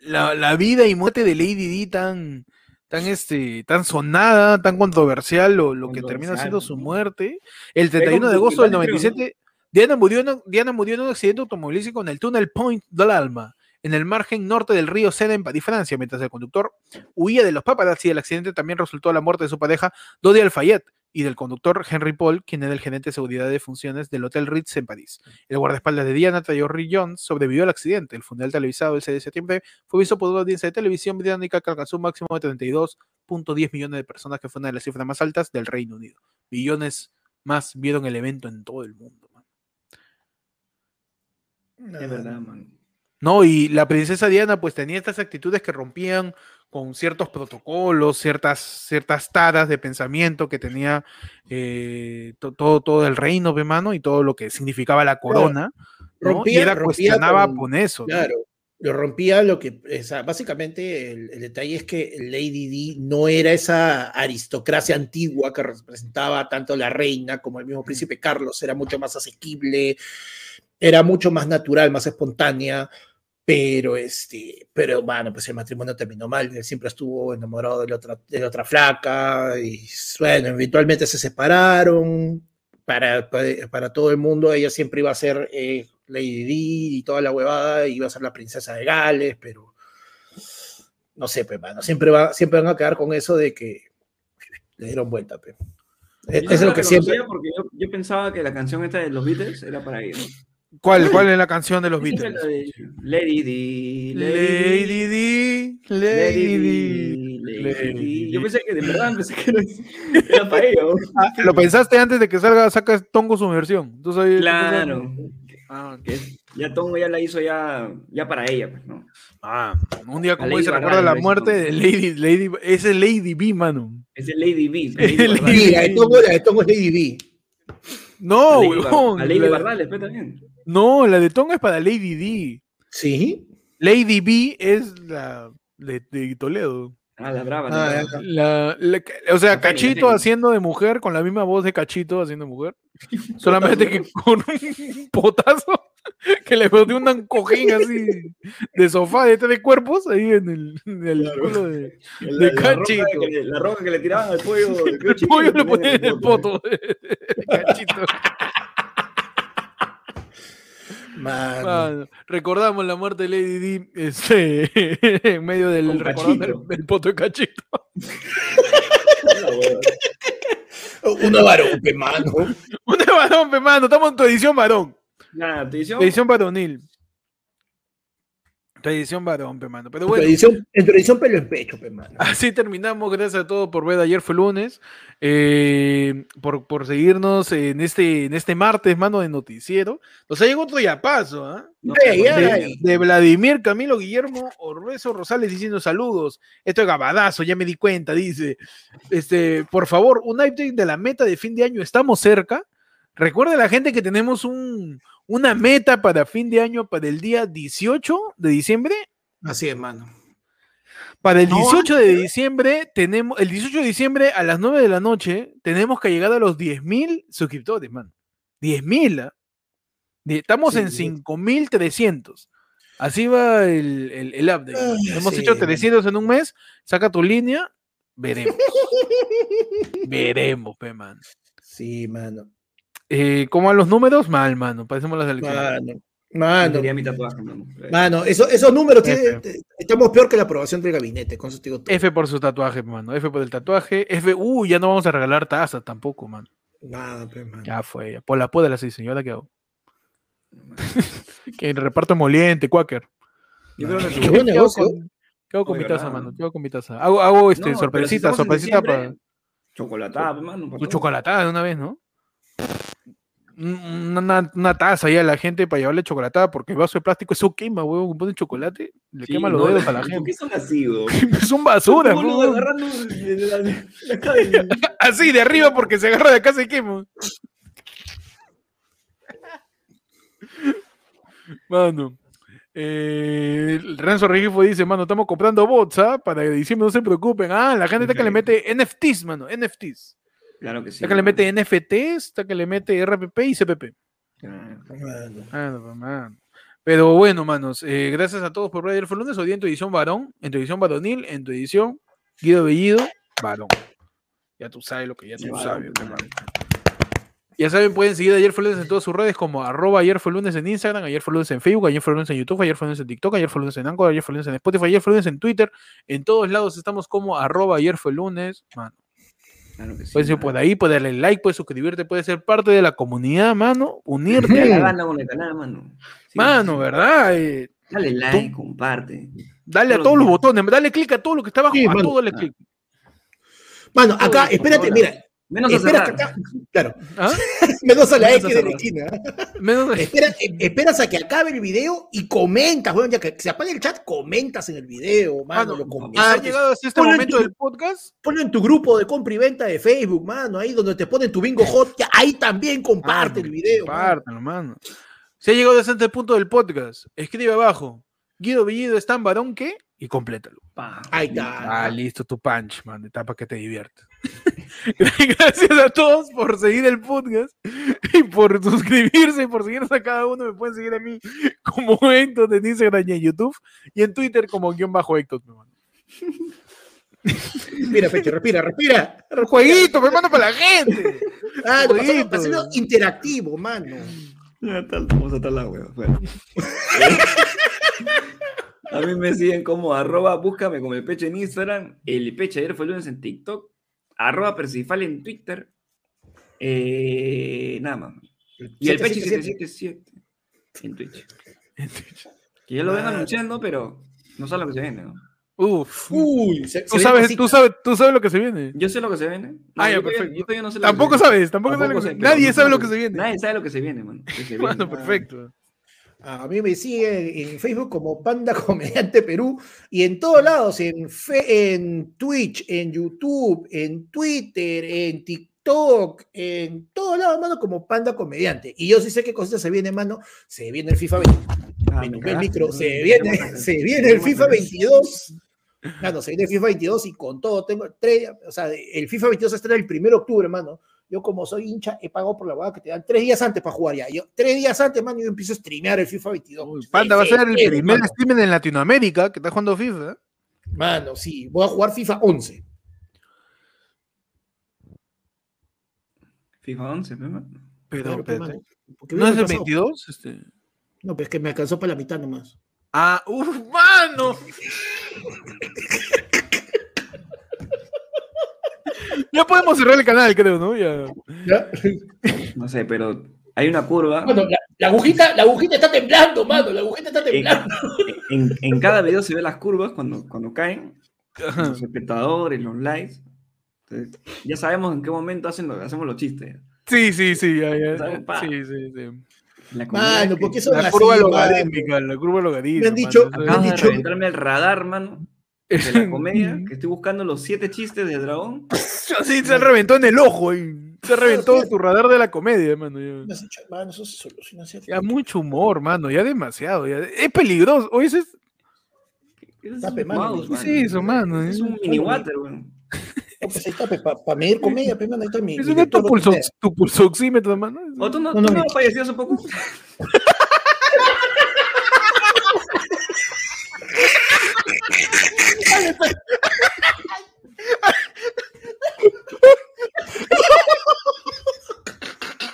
Speaker 1: la- la vida y muerte de Lady Di tan, tan, este, tan sonada, tan controversial, lo, lo que termina siendo su
Speaker 2: Controversial, ¿no?
Speaker 1: muerte. El
Speaker 2: como
Speaker 1: 31 de
Speaker 2: su
Speaker 1: agosto del
Speaker 2: final, creo, ¿no?
Speaker 1: 97, Diana murió, en, Diana murió en un accidente automovilístico en el túnel Point del Alma, en el margen norte del río Sena en París, Francia, mientras el conductor huía de los paparazzi. El accidente también resultó la muerte de su pareja, Dodi Alfayet, y del conductor Henry Paul, quien era el gerente de seguridad de funciones del Hotel Ritz en París. El guardaespaldas de Diana, Tayori Jones, sobrevivió al accidente. El funeral televisado el 6 de septiembre fue visto por una audiencia de televisión británica que alcanzó un máximo de 32.10 millones de personas, que fue una de las cifras más altas del Reino Unido. Millones más vieron el evento en todo el mundo. man.
Speaker 2: Es verdad, man.
Speaker 1: No, y la princesa Diana pues tenía estas actitudes que rompían con ciertos protocolos, ciertas, ciertas taras de pensamiento que tenía eh, to- todo, todo el reino, pe, mano, y todo lo que significaba la corona. ¿no? y
Speaker 3: Rompía-
Speaker 1: era
Speaker 3: rompía
Speaker 1: cuestionaba
Speaker 3: con-
Speaker 1: con eso. ¿no?
Speaker 3: Claro, lo rompía lo que, o sea, básicamente el, el detalle es que Lady Di no era esa aristocracia antigua que representaba tanto la reina como el mismo príncipe Carlos, era mucho más asequible, era mucho más natural, más espontánea, pero este, pero bueno, pues el matrimonio terminó mal, él siempre estuvo enamorado de la otra, de la otra flaca y bueno, eventualmente se separaron, para, para, para todo el mundo, ella siempre iba a ser eh, Lady Di y toda la huevada, iba a ser la princesa de Gales, pero no sé, pues, mano, siempre, va, siempre van a quedar con eso de que le dieron vuelta, pe. Es,
Speaker 2: Yo
Speaker 3: es
Speaker 2: no
Speaker 3: lo
Speaker 2: la
Speaker 3: que siempre.
Speaker 2: reconocía Porque yo, yo pensaba que la canción esta de los Beatles era para ella.
Speaker 1: ¿Cuál, ¿Cuál es la canción de los
Speaker 2: Dice
Speaker 1: Beatles?
Speaker 2: la de Lady Di, Lady Di,
Speaker 1: Lady Di,
Speaker 2: Lady
Speaker 1: Lady Di.
Speaker 2: Di,
Speaker 1: Lady
Speaker 2: Lady Di.
Speaker 1: Di.
Speaker 2: Yo pensé que de verdad pensé que era, era para ella. ¿no?
Speaker 1: Ah, lo pensaste antes de que salga, saca Tongo su versión. Tú sabes- tú sabes-
Speaker 2: Claro.
Speaker 1: Ah,
Speaker 2: que ya Tongo ya la hizo ya, ya para ella, pues, ¿no?
Speaker 1: ah, un día como
Speaker 2: La
Speaker 1: hoy se
Speaker 2: Lady
Speaker 1: recuerda la
Speaker 2: Gaga,
Speaker 1: muerte de Lady, Lady, ese es Lady B, mano.
Speaker 2: Es de Lady B.
Speaker 1: Es de
Speaker 2: Lady
Speaker 3: Sí, la de Tongo, la de Tongo es Lady Di.
Speaker 1: No, huevón.
Speaker 2: A Lady
Speaker 1: la-
Speaker 2: Bardales, pues también.
Speaker 1: no, la de Tongo es para Lady D.
Speaker 3: Sí.
Speaker 1: Lady B es la de, de Toledo.
Speaker 2: Ah, la brava. la
Speaker 3: Ah,
Speaker 2: brava.
Speaker 3: ya.
Speaker 1: La- la- o sea,
Speaker 2: La Feni, la
Speaker 1: Cachito
Speaker 2: Feni.
Speaker 1: haciendo de mujer, con la misma voz de Cachito haciendo de mujer. Solamente que con un potazo que le de un cojín así de sofá de tres cuerpos ahí en el, en el culo de,
Speaker 2: La-
Speaker 1: de
Speaker 2: la
Speaker 1: Cachito.
Speaker 2: roca que le- La roca que le tiraban al pollo. El ¿eh?
Speaker 1: El pollo lo ponía en el poto. de Cachito.
Speaker 3: Mano.
Speaker 1: Mano, Ah, recordamos la muerte de Lady Di este, en medio del,
Speaker 2: Con
Speaker 1: recordando el,
Speaker 2: Cachito.
Speaker 1: el poto de Cachito.
Speaker 3: Una varón, pe, pues, mano.
Speaker 1: Un varón, pe, mano. Estamos en tu edición varón.
Speaker 2: Nada, te
Speaker 1: Tu edición varonil. Tu edición varón, pe, mano. Pero
Speaker 3: En
Speaker 1: bueno.
Speaker 3: tradición, en tradición pelo en pecho, pe, mano.
Speaker 1: Así terminamos, gracias a todos por ver. Ayer fue lunes, eh, por, por seguirnos en este, en este martes, mano de noticiero. Nos ha llegado otro yapazo, ¿ah?
Speaker 3: Ey,
Speaker 1: De-
Speaker 3: ay.
Speaker 1: De Vladimir Camilo Guillermo Orbeso Rosales diciendo saludos. Esto es gabadazo, ya me di cuenta, dice. Este, por favor, un update de la meta de fin de año. Estamos cerca. Recuerda la gente que tenemos un, una meta para fin de año para el día 18 de diciembre.
Speaker 3: Así es, mano.
Speaker 1: Para el
Speaker 3: No,
Speaker 1: 18 de diciembre tenemos el 18 de diciembre a las 9 de la noche tenemos que llegar a los 10.000 suscriptores, man. 10.000. ¿ah? De- Estamos
Speaker 3: Sí,
Speaker 1: en
Speaker 3: sí.
Speaker 1: 5.300. Así va el, el, el update. man.
Speaker 3: Ah,
Speaker 1: Hemos
Speaker 3: sí,
Speaker 1: hecho
Speaker 3: man.
Speaker 1: 300 en un mes. Saca tu línea, veremos. veremos, pe man.
Speaker 3: Sí, mano.
Speaker 1: Eh, ¿Cómo van los números? Mal, mano. Parecemos la selección.
Speaker 3: Mano,
Speaker 2: Ah,
Speaker 3: mano,
Speaker 2: mi tatuaje, mano.
Speaker 3: mano, eso- esos números tienen-
Speaker 1: F.
Speaker 3: te- estamos peor que la aprobación del gabinete, con eso te digo todo.
Speaker 1: F por su tatuaje, mano. F por el tatuaje. F, uy, ya no vamos a regalar tazas tampoco, mano.
Speaker 3: Nada, pues, mano.
Speaker 1: Ya fue. ya. Por la poda la sí, señora, ¿qué hago? que reparto moliente, cuáquer.
Speaker 2: Yo creo que su-
Speaker 3: Qué buen
Speaker 1: ¿Qué hago
Speaker 3: negocio.
Speaker 1: con, qué hago con
Speaker 2: Oye,
Speaker 1: mi taza,
Speaker 2: ¿verdad?
Speaker 1: mano? ¿Qué hago con mi taza? Hago, hago este,
Speaker 2: No, pero si
Speaker 1: sorpresita,
Speaker 2: estamos en
Speaker 1: sorpresita para.
Speaker 2: diciembre, Chocolatada, pues, mano.
Speaker 1: Tu
Speaker 2: para todo.
Speaker 1: chocolatada de una vez, ¿no? Un- Una, una taza ahí a la gente para llevarle chocolatada, porque el vaso de plástico eso quema, huevón. Pone chocolate, le
Speaker 2: Sí,
Speaker 1: quema los
Speaker 2: no,
Speaker 1: dedos a la
Speaker 2: ¿por
Speaker 1: gente.
Speaker 2: qué son así, weón?
Speaker 1: Son basura,
Speaker 2: Son Este boludo,
Speaker 1: huevón.
Speaker 2: agarrando de la- de la cadena.
Speaker 1: Así, de arriba, porque se agarra de acá se quema. Mano. Eh, el Renzo Regifo dice, mano, estamos comprando bots, ¿ah? Para diciembre no se preocupen. Ah, la gente está que le mete NFTs, mano, NFTs.
Speaker 2: Claro que sí.
Speaker 1: Está que le
Speaker 2: mano.
Speaker 1: mete NFTs, está que le mete RPP y CPP.
Speaker 2: Claro.
Speaker 3: Mano.
Speaker 1: Ah, no, pues, mano. Pero bueno, manos, eh, gracias a todos por ver ayer fue lunes. Hoy día en tu edición varón, en tu edición varonil, en tu edición Guido Bellido, varón. Ya tú sabes lo que ya tú sabes. pues, mano. Ya saben, pueden seguir Ayer fue lunes en todas sus redes como arroba ayer fue lunes en Instagram, ayer fue lunes en Facebook, ayer fue lunes en YouTube, ayer fue lunes en TikTok, ayer fue lunes en Anchor, ayer fue lunes en Spotify, ayer fue lunes en Twitter. En todos lados estamos como arroba ayer fue lunes. Mano,
Speaker 2: Claro que sí.
Speaker 3: Pues
Speaker 1: puedes ir
Speaker 2: mano.
Speaker 1: por ahí, puedes darle like, puedes suscribirte, puedes ser parte de la comunidad, mano, unirte.
Speaker 2: Dale
Speaker 1: a
Speaker 2: la
Speaker 1: la-
Speaker 2: gana con el canal, mano. Sí,
Speaker 1: Mano,
Speaker 2: sí.
Speaker 1: ¿verdad? Eh,
Speaker 2: Dale like, comparte.
Speaker 1: Dale a
Speaker 2: Todos
Speaker 1: todos
Speaker 2: los
Speaker 1: los botones, dale clic a todo lo que está abajo,
Speaker 3: Sí,
Speaker 1: a
Speaker 3: mano.
Speaker 1: todo dale
Speaker 2: Ah.
Speaker 1: clic.
Speaker 3: Mano, acá, espérate,
Speaker 2: Hola.
Speaker 3: mira,
Speaker 2: Menos a
Speaker 3: espera
Speaker 2: cerrar.
Speaker 3: hasta acá, claro,
Speaker 1: ¿Ah?
Speaker 3: menos a la
Speaker 2: Menos
Speaker 3: X de la
Speaker 2: cerrar.
Speaker 3: esquina. ¿ah?
Speaker 1: Menos de-
Speaker 3: Espera- eh, esperas a que acabe el video y comentas, weón, ya que se apague el chat, comentas en el video, mano,
Speaker 1: Mano,
Speaker 3: lo
Speaker 1: ha
Speaker 3: compartes.
Speaker 1: llegado hasta este
Speaker 3: Ponlo en
Speaker 1: momento
Speaker 3: tu-
Speaker 1: del podcast.
Speaker 3: Ponlo en tu grupo de compra y venta de Facebook, mano, ahí donde te ponen tu bingo hot, ya, ahí también comparte
Speaker 1: Mano,
Speaker 3: el video. mano.
Speaker 1: Compártelo, mano. Si ha llegado hasta este punto del podcast, escribe abajo. Guido Bellido es tan varón que. Y complétalo.
Speaker 2: Pa.
Speaker 3: Ahí está.
Speaker 1: Ah, listo, tu punch, man. Etapa que te diviertas. Gracias a todos por seguir el podcast y por suscribirse y por seguirnos a cada uno. Me pueden seguir a mí como Héctor en Instagram y en YouTube y en Twitter como guión bajo Héctor. mi mano.
Speaker 3: Respira, Pecho, respira, respira.
Speaker 1: El jueguito, me mando para la gente.
Speaker 3: Mano, para hacerlo-
Speaker 1: Jueguito.
Speaker 3: para hacerlo interactivo, mano.
Speaker 2: Ya está, vamos a estar la hueva. bueno. a mí me siguen como arroba, búscame como el peche en Instagram, el peche ayer fue lunes en TikTok, arroba Percifal en Twitter, eh, nada más. Y el peche 777 en Twitch. Que ya lo ven
Speaker 3: Claro.
Speaker 2: anunciando, pero no saben lo que se viene. ¿no?
Speaker 1: Uf.
Speaker 3: Uy, se-
Speaker 1: Tú
Speaker 3: se ve
Speaker 1: sabes,
Speaker 3: cosita.
Speaker 1: tú sabes, tú sabes lo que se viene.
Speaker 2: Yo sé lo que se viene. No,
Speaker 1: Ah, ya,
Speaker 2: yo todavía-
Speaker 1: perfecto.
Speaker 2: yo todavía no sé lo que se
Speaker 1: Tampoco
Speaker 2: viene.
Speaker 1: sabes, tampoco, sabes lo
Speaker 2: Tampoco
Speaker 1: que
Speaker 2: sé,
Speaker 1: se-
Speaker 2: pero
Speaker 1: Nadie
Speaker 2: no
Speaker 1: sabe lo que se viene.
Speaker 2: Nadie sabe lo que se viene, mano. que se Ah,
Speaker 1: Bueno,
Speaker 2: viene.
Speaker 1: perfecto.
Speaker 3: A mí me sigue en Facebook como Panda Comediante Perú y en todos lados, en, Fe- en Twitch, en YouTube, en Twitter, en TikTok, en todos lados, mano, como Panda Comediante. Y yo sí sé qué cositas se viene, mano. Se viene el FIFA 20,
Speaker 2: Ah,
Speaker 3: me
Speaker 2: me
Speaker 3: tumbé el
Speaker 2: cagaste,
Speaker 3: micro,
Speaker 2: ¿no?
Speaker 3: se
Speaker 2: Ya me
Speaker 3: viene, se
Speaker 2: cagaste.
Speaker 3: viene
Speaker 2: Ya
Speaker 3: el
Speaker 2: me
Speaker 3: FIFA
Speaker 2: cagaste.
Speaker 3: 22. Mano, se viene el FIFA 22 y con todo tengo tres, o sea, el FIFA 22 se estrena el 1 de octubre, mano. Yo como soy hincha, he pagado por la hueá que te dan tres días antes para jugar ya. Yo, tres días antes, mano, yo empiezo a streamear el FIFA 22.
Speaker 1: Uy, Panda va a
Speaker 3: Ese
Speaker 1: ser el
Speaker 3: es,
Speaker 1: primer
Speaker 3: Mano,
Speaker 1: streamer en Latinoamérica que está jugando FIFA.
Speaker 3: Mano, sí, voy a jugar FIFA 11.
Speaker 2: FIFA 11, pe, mano.
Speaker 1: Pero,
Speaker 3: Claro, pues,
Speaker 1: espérate,
Speaker 3: mano, porque
Speaker 1: ¿no
Speaker 3: me
Speaker 1: es el
Speaker 3: pasó.
Speaker 1: 22? Este?
Speaker 3: No, pues que me alcanzó para la mitad nomás.
Speaker 1: Ah, uff, mano. ya podemos cerrar el canal, creo, ¿no? Ya.
Speaker 3: ¿Ya?
Speaker 2: No sé, pero hay una curva.
Speaker 3: Mano, la, la agujita, la agujita está temblando, mano, la agujita está
Speaker 2: en,
Speaker 3: temblando.
Speaker 2: en- en cada video se ven las curvas cuando, cuando caen,
Speaker 1: Ah.
Speaker 2: los espectadores, los likes. Entonces, ya sabemos en qué momento hacen lo- hacemos los chistes.
Speaker 1: Sí, sí, sí, ya, ya.
Speaker 2: Dale, pa.
Speaker 1: Sí, sí, sí.
Speaker 2: La comunidad
Speaker 3: Mano,
Speaker 2: que-
Speaker 3: porque eso
Speaker 1: La curva logarítmica, la curva logarítmica.
Speaker 3: Me han dicho-
Speaker 1: mano, eso
Speaker 2: Acabas de
Speaker 3: han dicho-
Speaker 2: reventarme el radar, mano, de la comedia, que estoy buscando los siete chistes de dragón.
Speaker 1: Así se reventó en el ojo, ahí. se reventó en tu radar de la comedia, mano. ya.
Speaker 3: Mano, eso se soluciona, ¿cierto?
Speaker 1: Ya mucho humor, mano, ya demasiado. ya- Es peligroso. Oye, eso es-
Speaker 2: ¿Qué es
Speaker 3: Tape,
Speaker 2: eso,
Speaker 3: mano.
Speaker 2: mouse,
Speaker 1: ¿Qué es eso, mano?
Speaker 2: pues Es un mini water, weón.
Speaker 3: No, pues ahí está, para medir comedia, pues, mano, ahí está mi.
Speaker 1: es
Speaker 3: mi
Speaker 1: una
Speaker 3: lector
Speaker 1: tu,
Speaker 3: de
Speaker 1: pulso,
Speaker 3: comedia.
Speaker 1: tu pulsoxímetro, mano.
Speaker 2: ¿O tú no,
Speaker 3: No,
Speaker 2: tú
Speaker 3: no,
Speaker 2: no
Speaker 3: mi-
Speaker 2: falleció hace poco?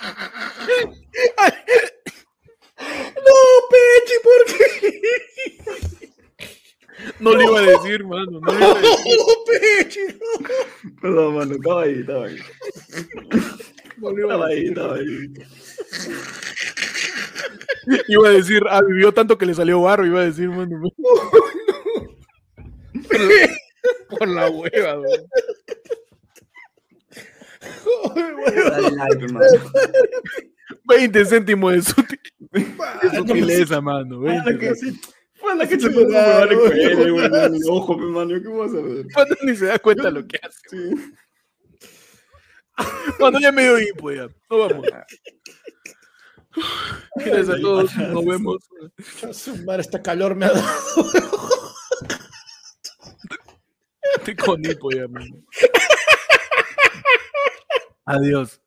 Speaker 1: No le iba a decir, mano. No le iba a decir.
Speaker 3: ¡López!
Speaker 2: Perdón, mano, estaba ahí, estaba ahí.
Speaker 1: no le iba
Speaker 2: Estaba
Speaker 1: a
Speaker 2: ahí,
Speaker 1: decir.
Speaker 2: estaba ahí.
Speaker 1: Iba a decir, ah, vivió tanto que le salió barro. Iba a decir, mano. Por la hueva, weón.
Speaker 2: Dale like, hermano.
Speaker 1: 20 céntimos de sutil- de sutileza, mano.
Speaker 2: Fue la
Speaker 1: 20
Speaker 2: que
Speaker 1: céntimos.
Speaker 2: se fue la que se
Speaker 3: Sí,
Speaker 2: puso a
Speaker 3: claro,
Speaker 2: con él,
Speaker 3: no,
Speaker 2: güey,
Speaker 3: no,
Speaker 2: en el ojo, pe, mano, ¿qué vas a hacer?
Speaker 1: Cuando ni se da cuenta lo que hace.
Speaker 2: Sí.
Speaker 1: Cuando ya medio hipo, ya. No vamos. Gracias a todos. Nos vemos.
Speaker 3: Su madre, esta calor me ha dado.
Speaker 1: Estoy con hipo, ya, mano. Adiós.